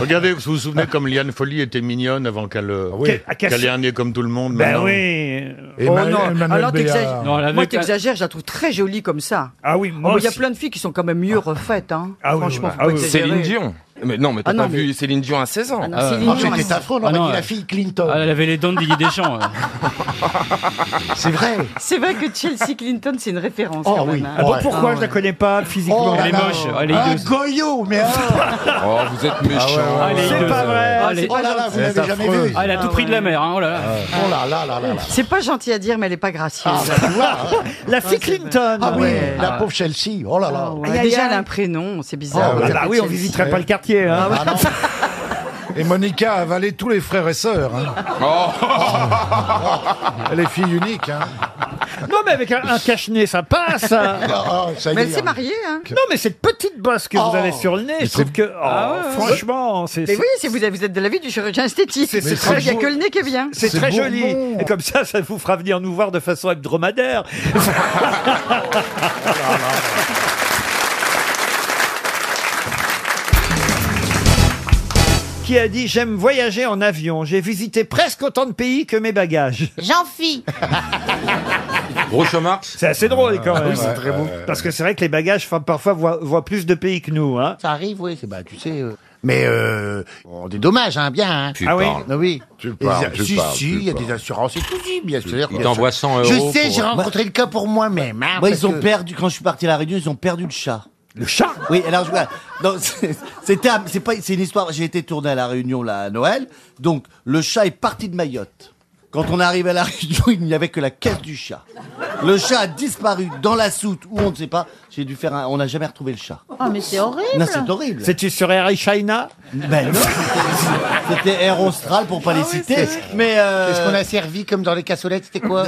Regardez, vous vous souvenez comme Liane Folly était mignonne avant qu'elle euh,
Ah oui.
qu'elle ait un nez comme tout le monde.
Ben
maintenant.
oui.
Et
oh
Ma-
non,
Emmanuel
alors
Béard.
t'exagères.
Non, la
Moi
mec-
t'exagères, je la trouve très jolie comme ça. Oh,
Ah oui, moi Ah.
Il y a
aussi.
plein de filles qui sont quand même mieux refaites. Hein.
ah
Franchement, faut pas exagérer.
Céline Dion. Mais non, mais t'as
Ah
pas
non, mais-
vu Céline Dion à 16 ans.
Ah non, Ah, Céline ouais. Dion à
C'était
16
affreux, on
Ah
aurait
non,
dit
ouais.
la fille Clinton.
Ah, elle avait les dents de Guy Deschamps. euh.
C'est vrai.
C'est vrai que Chelsea Clinton, c'est une référence.
Oh
quand
oui.
Même, hein.
Ah bon,
Ouais.
pourquoi je la connais pas physiquement
Oh là là. Ah, Goyot, mais ah.
Oh, vous êtes
Ah
méchant.
C'est pas vrai.
Ah, les-
Oh là là, vous l'avez jamais vu.
Ah, elle a tout pris de la mer. hein, Oh là
Ah
là.
Oh là là là là là.
C'est pas gentil à dire, mais elle est pas gracieuse.
bah,
<laughs>
La fille Clinton.
Ah oui,
Ouais.
la pauvre Chelsea. Oh là là.
Ouais, Déjà, elle a un prénom, c'est
Ah,
bizarre.
Oh, bah, bah oui, on visiterait pas le quartier. hein.
Ah,
<laughs> Et Monica a avalé tous les frères et sœurs. hein. Elle est fille unique. hein.
Non, mais avec un, un cache-nez, ça
<laughs>
passe.
Ah,
hein.
Mais elle s'est mariée, hein.
Non, mais cette petite bosse que
Oh.
vous avez sur le nez, je trouve que, oh, franchement, c'est.
Mais
c'est-
oui, si vous êtes vous êtes de la vie du chirurgien esthétique.
C'est- c'est
C'est vrai qu'il y a
beau.
que le nez qui est bien.
C'est très joli. Et comme ça, ça vous fera venir nous voir de façon hebdomadaire. <laughs> Qui a dit J'aime voyager en avion. J'ai visité presque autant de pays que mes bagages.
J'en fie.
Groucho Marx C'est assez drôle quand même. Euh,
Oui, c'est très beau.
Parce que c'est vrai que les bagages, enfin, parfois, voient, voient plus de pays que nous. Hein.
Ça arrive, oui, c'est bah, tu sais. euh, Mais euh, on des dommages, hein, bien. Hein. Tu Ah oui parles. oui. Tu Les- parles, tu si, parles, si, tu il y a parles. des assurances et tout, si, bien sûr. Il bien
t'envoie
sûr.
100
Je
euros pour- euh,
sais,
Bah.
j'ai
Moi-
rencontré le cas pour moi-même. hein,
Moi,
parce
ils ont
que-
perdu, quand je suis parti à la Réunion, ils ont perdu le chat. Le chat Oui, alors je voilà. Non, c'est- c'était un- c'est pas c'est une histoire, j'ai été tourné à la Réunion là à Noël. Donc le chat est parti de Mayotte. Quand on arrive à la <laughs> Réunion, il n'y avait que la caisse du chat. Le chat a disparu dans la soute où on ne sait pas. J'ai dû faire un- on n'a jamais retrouvé le chat.
Ah, mais c'est horrible.
Non, c'est horrible.
C'est-tu sur Air China
Ben non, <laughs> c'était- c'était Air Austral pour pas
Ah
les citer. Mais
Qu'est-ce
euh,
qu'on a servi comme dans les cassolettes C'était
<laughs>
quoi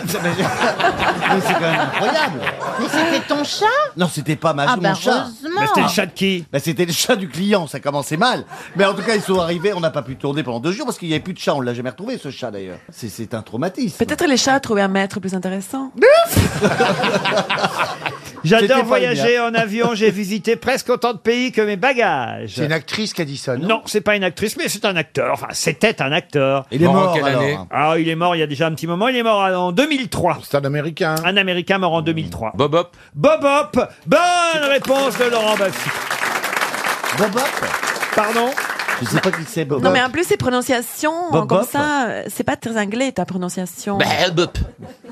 mais c'est quand même incroyable.
Mais c'était ton chat
Non, c'était pas ma
Ah bah,
mon chat. Bah,
heureusement. Mais c'était le chat
de qui
C'était le chat du client, ça commençait mal. Mais en tout cas, ils sont arrivés, on n'a pas pu tourner pendant deux jours parce qu'il n'y avait plus de chat, on l'a jamais retrouvé ce chat d'ailleurs. C'est- C'est un traumatisme.
Peut-être les chats trouvaient un maître plus intéressant.
C'était pas
J'adore
le
voyager
mien.
en avion, j'ai visité presque autant de pays que mes bagages. C'est une actrice qui a dit ça, non Non, c'est pas une actrice, mais c'est un acteur. Enfin, c'était un acteur.
Il est Mort en mort, quelle alors année
Ah, il est mort il y a déjà un petit moment. Il est mort en 2003. C'est un Américain. Un Américain mort en 2003. Bob Hop. Bob Hop. Bonne réponse de Laurent Baffi.
Bob
Pardon
Je sais pas qui c'est Bob
Non,
Hop.
mais en plus, ces prononciations,
Bob
comme
Bob Bah,
ça, euh, c'est pas très anglais ta prononciation.
Bah,
Bob.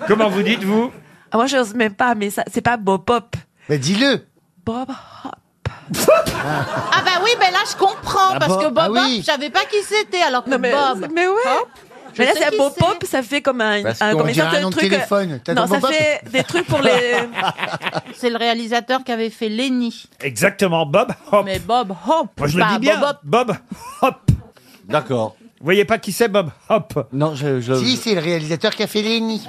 Comment vous dites vous
Ah, Moi, je n'ose même pas, mais ça, c'est pas Bob Hop.
Bah,
Mais dis-le
Bob.
Ah bah oui, ben là je comprends
Ah
parce
bon
que Bob,
Ah oui.
Hop, je savais pas qui c'était alors que
mais-
Bob.
mais ouais.
Hop, je
Mais là,
sais
c'est
qui
Bob Hop, ça fait comme un.
Parce
un-
qu'on
comme une
dirait
sorte
un nom de
truc-
euh,
téléphone. T'as
Non,
ton
ça
Bob Hop
fait des trucs pour les.
<laughs> C'est le réalisateur qui avait fait Lenny.
Exactement, Bob Hop.
Mais Bob Hop.
Moi, je
pas
le dis bien.
Bob Hop.
Bob Hop.
D'accord.
Vous voyez pas qui c'est Bob Hop
Non, je.
Si, c'est le réalisateur qui a fait Lenny.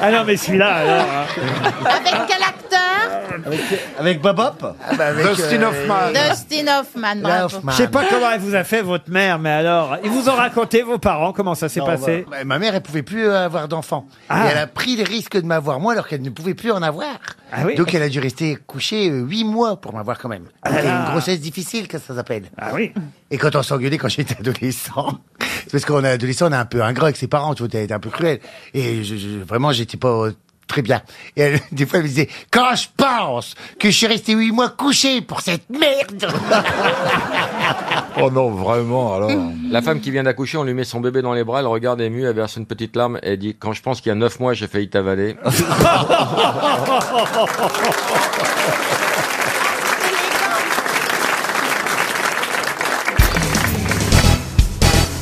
Ah non, mais celui-là, alors. hein.
Avec quel acteur
Avec, avec Bob Hop
Dustin euh,
Ah,
Hoffman.
Dustin Hoffman. bravo.
Je sais pas comment elle vous a fait votre mère, mais alors, ils vous ont raconté vos parents comment ça s'est
Non,
passé
bah, bah, ma mère, elle pouvait plus euh, avoir d'enfants. Et elle a pris le risque de m'avoir moi alors qu'elle ne pouvait plus en avoir.
Ah oui
Donc elle a dû rester couchée euh, huit mois pour m'avoir quand même. C'était une grossesse difficile, que ça s'appelle.
Ah oui.
Et quand on s'engueulait quand j'étais adolescent, c'est parce qu'on est adolescent, on est un peu ingrat avec ses parents, tu vois, t'es un peu cruel. Et je, je- vraiment, j'étais pas euh, très bien. Et elle- <laughs> des fois, elle me disait, quand je pense que je suis resté huit mois couché pour cette merde.
Oh non, vraiment, alors.
La femme qui vient d'accoucher, on lui met son bébé dans les bras, elle regarde émue, elle verse une petite larme et elle dit Quand je pense qu'il y a 9 mois, j'ai failli
<laughs>
t'avaler.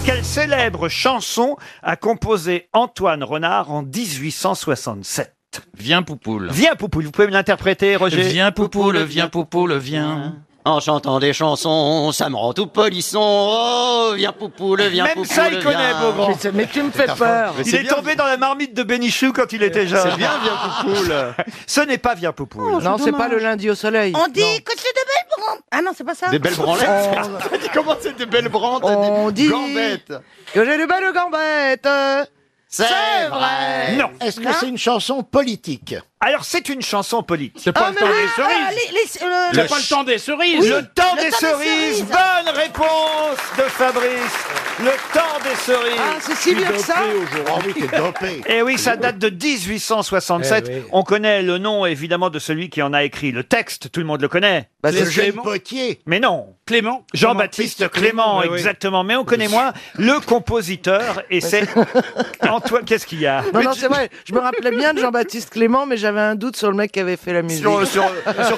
Quelle célèbre chanson a composé Antoine Renard en 1867
Viens Poupoule.
Viens Poupoule, vous pouvez me l'interpréter, Roger
Viens Poupoule, viens Poupoule, viens.
En chantant des chansons, ça me rend tout polisson. Oh, viens poupoule, viens
Même
poupoule,
ça, il connaît,
viens.
Beaugrand. Il
C'est
est
bien.
tombé dans la marmite de Bénichou quand il était jeune.
C'est bien,
Viens <laughs> Poupoule. Ce n'est pas Viens Poupoule.
Non, c'est pas le lundi au soleil.
On dit que c'est de belles branles. Ah non, c'est pas ça.
Des belles branlettes
<laughs>
Comment c'est des belles branles
Euh, On dit
gambettes.
que j'ai de belles gambettes. C'est vrai.
Non.
Est-ce que c'est une chanson politique
Alors, c'est une chanson politique.
Oh.
<laughs>
C'est pas le temps des
Ah, les- les- euh,
C'est pas le temps des cerises.
Oui,
le temps
le
des
temps des
cerises.
cerises.
Bonne réponse de Fabrice. Le temps des cerises.
Ah, c'est si bien que ça
Oh,
Ah oui, t'es dopé.
Eh oui, ça date de 1867.
Eh oui.
On connaît le nom, évidemment, de celui qui en a écrit le texte. Tout le monde le connaît.
Bah, c'est Clément. Potier.
Mais non. Clément. Jean-Baptiste Clément,
Oui, oui.
exactement. Mais on connaît moins le compositeur. Et c'est Antoine. Qu'est-ce qu'il y a
Non, non, c'est vrai. Je me rappelais bien de Jean-Baptiste Clément, mais j'avais un doute sur le mec qui avait fait la musique.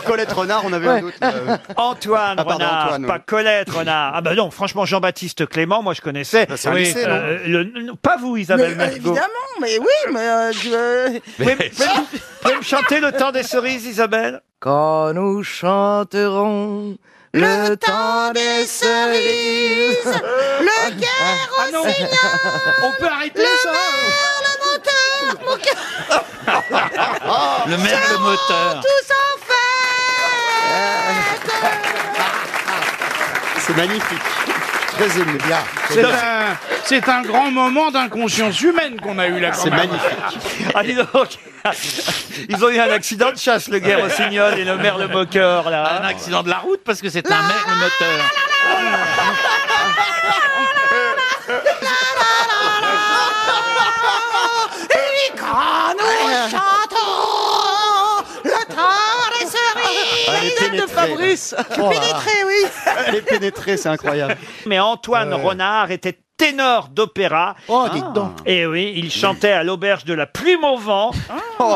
Colette Renard, on avait un doute, euh.
Antoine
Ah, pardon,
Renard,
Antoine, oui.
pas Colette Renard. Ah ben non, franchement, Jean-Baptiste Clément, moi je connaissais.
Ah,
euh,
c'est un lycée, non
le- non, Pas vous, Isabelle
Mais, euh,
Mergo.
Ah
Évidemment, mais oui, mais euh, je-
Vous pouvez- pouvez- <laughs> pouvez me chanter le temps des cerises, Isabelle
Quand nous chanterons le temps des cerises, Ah, le cœur au
On peut arrêter ça
Le menteur, mon cœur.
Le maire, le moteur.
Tous en fait.
C'est magnifique. Très ému. Bien.
C'est un, c'est un grand moment d'inconscience humaine qu'on a eu là. quand
C'est
même.
Ah, dis donc
<laughs>
Ils ont eu un accident de chasse, le guerre au signol et le maire le moqueur, là.
Un accident de la route parce que c'est un maire, le moteur.
Ah nous chantons le train des
Ah, elle est
cerises
pénétrée, là. Oh là là.
Pénétré, oui.
Elle est pénétrée, c'est incroyable.
<laughs> Mais Antoine
Ouais.
Renard était ténor d'opéra. Oh, dites donc. Et oui, il chantait à l'auberge de la Plume au vent.
Ah.
Oh,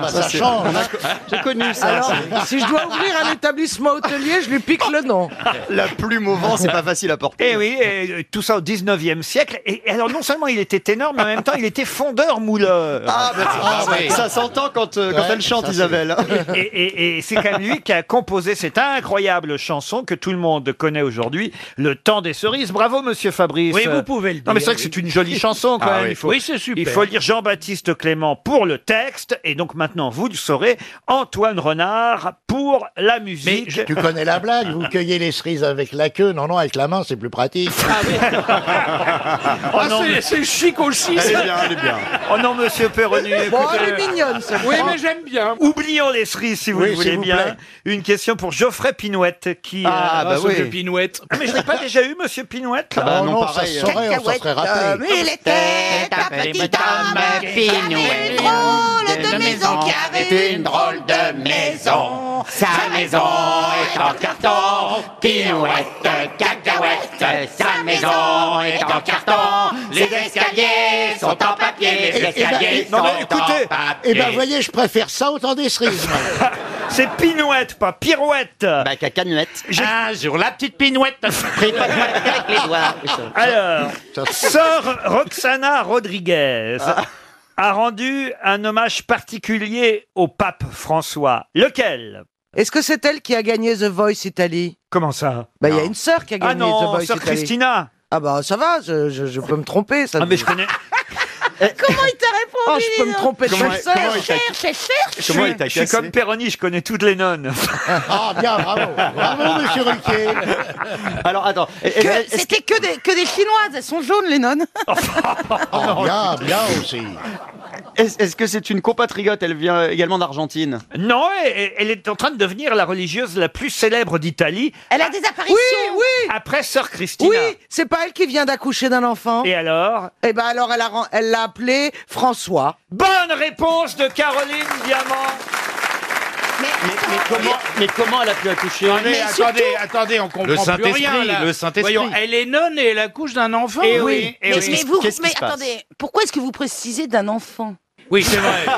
bah, ça ça, c'est- change. on a- j'ai connu ça,
Alors,
ça.
si je dois ouvrir un établissement hôtelier, je lui pique le nom.
<laughs> La plume au vent, c'est pas facile à porter.
Et oui, et, euh, tout ça au 19e siècle. Et et alors, non seulement il était ténor, mais en même temps, il était fondeur-mouleur.
Ah, bah,
Ah,
ça-
oui.
ça s'entend quand, euh, quand
Ouais,
elle chante,
ça, c'est-
Isabelle. <laughs>
Et, et- et c'est quand même lui qui a composé cette incroyable chanson que tout le monde connaît aujourd'hui, Le temps des cerises. Bravo, monsieur Fabrice.
Oui, vous pouvez le
Non, mais
dire,
c'est vrai que
oui.
c'est une jolie chanson quand
Ah
même.
oui.
Il faut,
Oui, c'est super.
Il faut lire Jean-Baptiste Clément pour le texte. Et donc maintenant, vous le saurez, Antoine Renard pour la musique.
Tu connais la blague, vous cueillez les cerises avec la queue, non, non, avec la main, c'est plus pratique.
Ah
Oh non, mais-
chic aussi.
Elle est
ça.
bien, elle est bien. Oh non, monsieur Perroni.
Bon,
écoutez-
elle est mignonne, celle-là. Oui, mais j'aime bien.
Oublions les cerises, si vous
Oui,
le voulez
s'il vous
bien.
plaît.
Une question pour Geoffrey Pinouette, qui. euh,
Ah, bah oui.
Monsieur Pinouette. Ah, Mais je l'ai pas déjà eu, monsieur Pinouette. là.
Ah bah Oh non, non, ça pareil, se hein. saurait, on s'en serait rappelé.
Cacahuète,
Mais il était
un petit homme
Bah,
Pinouet. drôle de maison qui avait une drôle de maison. Sa maison est en carton, pirouette, cacahuète. Sa maison est en carton, les escaliers
<laughs>
sont en papier,
Eh ben,
les escaliers sont en papier.
et ben voyez, je préfère ça au temps des cerises.
<laughs> C'est Pinouette, pas Pirouette.
Bah, cacahuète.
Un jour, la petite Pinouette.
Pris pas de avec les doigts.
<laughs> Alors, sœur Roxana Rodriguez a rendu un hommage particulier au pape François. Lequel
Est-ce que c'est elle qui a gagné The Voice Italie
Comment ça
Bah, il y a une sœur qui a
Ah
gagné
non,
The Voice
sœur
Italie.
Christina.
Ah bah ça va, je, je- je peux me tromper. Ça
Ah, mais je connais.
Comment il t'a répondu Oh, je peux me tromper de
Comment-
ma sœur.
comment il t'a-
Cherche, cherche.
Je suis, je suis comme Perroni, je connais toutes les nonnes.
<laughs> Ah bien, bravo. Bravo, monsieur Ruquier.
<laughs> Alors, attends.
Que- C'était que des, que des Chinoises, elles sont jaunes les nonnes.
Oh,
bien, bien aussi.
Est-ce est-ce que c'est une compatriote Elle vient également d'Argentine.
Non, elle, elle est en train de devenir la religieuse la plus célèbre d'Italie. Ah,
Elle a des apparitions.
Oui, oui.
Après sœur Christina.
Oui, c'est pas elle qui vient d'accoucher d'un enfant.
Et alors
Eh ben alors elle a ren- elle l'a appelé François.
Bonne réponse de Caroline Diamant.
Mais, mais comment, mais comment elle a pu accoucher
Attendez, attendez, attendez, on comprend
Le
plus
Saint-Esprit,
rien là.
le Saint-Esprit.
Voyons, elle est nonne et elle accouche d'un enfant.
Eh
Eh
Et oui,
Eh
et
mais,
oui.
mais vous, mais attendez, pourquoi est-ce que vous précisez d'un enfant
Oui, c'est vrai. Oh,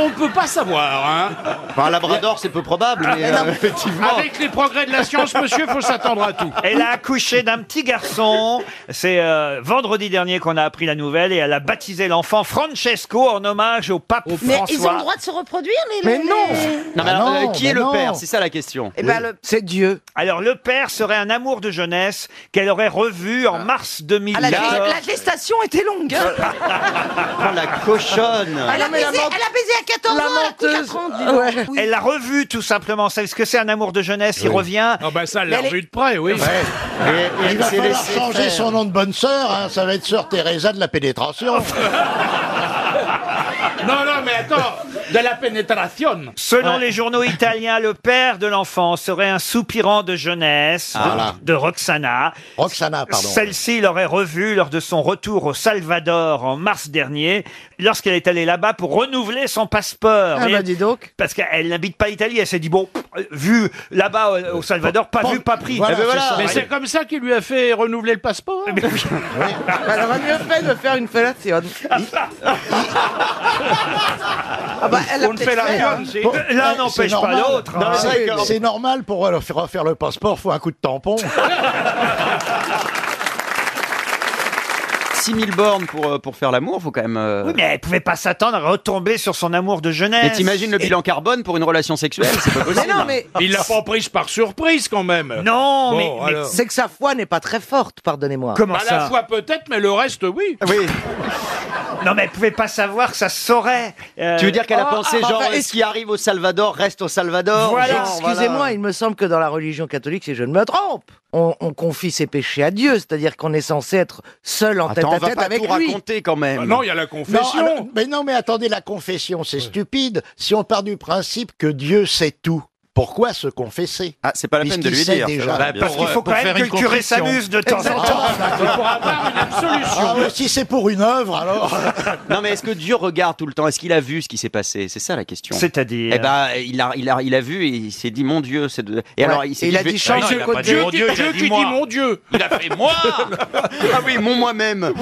On- on peut pas savoir, hein. Ah,
Enfin, Labrador, c'est peu probable, mais
Ah,
euh, effectivement.
Avec les progrès de la science, monsieur, faut s'attendre à tout.
Elle a accouché d'un petit garçon. C'est euh, vendredi dernier qu'on a appris la nouvelle et elle a baptisé l'enfant Francesco en hommage au pape
Mais
François.
ils ont le droit de se reproduire les
Mais
les-
non.
les-
Non, mais
Ah
alors,
non,
euh, qui est
bah
le
non.
père C'est ça la question.
Eh ben, le-
C'est Dieu.
Alors le père serait un amour de jeunesse qu'elle aurait revu en mars 2000.
Ah, la, la gestation était longue. hein.
Ah, Oh, la cochonne
Elle a,
mais Ah, la
baisé,
mente-
elle a baisé à 14 ans, elle a couché à 30. dis donc. Oui.
Elle l'a revu tout simplement. C'est ce que c'est un amour de jeunesse. Il revient.
Ah bah ça,
elle l'a
revu de près, oui.
Il va falloir changer son nom de bonne sœur, hein, ça va être sœur Teresa de la pénétration.
Non, non, mais attends, de la pénétration.
Selon les journaux italiens, le père de l'enfant serait un soupirant de jeunesse
Ah,
de-
voilà.
de Roxana.
Roxana, pardon.
Celle-ci l'aurait revue lors de son retour au Salvador en mars dernier, lorsqu'elle est allée là-bas pour renouveler son passeport.
Ah
Et-
bah, dis donc.
Parce qu'elle n'habite pas l'Italie, elle s'est dit, bon, euh, vu là-bas euh, au Salvador, pas vu, pas pris.
Voilà,
Eh ben voilà.
Mais c'est comme ça qu'il lui a fait renouveler le passeport.
<laughs> Elle aurait mieux fait de faire une fellation. ah bah, elle a
On le
peut-être
fait la
fait, hein.
viande, c'est-
L'un
Ouais,
n'empêche
c'est
pas
normal.
l'autre, hein.
Non, mais
C'est
c'est-
vrai que-
C'est normal pour euh, faire refaire le passeport, faut un coup de tampon.
6000 bornes pour, euh, pour faire l'amour, faut quand même. euh,
Oui, mais elle pouvait pas s'attendre à retomber sur son amour de jeunesse.
Mais t'imagines le bilan carbone pour une relation sexuelle, c'est pas possible.
Il l'a pas prise par surprise quand même.
<laughs> Non,
Bon, alors.
c'est que sa foi n'est pas très forte, pardonnez-moi.
Bah, La foi peut-être, mais le reste, oui.
Oui.
Non, mais elle pouvait pas savoir que ça se saurait. Euh,
Tu veux dire qu'elle a
oh,
pensé
ah,
genre
bah,
euh, ce qui arrive au Salvador reste au Salvador
Voilà,
genre,
excusez-moi,
voilà.
il me semble que dans la religion catholique, si je ne me trompe, on, on confie ses péchés à Dieu, c'est-à-dire qu'on est censé être seul en
Attends,
tête
on
à
va
tête
pas
avec
tout
lui. Ah
raconter quand
Bah
même.
Non,
Ah
alors- mais non, mais attendez, la confession, c'est stupide. Si on part du principe que Dieu sait tout,
pourquoi se confesser
Ah, c'est pas la peine de lui dire. Bah, euh, ça, bien
Bah, parce
sûr.
qu'il faut quand même que le curé s'amuse de temps en temps.
bah, Ah, mais si c'est pour une œuvre, alors.
Non, mais est-ce que Dieu regarde tout le temps Est-ce qu'il a vu ce qui s'est passé C'est ça la question.
C'est-à-dire
Eh ben, il a, il a, il a vu et il s'est dit mon Dieu. C'est de... Et
Ouais.
alors, il, s'est
Et il a
je vais-
dit, change
Ah, non,
de
il a
côté.
pas dit,
Dieu
mon
dit-
Dieu, il a
Dieu,
dit,
tu
moi.
dis, mon Dieu.
Il a fait moi. ah oui, mon moi-même.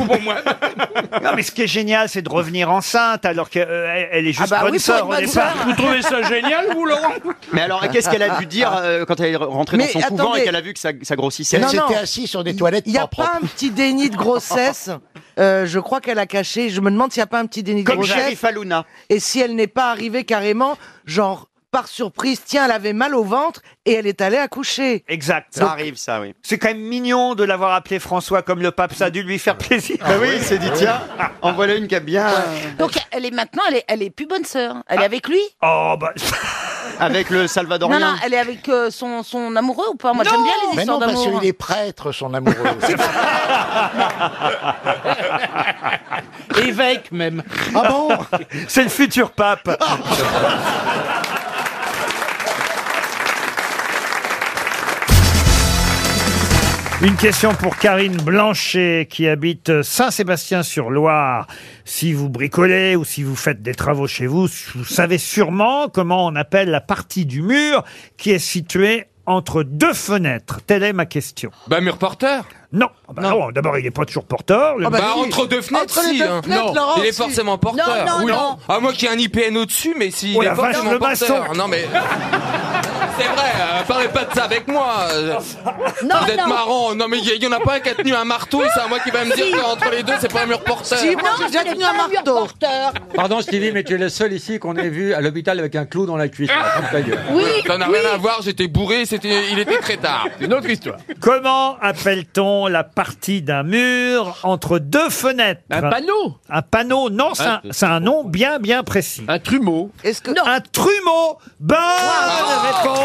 Non, mais ce qui est génial, c'est de revenir enceinte alors qu'elle est juste
Ah bah
bonne
oui, pour
sœur
être
au
bonne
départ.
sœur. Vous trouvez ça génial,
<laughs>
vous, Laurent
Mais alors, qu'est-ce qu'elle a dû dire euh, quand elle est rentrée
Mais
dans son couvent
attendez.
et qu'elle a vu que ça, ça grossissait
Elle Non, s'était non.
assise sur
des toilettes Il n'y a pas un petit déni de grossesse. Euh, je crois qu'elle a caché. Je me demande s'il n'y a pas un petit déni de
Comme
grossesse.
Sharif Halouna.
Et si elle n'est pas arrivée carrément, genre par surprise, tiens, elle avait mal au ventre et elle est allée accoucher.
<laughs> Exact.
Ça arrive, ça, oui.
C'est quand même mignon de l'avoir appelé François comme le pape, ça a dû lui faire plaisir.
Ah oui, il s'est dit, tiens,
en voilà une qui a bien...
Donc elle est maintenant, elle est, elle est plus bonne sœur.
Ah.
Elle est avec lui
<laughs> Oh, bah...
Avec le Salvadorien.
Non, non, elle est avec euh, son, son amoureux ou pas Moi j'aime bien les
Mais non,
histoires
parce
d'amour.
qu'il est prêtre, son amoureux.
<laughs> Évêque même. Ah bon C'est le futur
<laughs>
pape. Une question pour Karine Blanchet qui habite Saint-Sébastien-sur-Loire. Si vous bricolez ou si vous faites des travaux chez vous, vous savez sûrement comment on appelle la partie du mur qui est située entre deux fenêtres. Telle est ma question.
Bah, mur porteur
Non. Ah bah non, D'abord, il n'est pas toujours porteur. le
bah,
mur.
entre deux fenêtres, si, hein. non. il est forcément porteur.
Non, non,
oui,
non.
À moi qui ai un IPN au-dessus, mais si,
Oh
il
la
est
vache,
forcément
le
porteur. Ah,
maçon.
Non, mais. <laughs> C'est vrai, euh, parlez pas de ça avec moi. euh,
Non,
Vous êtes
non.
marrant. Non, mais il y, y en a pas un qui a tenu un marteau et c'est à moi qui va me dire
Si.
qu'entre les deux, c'est pas un mur porteur.
Si, moi, j'ai déjà tenu un marteau.
Pardon Stevie, mais tu es le seul ici qu'on ait vu à l'hôpital avec un clou dans la cuisse. Ah,
Oui, Ça n'a Euh, rien à voir, j'étais bourré, c'était, il était très tard. Une autre histoire.
Comment appelle-t-on la partie d'un mur entre deux fenêtres
Un
panneau Un panneau, non, c'est un, c'est un nom bien, bien précis. Un trumeau Un trumeau Bonne réponse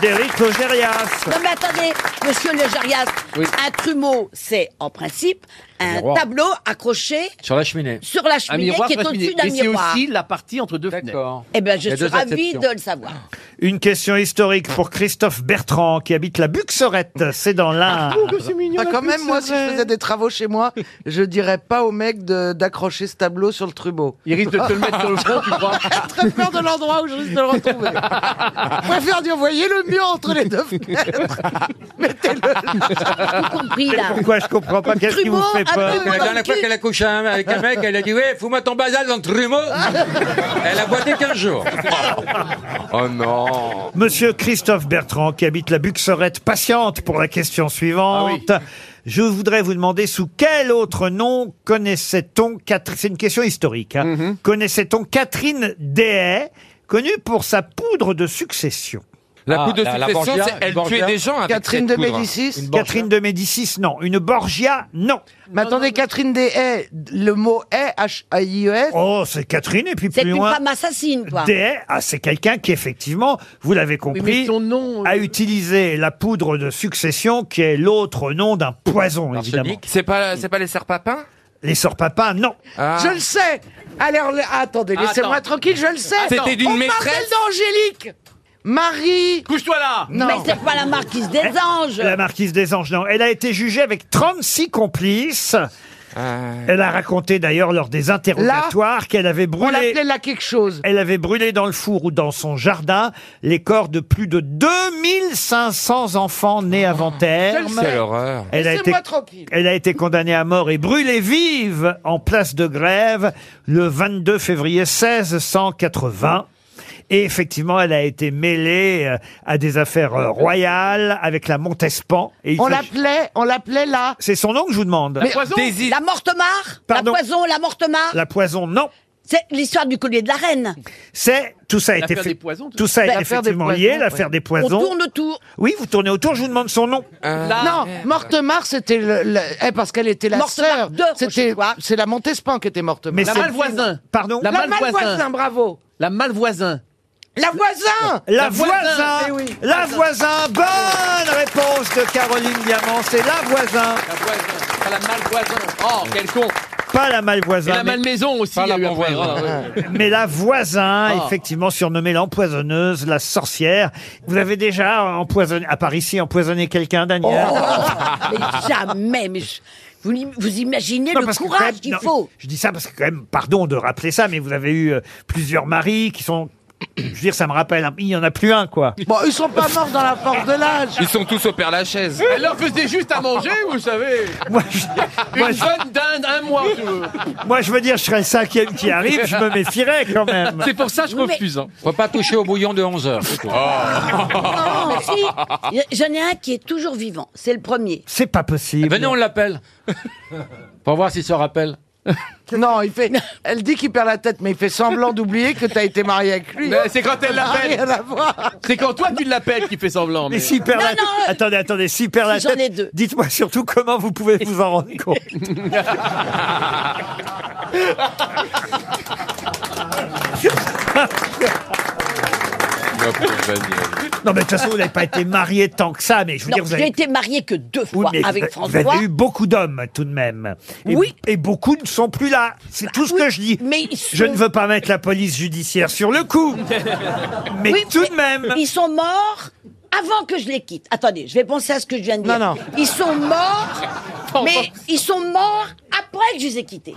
d'Éric Logérias.
Non mais attendez, monsieur Légérias, un trumeau, c'est en principe un
Miroir.
tableau accroché
Sur la cheminée.
sur la cheminée qui est au-dessus d'un
Ah.
miroir.
la partie entre deux fenêtres.
Eh bien, je
Il y a
suis
deux
ravie
acceptions.
de le savoir.
Une question historique pour Christophe Bertrand qui habite la Buxerette, c'est dans l'Ain.
Ah, quand même, moi, si je faisais des travaux chez
<laughs>
moi, je dirais pas au mec de- d'accrocher ce tableau sur le trumeau.
Il risque de te le mettre sur le front,
<laughs>
tu crois
Très peur de l'endroit où je risque de le retrouver. Je <laughs> préfère dire, voyez le mur entre les deux
<laughs>
fenêtres.
Ah.
Mettez-le.
compris, là.
Pourquoi je comprends pas Qu'est-ce qui vous fait peur
La dernière fois qu'elle a couché un- avec un mec, elle a dit Ouais, fous-moi ton basal dans le trumeau. Elle a boité 15 jours.
Oh non.
Monsieur Christophe Bertrand, qui habite la Buxerette, patiente pour la question suivante.
Ah
Je voudrais vous demander sous quel autre nom connaissait-on Catherine C'est une question historique. hein.
Mm-hmm.
Connaissait-on Catherine Dehaye, connue pour sa poudre de succession
La Ah, poudre de la- la succession, Borgia, c'est- elle une Borgia tuait des gens avec
Catherine
cette
de
poudre.
Médicis
Une Borgia
Catherine de Médicis, non. Une Borgia, non.
Mais attendez, Catherine Dehaye, le mot est, H-A-I-E-S.
Oh, c'est Catherine, et puis
C'est
plus
une
loin.
femme
assassine, quoi.
Dehaye, ah, c'est quelqu'un qui, effectivement, vous l'avez compris,
euh,
a utilisé la poudre de succession, qui est l'autre nom d'un poison, évidemment.
C'est pas, c'est pas les serpapins
Les sœurs papins, non.
Je le sais. Alors, le- attendez,
Attends.
laissez-moi tranquille, je le sais.
C'était d'une
On
maîtresse.
m'appelle d'Angélique. Marie.
Couche-toi là.
Non. Mais c'est pas la marquise des anges.
Eh, La marquise des anges, non. Elle a été jugée avec 36 complices. Elle a raconté d'ailleurs lors des interrogatoires qu'elle avait brûlé.
là quelque chose.
Elle avait brûlé dans le four ou dans son jardin les corps de plus de 2500 enfants nés avant terme.
Quelle horreur.
Elle a, été,
Laissez-moi tranquille.
elle a été condamnée à mort et brûlée vive en place de grève le 22 février 1680. Et effectivement, elle a été mêlée euh, à des affaires euh, royales avec la Montespan. Et il
On
s'agit-
l'appelait, on l'appelait là.
C'est son nom que je vous demande.
la mortemare La
Pardon
poison, la mortemare
La poison, non.
C'est l'histoire du collier de la reine.
C'est tout ça a été fait- tout ça est effectivement lié, l'affaire des poisons.
On tourne autour.
Oui, vous tournez autour. Je vous demande son nom.
Euh,
Ah.
non, Mortemar, c'était le, le- eh, parce qu'elle était la sœur. C'était, c'est la Montespan qui était Mortemar.
la malvoisin.
Pardon
La,
La
malvoisin.
Malvoisin, bravo.
La malvoisin.
La voisin.
La voisin, la voisin, bonne réponse de Caroline Diamant, c'est la voisin.
La malvoisin. Oh, quel con.
Pas la Malvoisin.
Et la
mais-
Malmaison aussi, Pas il y a la eu après, Malvoisin, hein, ouais.
Mais la Voisin,
Ah.
effectivement, surnommée l'empoisonneuse, la sorcière. Vous avez déjà empoisonné, à Paris, ici, empoisonné quelqu'un, Daniel
Oh.
<laughs>
<laughs> Mais jamais, mais je- vous, l'im- vous imaginez
Non,
le
parce que quand
courage
même-
qu'il
non,
faut.
Je dis ça parce que quand même, pardon de rappeler ça, mais vous avez eu euh, plusieurs maris qui sont... Je veux dire, ça me rappelle, un- il n'y en a plus un, quoi.
Bon, ils
<laughs>
sont pas morts dans la porte de l'âge.
Ils sont tous au Père Lachaise. Elle leur faisait juste à manger, vous savez.
<laughs>
Une
moi, je-
bonne dinde, un mois. je veux.
Moi, je veux dire, je serais le cinquième qui arrive, je me méfierais quand même.
C'est pour ça que je
Oui, mais-
refuse. hein.
Faut pas toucher au bouillon de 11 heures.
<laughs>
Non, Oh, si. Y- J'en ai un qui est toujours vivant. C'est le premier.
C'est pas possible.
Venez, on l'appelle. Pour voir s'il se rappelle.
Non, il fait. Elle dit qu'il perd la tête, mais il fait semblant d'oublier que t'as été marié avec lui.
Mais c'est quand elle
Ça n'a
l'appelle.
Rien à voir.
C'est quand toi tu l'appelles qui fait semblant. euh,
Mais s'il perd la Attendez, attendez, s'il perd la
euh, J'en ai
tête, dites-moi surtout comment vous pouvez vous en rendre
<laughs>
compte.
euh,
non, mais de toute façon, vous n'avez pas été marié tant que ça, mais je veux
Non,
dire, vous
J'ai
avez...
été mariée que deux
Oui,
fois
mais vous-
avec
vous
François.
avez eu beaucoup d'hommes tout de même. Et,
Oui. Bah
Et beaucoup ne sont plus là. C'est tout ce que je dis.
Mais ils
Je
sont-
ne veux pas mettre la police judiciaire sur le coup. mais
Oui,
tout de même.
Ils sont morts avant que je les quitte. Attendez, je vais penser à ce que je viens de dire.
Non, non.
Ils sont morts, mais ils sont morts après que je les ai quittés.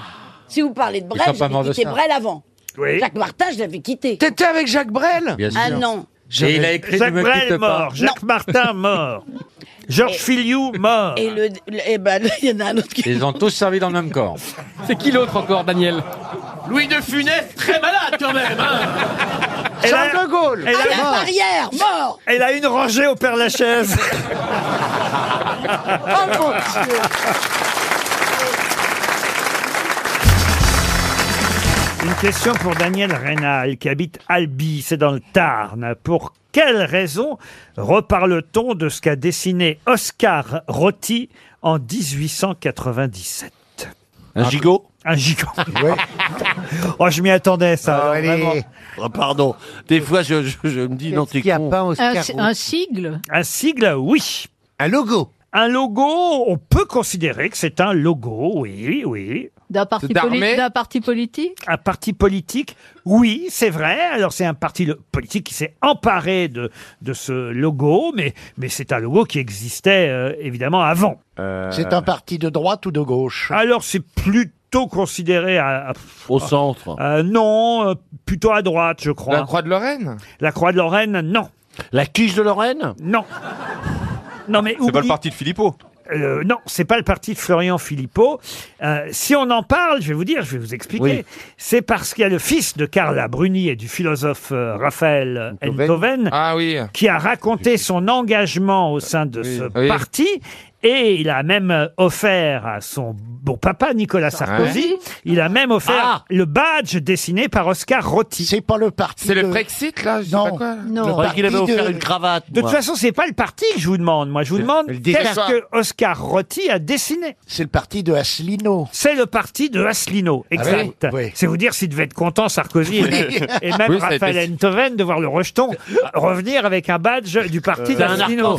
Si vous parlez de
Ils
Brel,
sont pas morts
j'avais
de
quitté
ça.
Brel avant.
Oui.
Jacques Martin, je l'avais quitté.
T'étais avec Jacques Brel
Bien
Ah
sûr.
non.
Et il a écrit
Jacques
Ne me
Brel
quitte pas.
mort, Jacques Martin mort, Georges Filiou mort.
Et le, le- eh ben, il y en a un autre qui...
Ils ont tous servi dans le même corps.
C'est qui l'autre encore, Daniel Louis de Funès, très malade quand même.
hein. Elle a-
Charles de Gaulle
elle a-
Alain Barrière, mort
Elle a une rangée au Père Lachaise. <laughs>
Oh,
Une question pour Daniel Reynal qui habite Albi, c'est dans le Tarn. Pour quelle raison reparle-t-on de ce qu'a dessiné Oscar Rotti en 1897
Un gigot
Ah, Un gigot. <laughs> Oh, je m'y attendais, ça. alors, vraiment.
Oh, pardon. Des fois, je, je- je me dis, non, t'es con.
Un, un sigle
Un sigle, oui.
Un logo.
Un logo, on peut considérer que c'est un logo, oui, oui.
d'un parti,
C'est armé
poli- d'un parti politique
Un parti politique, oui, c'est vrai. Alors c'est un parti le- politique qui s'est emparé de, de ce logo, mais, mais c'est un logo qui existait euh, évidemment avant.
C'est un
parti de droite ou de gauche Euh, Alors c'est plutôt considéré à, au centre. non, euh, plutôt à droite, je crois.
La Croix de Lorraine
La Croix de Lorraine, non. La quiche de Lorraine Non. Non mais
C'est pas le
parti de Philippot non, c'est pas le parti de Florian Philippot. Euh, si on en parle, je vais vous dire, je vais vous expliquer.
Oui.
C'est parce qu'il y a le fils de Carla Bruni et du philosophe euh, Raphaël Enthoven
Ah oui.
qui a raconté son engagement au sein de ce
Oui.
parti. Et il a même euh, offert à son bon papa, Nicolas Sarkozy,
Ah Ouais. Ah.
il a même offert le badge dessiné par Oscar Rotti. C'est pas le parti.
C'est le Brexit là je sais pas quoi.
Non. Le parti de-
cravate.
De toute façon, c'est pas le parti que je vous demande. Moi, je vous demande qu'est-ce
déclare.
que Oscar Rotti a dessiné.
C'est le parti de Asselineau.
C'est le parti de Asselineau,
Ah oui,
exact.
oui.
C'est vous dire s'il devait être content Sarkozy
Oui.
et, et même
<laughs> Oui, ça a été-
Raphaël Enthoven de voir le rejeton revenir avec un Ah badge du parti
Euh,
d'Asselineau.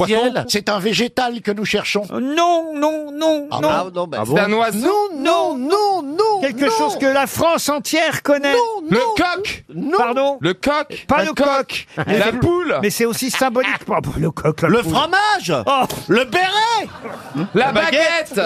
C'est un végétal que nous cherchons.
Non, non, Oh, non,
Ah
non.
bah, non, bah, Ah c'est bon un oiseau
Non, non, non, non. Quelque
non.
chose que la France entière connaît.
Le coq
Pardon
Le coq
Pas
Un
le coq. Mais
La
c'est-
poule
Mais c'est aussi symbolique. Oh, bah, le coq, la
Le
poule.
fromage
Oh.
Le béret
La baguette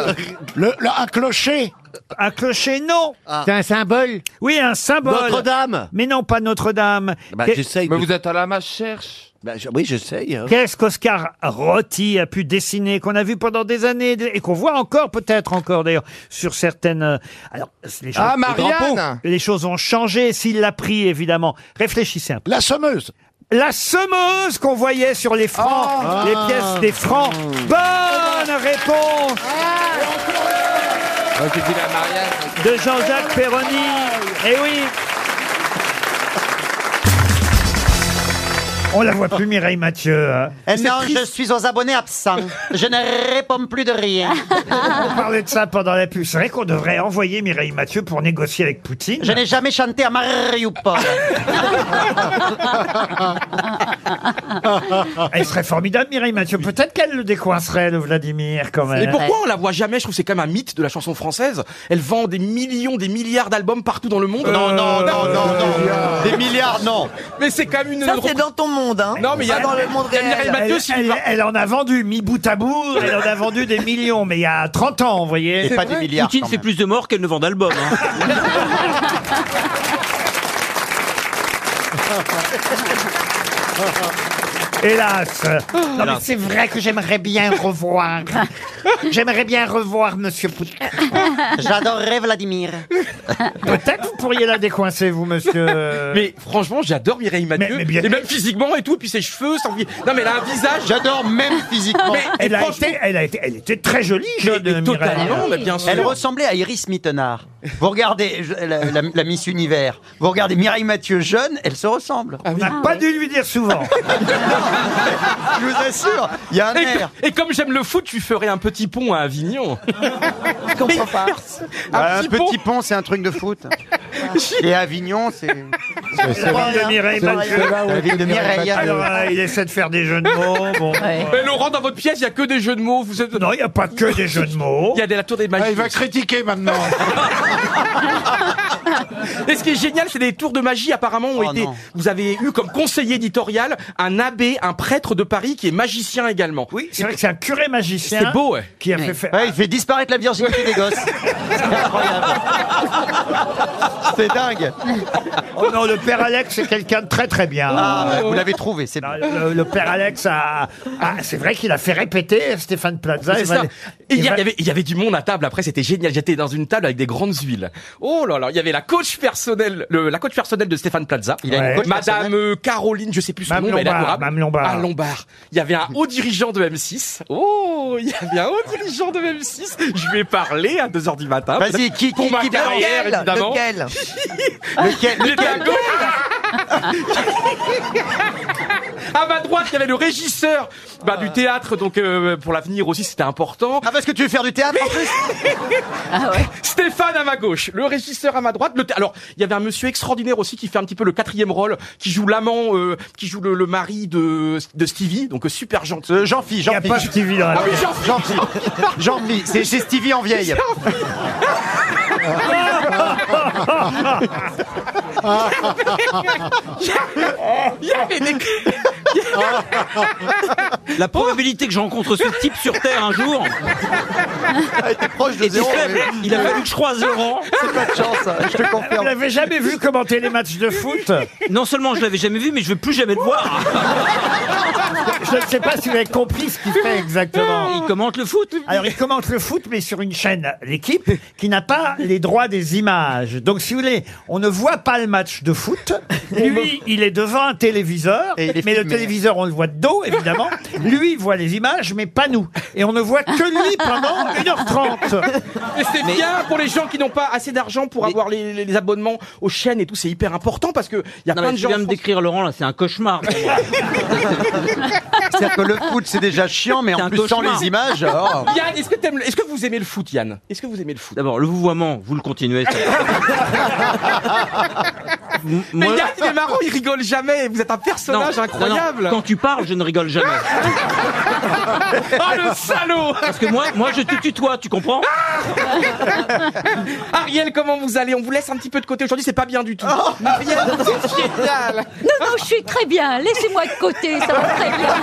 le, le- Un clocher
Un clocher, non
C'est
un symbole Oui, un symbole.
Notre-Dame.
Mais non, pas Notre-Dame.
Bah,
Qu'est-
j'essaye
Mais
de-
vous êtes à la ma cherche
Bah, je- oui, j'essaye. hein.
Qu'est-ce qu'Oscar Rotti a pu dessiner, qu'on a vu pendant des années et qu'on voit encore, peut-être encore d'ailleurs, sur certaines. euh, Alors, les choses,
Ah, Marianne
les choses ont changé s'il l'a pris, évidemment. Réfléchissez un peu.
La sommeuse
La semeuse qu'on voyait sur les francs,
Oh.
les pièces des francs. Bonne réponse
Ah, tu dis la Marianne.
de Jean-Jacques Perroni. Eh oui On la voit plus Mireille
<laughs>
Mathieu. hein.
non, je suis aux abonnés absents. Je ne réponds plus de
<laughs>
rien.
On parlait de ça pendant la pub. C'est vrai qu'on devrait envoyer Mireille Mathieu pour négocier avec Poutine.
Je n'ai jamais chanté à Mariupol.
<laughs> Elle serait formidable, Mireille Mathieu. Peut-être qu'elle le décoincerait, le Vladimir, quand
Et
même.
pourquoi on la voit jamais Je trouve que c'est quand même un mythe de la chanson française. Elle vend des millions, des milliards d'albums partout dans le monde.
Euh,
Non, non, non, non, non.
Des milliards, non. Mais c'est quand même une.
Ça, c'est dans ton monde, hein.
Non, mais il y a-
Pas dans le monde
il y a
réel.
Mireille Mathieu, si-
Elle, elle en a vendu, mi bout à bout, elle en a vendu des millions, mais il y a 30 ans, vous voyez.
Poutine fait plus de morts qu'elle ne vend d'albums. hein.
Hélas
Non, Oh, mais c'est vrai que j'aimerais bien
<laughs>
revoir. J'aimerais bien revoir Monsieur Poutine.
J'adorerais Vladimir.
<laughs> Peut-être vous pourriez la décoincer, vous, monsieur.
<laughs> Mais franchement, j'adore Mireille Mathieu. et même physiquement et tout, et puis ses cheveux, son... vi- Non, mais elle a un visage. J'adore même physiquement. Mais,
Elle
et
a,
franchement,
été, elle, a été, elle était très jolie, jeune Mireille.
totalement, mais bien sûr.
Elle ressemblait à Iris Mittenard. Vous regardez je- la, la- la Miss Univers, vous regardez Mireille Mathieu jeune, elle se ressemble.
On n'a
Ah
pas dû lui dire souvent.
Je vous assure, il y a un
et,
air.
et comme j'aime le foot, tu ferais un petit pont à Avignon.
Je comprends pas.
Bah, un petit pont, c'est un truc
<laughs>
de foot. Et Avignon,
<laughs>
c'est.
La ville de Mireille Mathieu.
La ville de Mireille.
Alors, euh, il essaie de faire des jeux de mots. Bon.
Mais Laurent, dans votre pièce, il n'y a que des jeux de mots. Vous êtes...
Non, il n'y a pas que des jeux de mots.
Ah, Il y a des, la tour des magie.
il va critiquer maintenant.
<laughs> Et ce qui est génial, c'est des tours de magie apparemment ont été. Vous avez eu comme conseiller éditorial un abbé, un prêtre de Paris qui est magicien également.
Oui, c'est vrai que c'est un curé magicien.
C'est beau, ouais.
Qui a fait faire-
il fait disparaître la virginité des gosses.
C'est dingue. Oh non, le père Alex est quelqu'un de très très bien.
Ah, vous l'avez
trouvé, c'est le, le père Alex a. ah, c'est vrai qu'il a fait répéter Stéphane Plaza.
C'est
et
ça.
Val-
Et
et
il y, a-
Val-
il y avait, il y avait du monde à table. Après, c'était génial. J'étais dans une table avec des grandes huiles. Oh là là, il y avait la coach personnelle, le- la coach personnelle de Stéphane Plaza.
a une Ouais. coach
Madame
personnelle
euh, Caroline, je sais plus son
Mme
nom, mais elle est
Lombard,
adorable.
Mme Lombard.
Ah, Lombard. Il y avait un haut dirigeant de M6. Oh, il y avait un haut dirigeant de M6. Je vais parler à 2 heures du matin.
Vas-y, qui-
Pour
qui-
ma
qui-
carrière,
lequel
évidemment.
<laughs> Lequel
Lequel Il était à gauche. À ma droite, il y avait le régisseur bah, du théâtre, donc euh, pour l'avenir aussi, c'était important. Ah, parce que tu veux faire du théâtre en plus Stéphane à ma gauche, le régisseur à ma droite. Le thé- Alors, il y avait un monsieur extraordinaire aussi qui fait un petit peu le quatrième rôle, qui joue l'amant, euh, qui joue le, le mari de, de Stevie, donc euh, super gentil. Jean-Phi,
Jean-Phi. pas Stevie dans la
Ah oui,
pièce.
Jean-Phi. <laughs> Jean-Phi.
Jean-Mi, c'est chez Stevie en vieille.
<laughs> Il y avait des...
<laughs> La probabilité que je rencontre ce type sur Terre un jour.
Ah,
était faible. Il a fallu que je croise Laurent.
C'est pas de chance, hein, je te confirme. Vous l'avez jamais vu commenter les matchs de foot
Non seulement je l'avais jamais vu, mais je veux plus jamais le voir.
Je ne sais pas si vous avez compris ce qu'il fait exactement. Il commente le foot. Alors il commente le foot, mais sur une chaîne, l'équipe, qui n'a pas les droits des images. Donc si vous voulez, on ne voit pas le match de foot. Lui, il est devant un téléviseur, mais le téléviseur, on le voit de dos, évidemment. Lui voit les images, mais pas nous. Et on ne voit que lui pendant 1h30.
Mais c'est bien pour les gens qui n'ont pas assez d'argent pour avoir les, les- les abonnements aux chaînes et tout, c'est hyper important parce que il y a
Non,
plein
mais
de
tu
gens.
viens me
en France-
décrire Laurent là, c'est un
<laughs>
cauchemar.
<laughs>
C'est-à-dire que le foot, c'est déjà chiant, mais
C'est
en
un
plus, sans
cauchemar.
les images. oh.
<laughs> Yann, est-ce que, t'aimes le- est-ce que vous aimez le foot, Yann Est-ce que vous aimez le foot
D'abord, le vouvoiement, vous le
<laughs>
continuez. ça. M-
Mais
moi-
Yann, il est marrant, il rigole jamais. Vous êtes un personnage
Non,
incroyable.
non, non. Quand tu parles, je ne
<laughs>
rigole jamais.
Ah, le salaud Ah
Parce que moi, moi, je te tutoie, tu comprends
Ariel, comment vous allez On vous laisse un petit peu de côté aujourd'hui, c'est pas bien du tout.
Oh
Ariel,
c'est génial
Non, non, je suis très bien. Laissez-moi de côté, ça va très bien.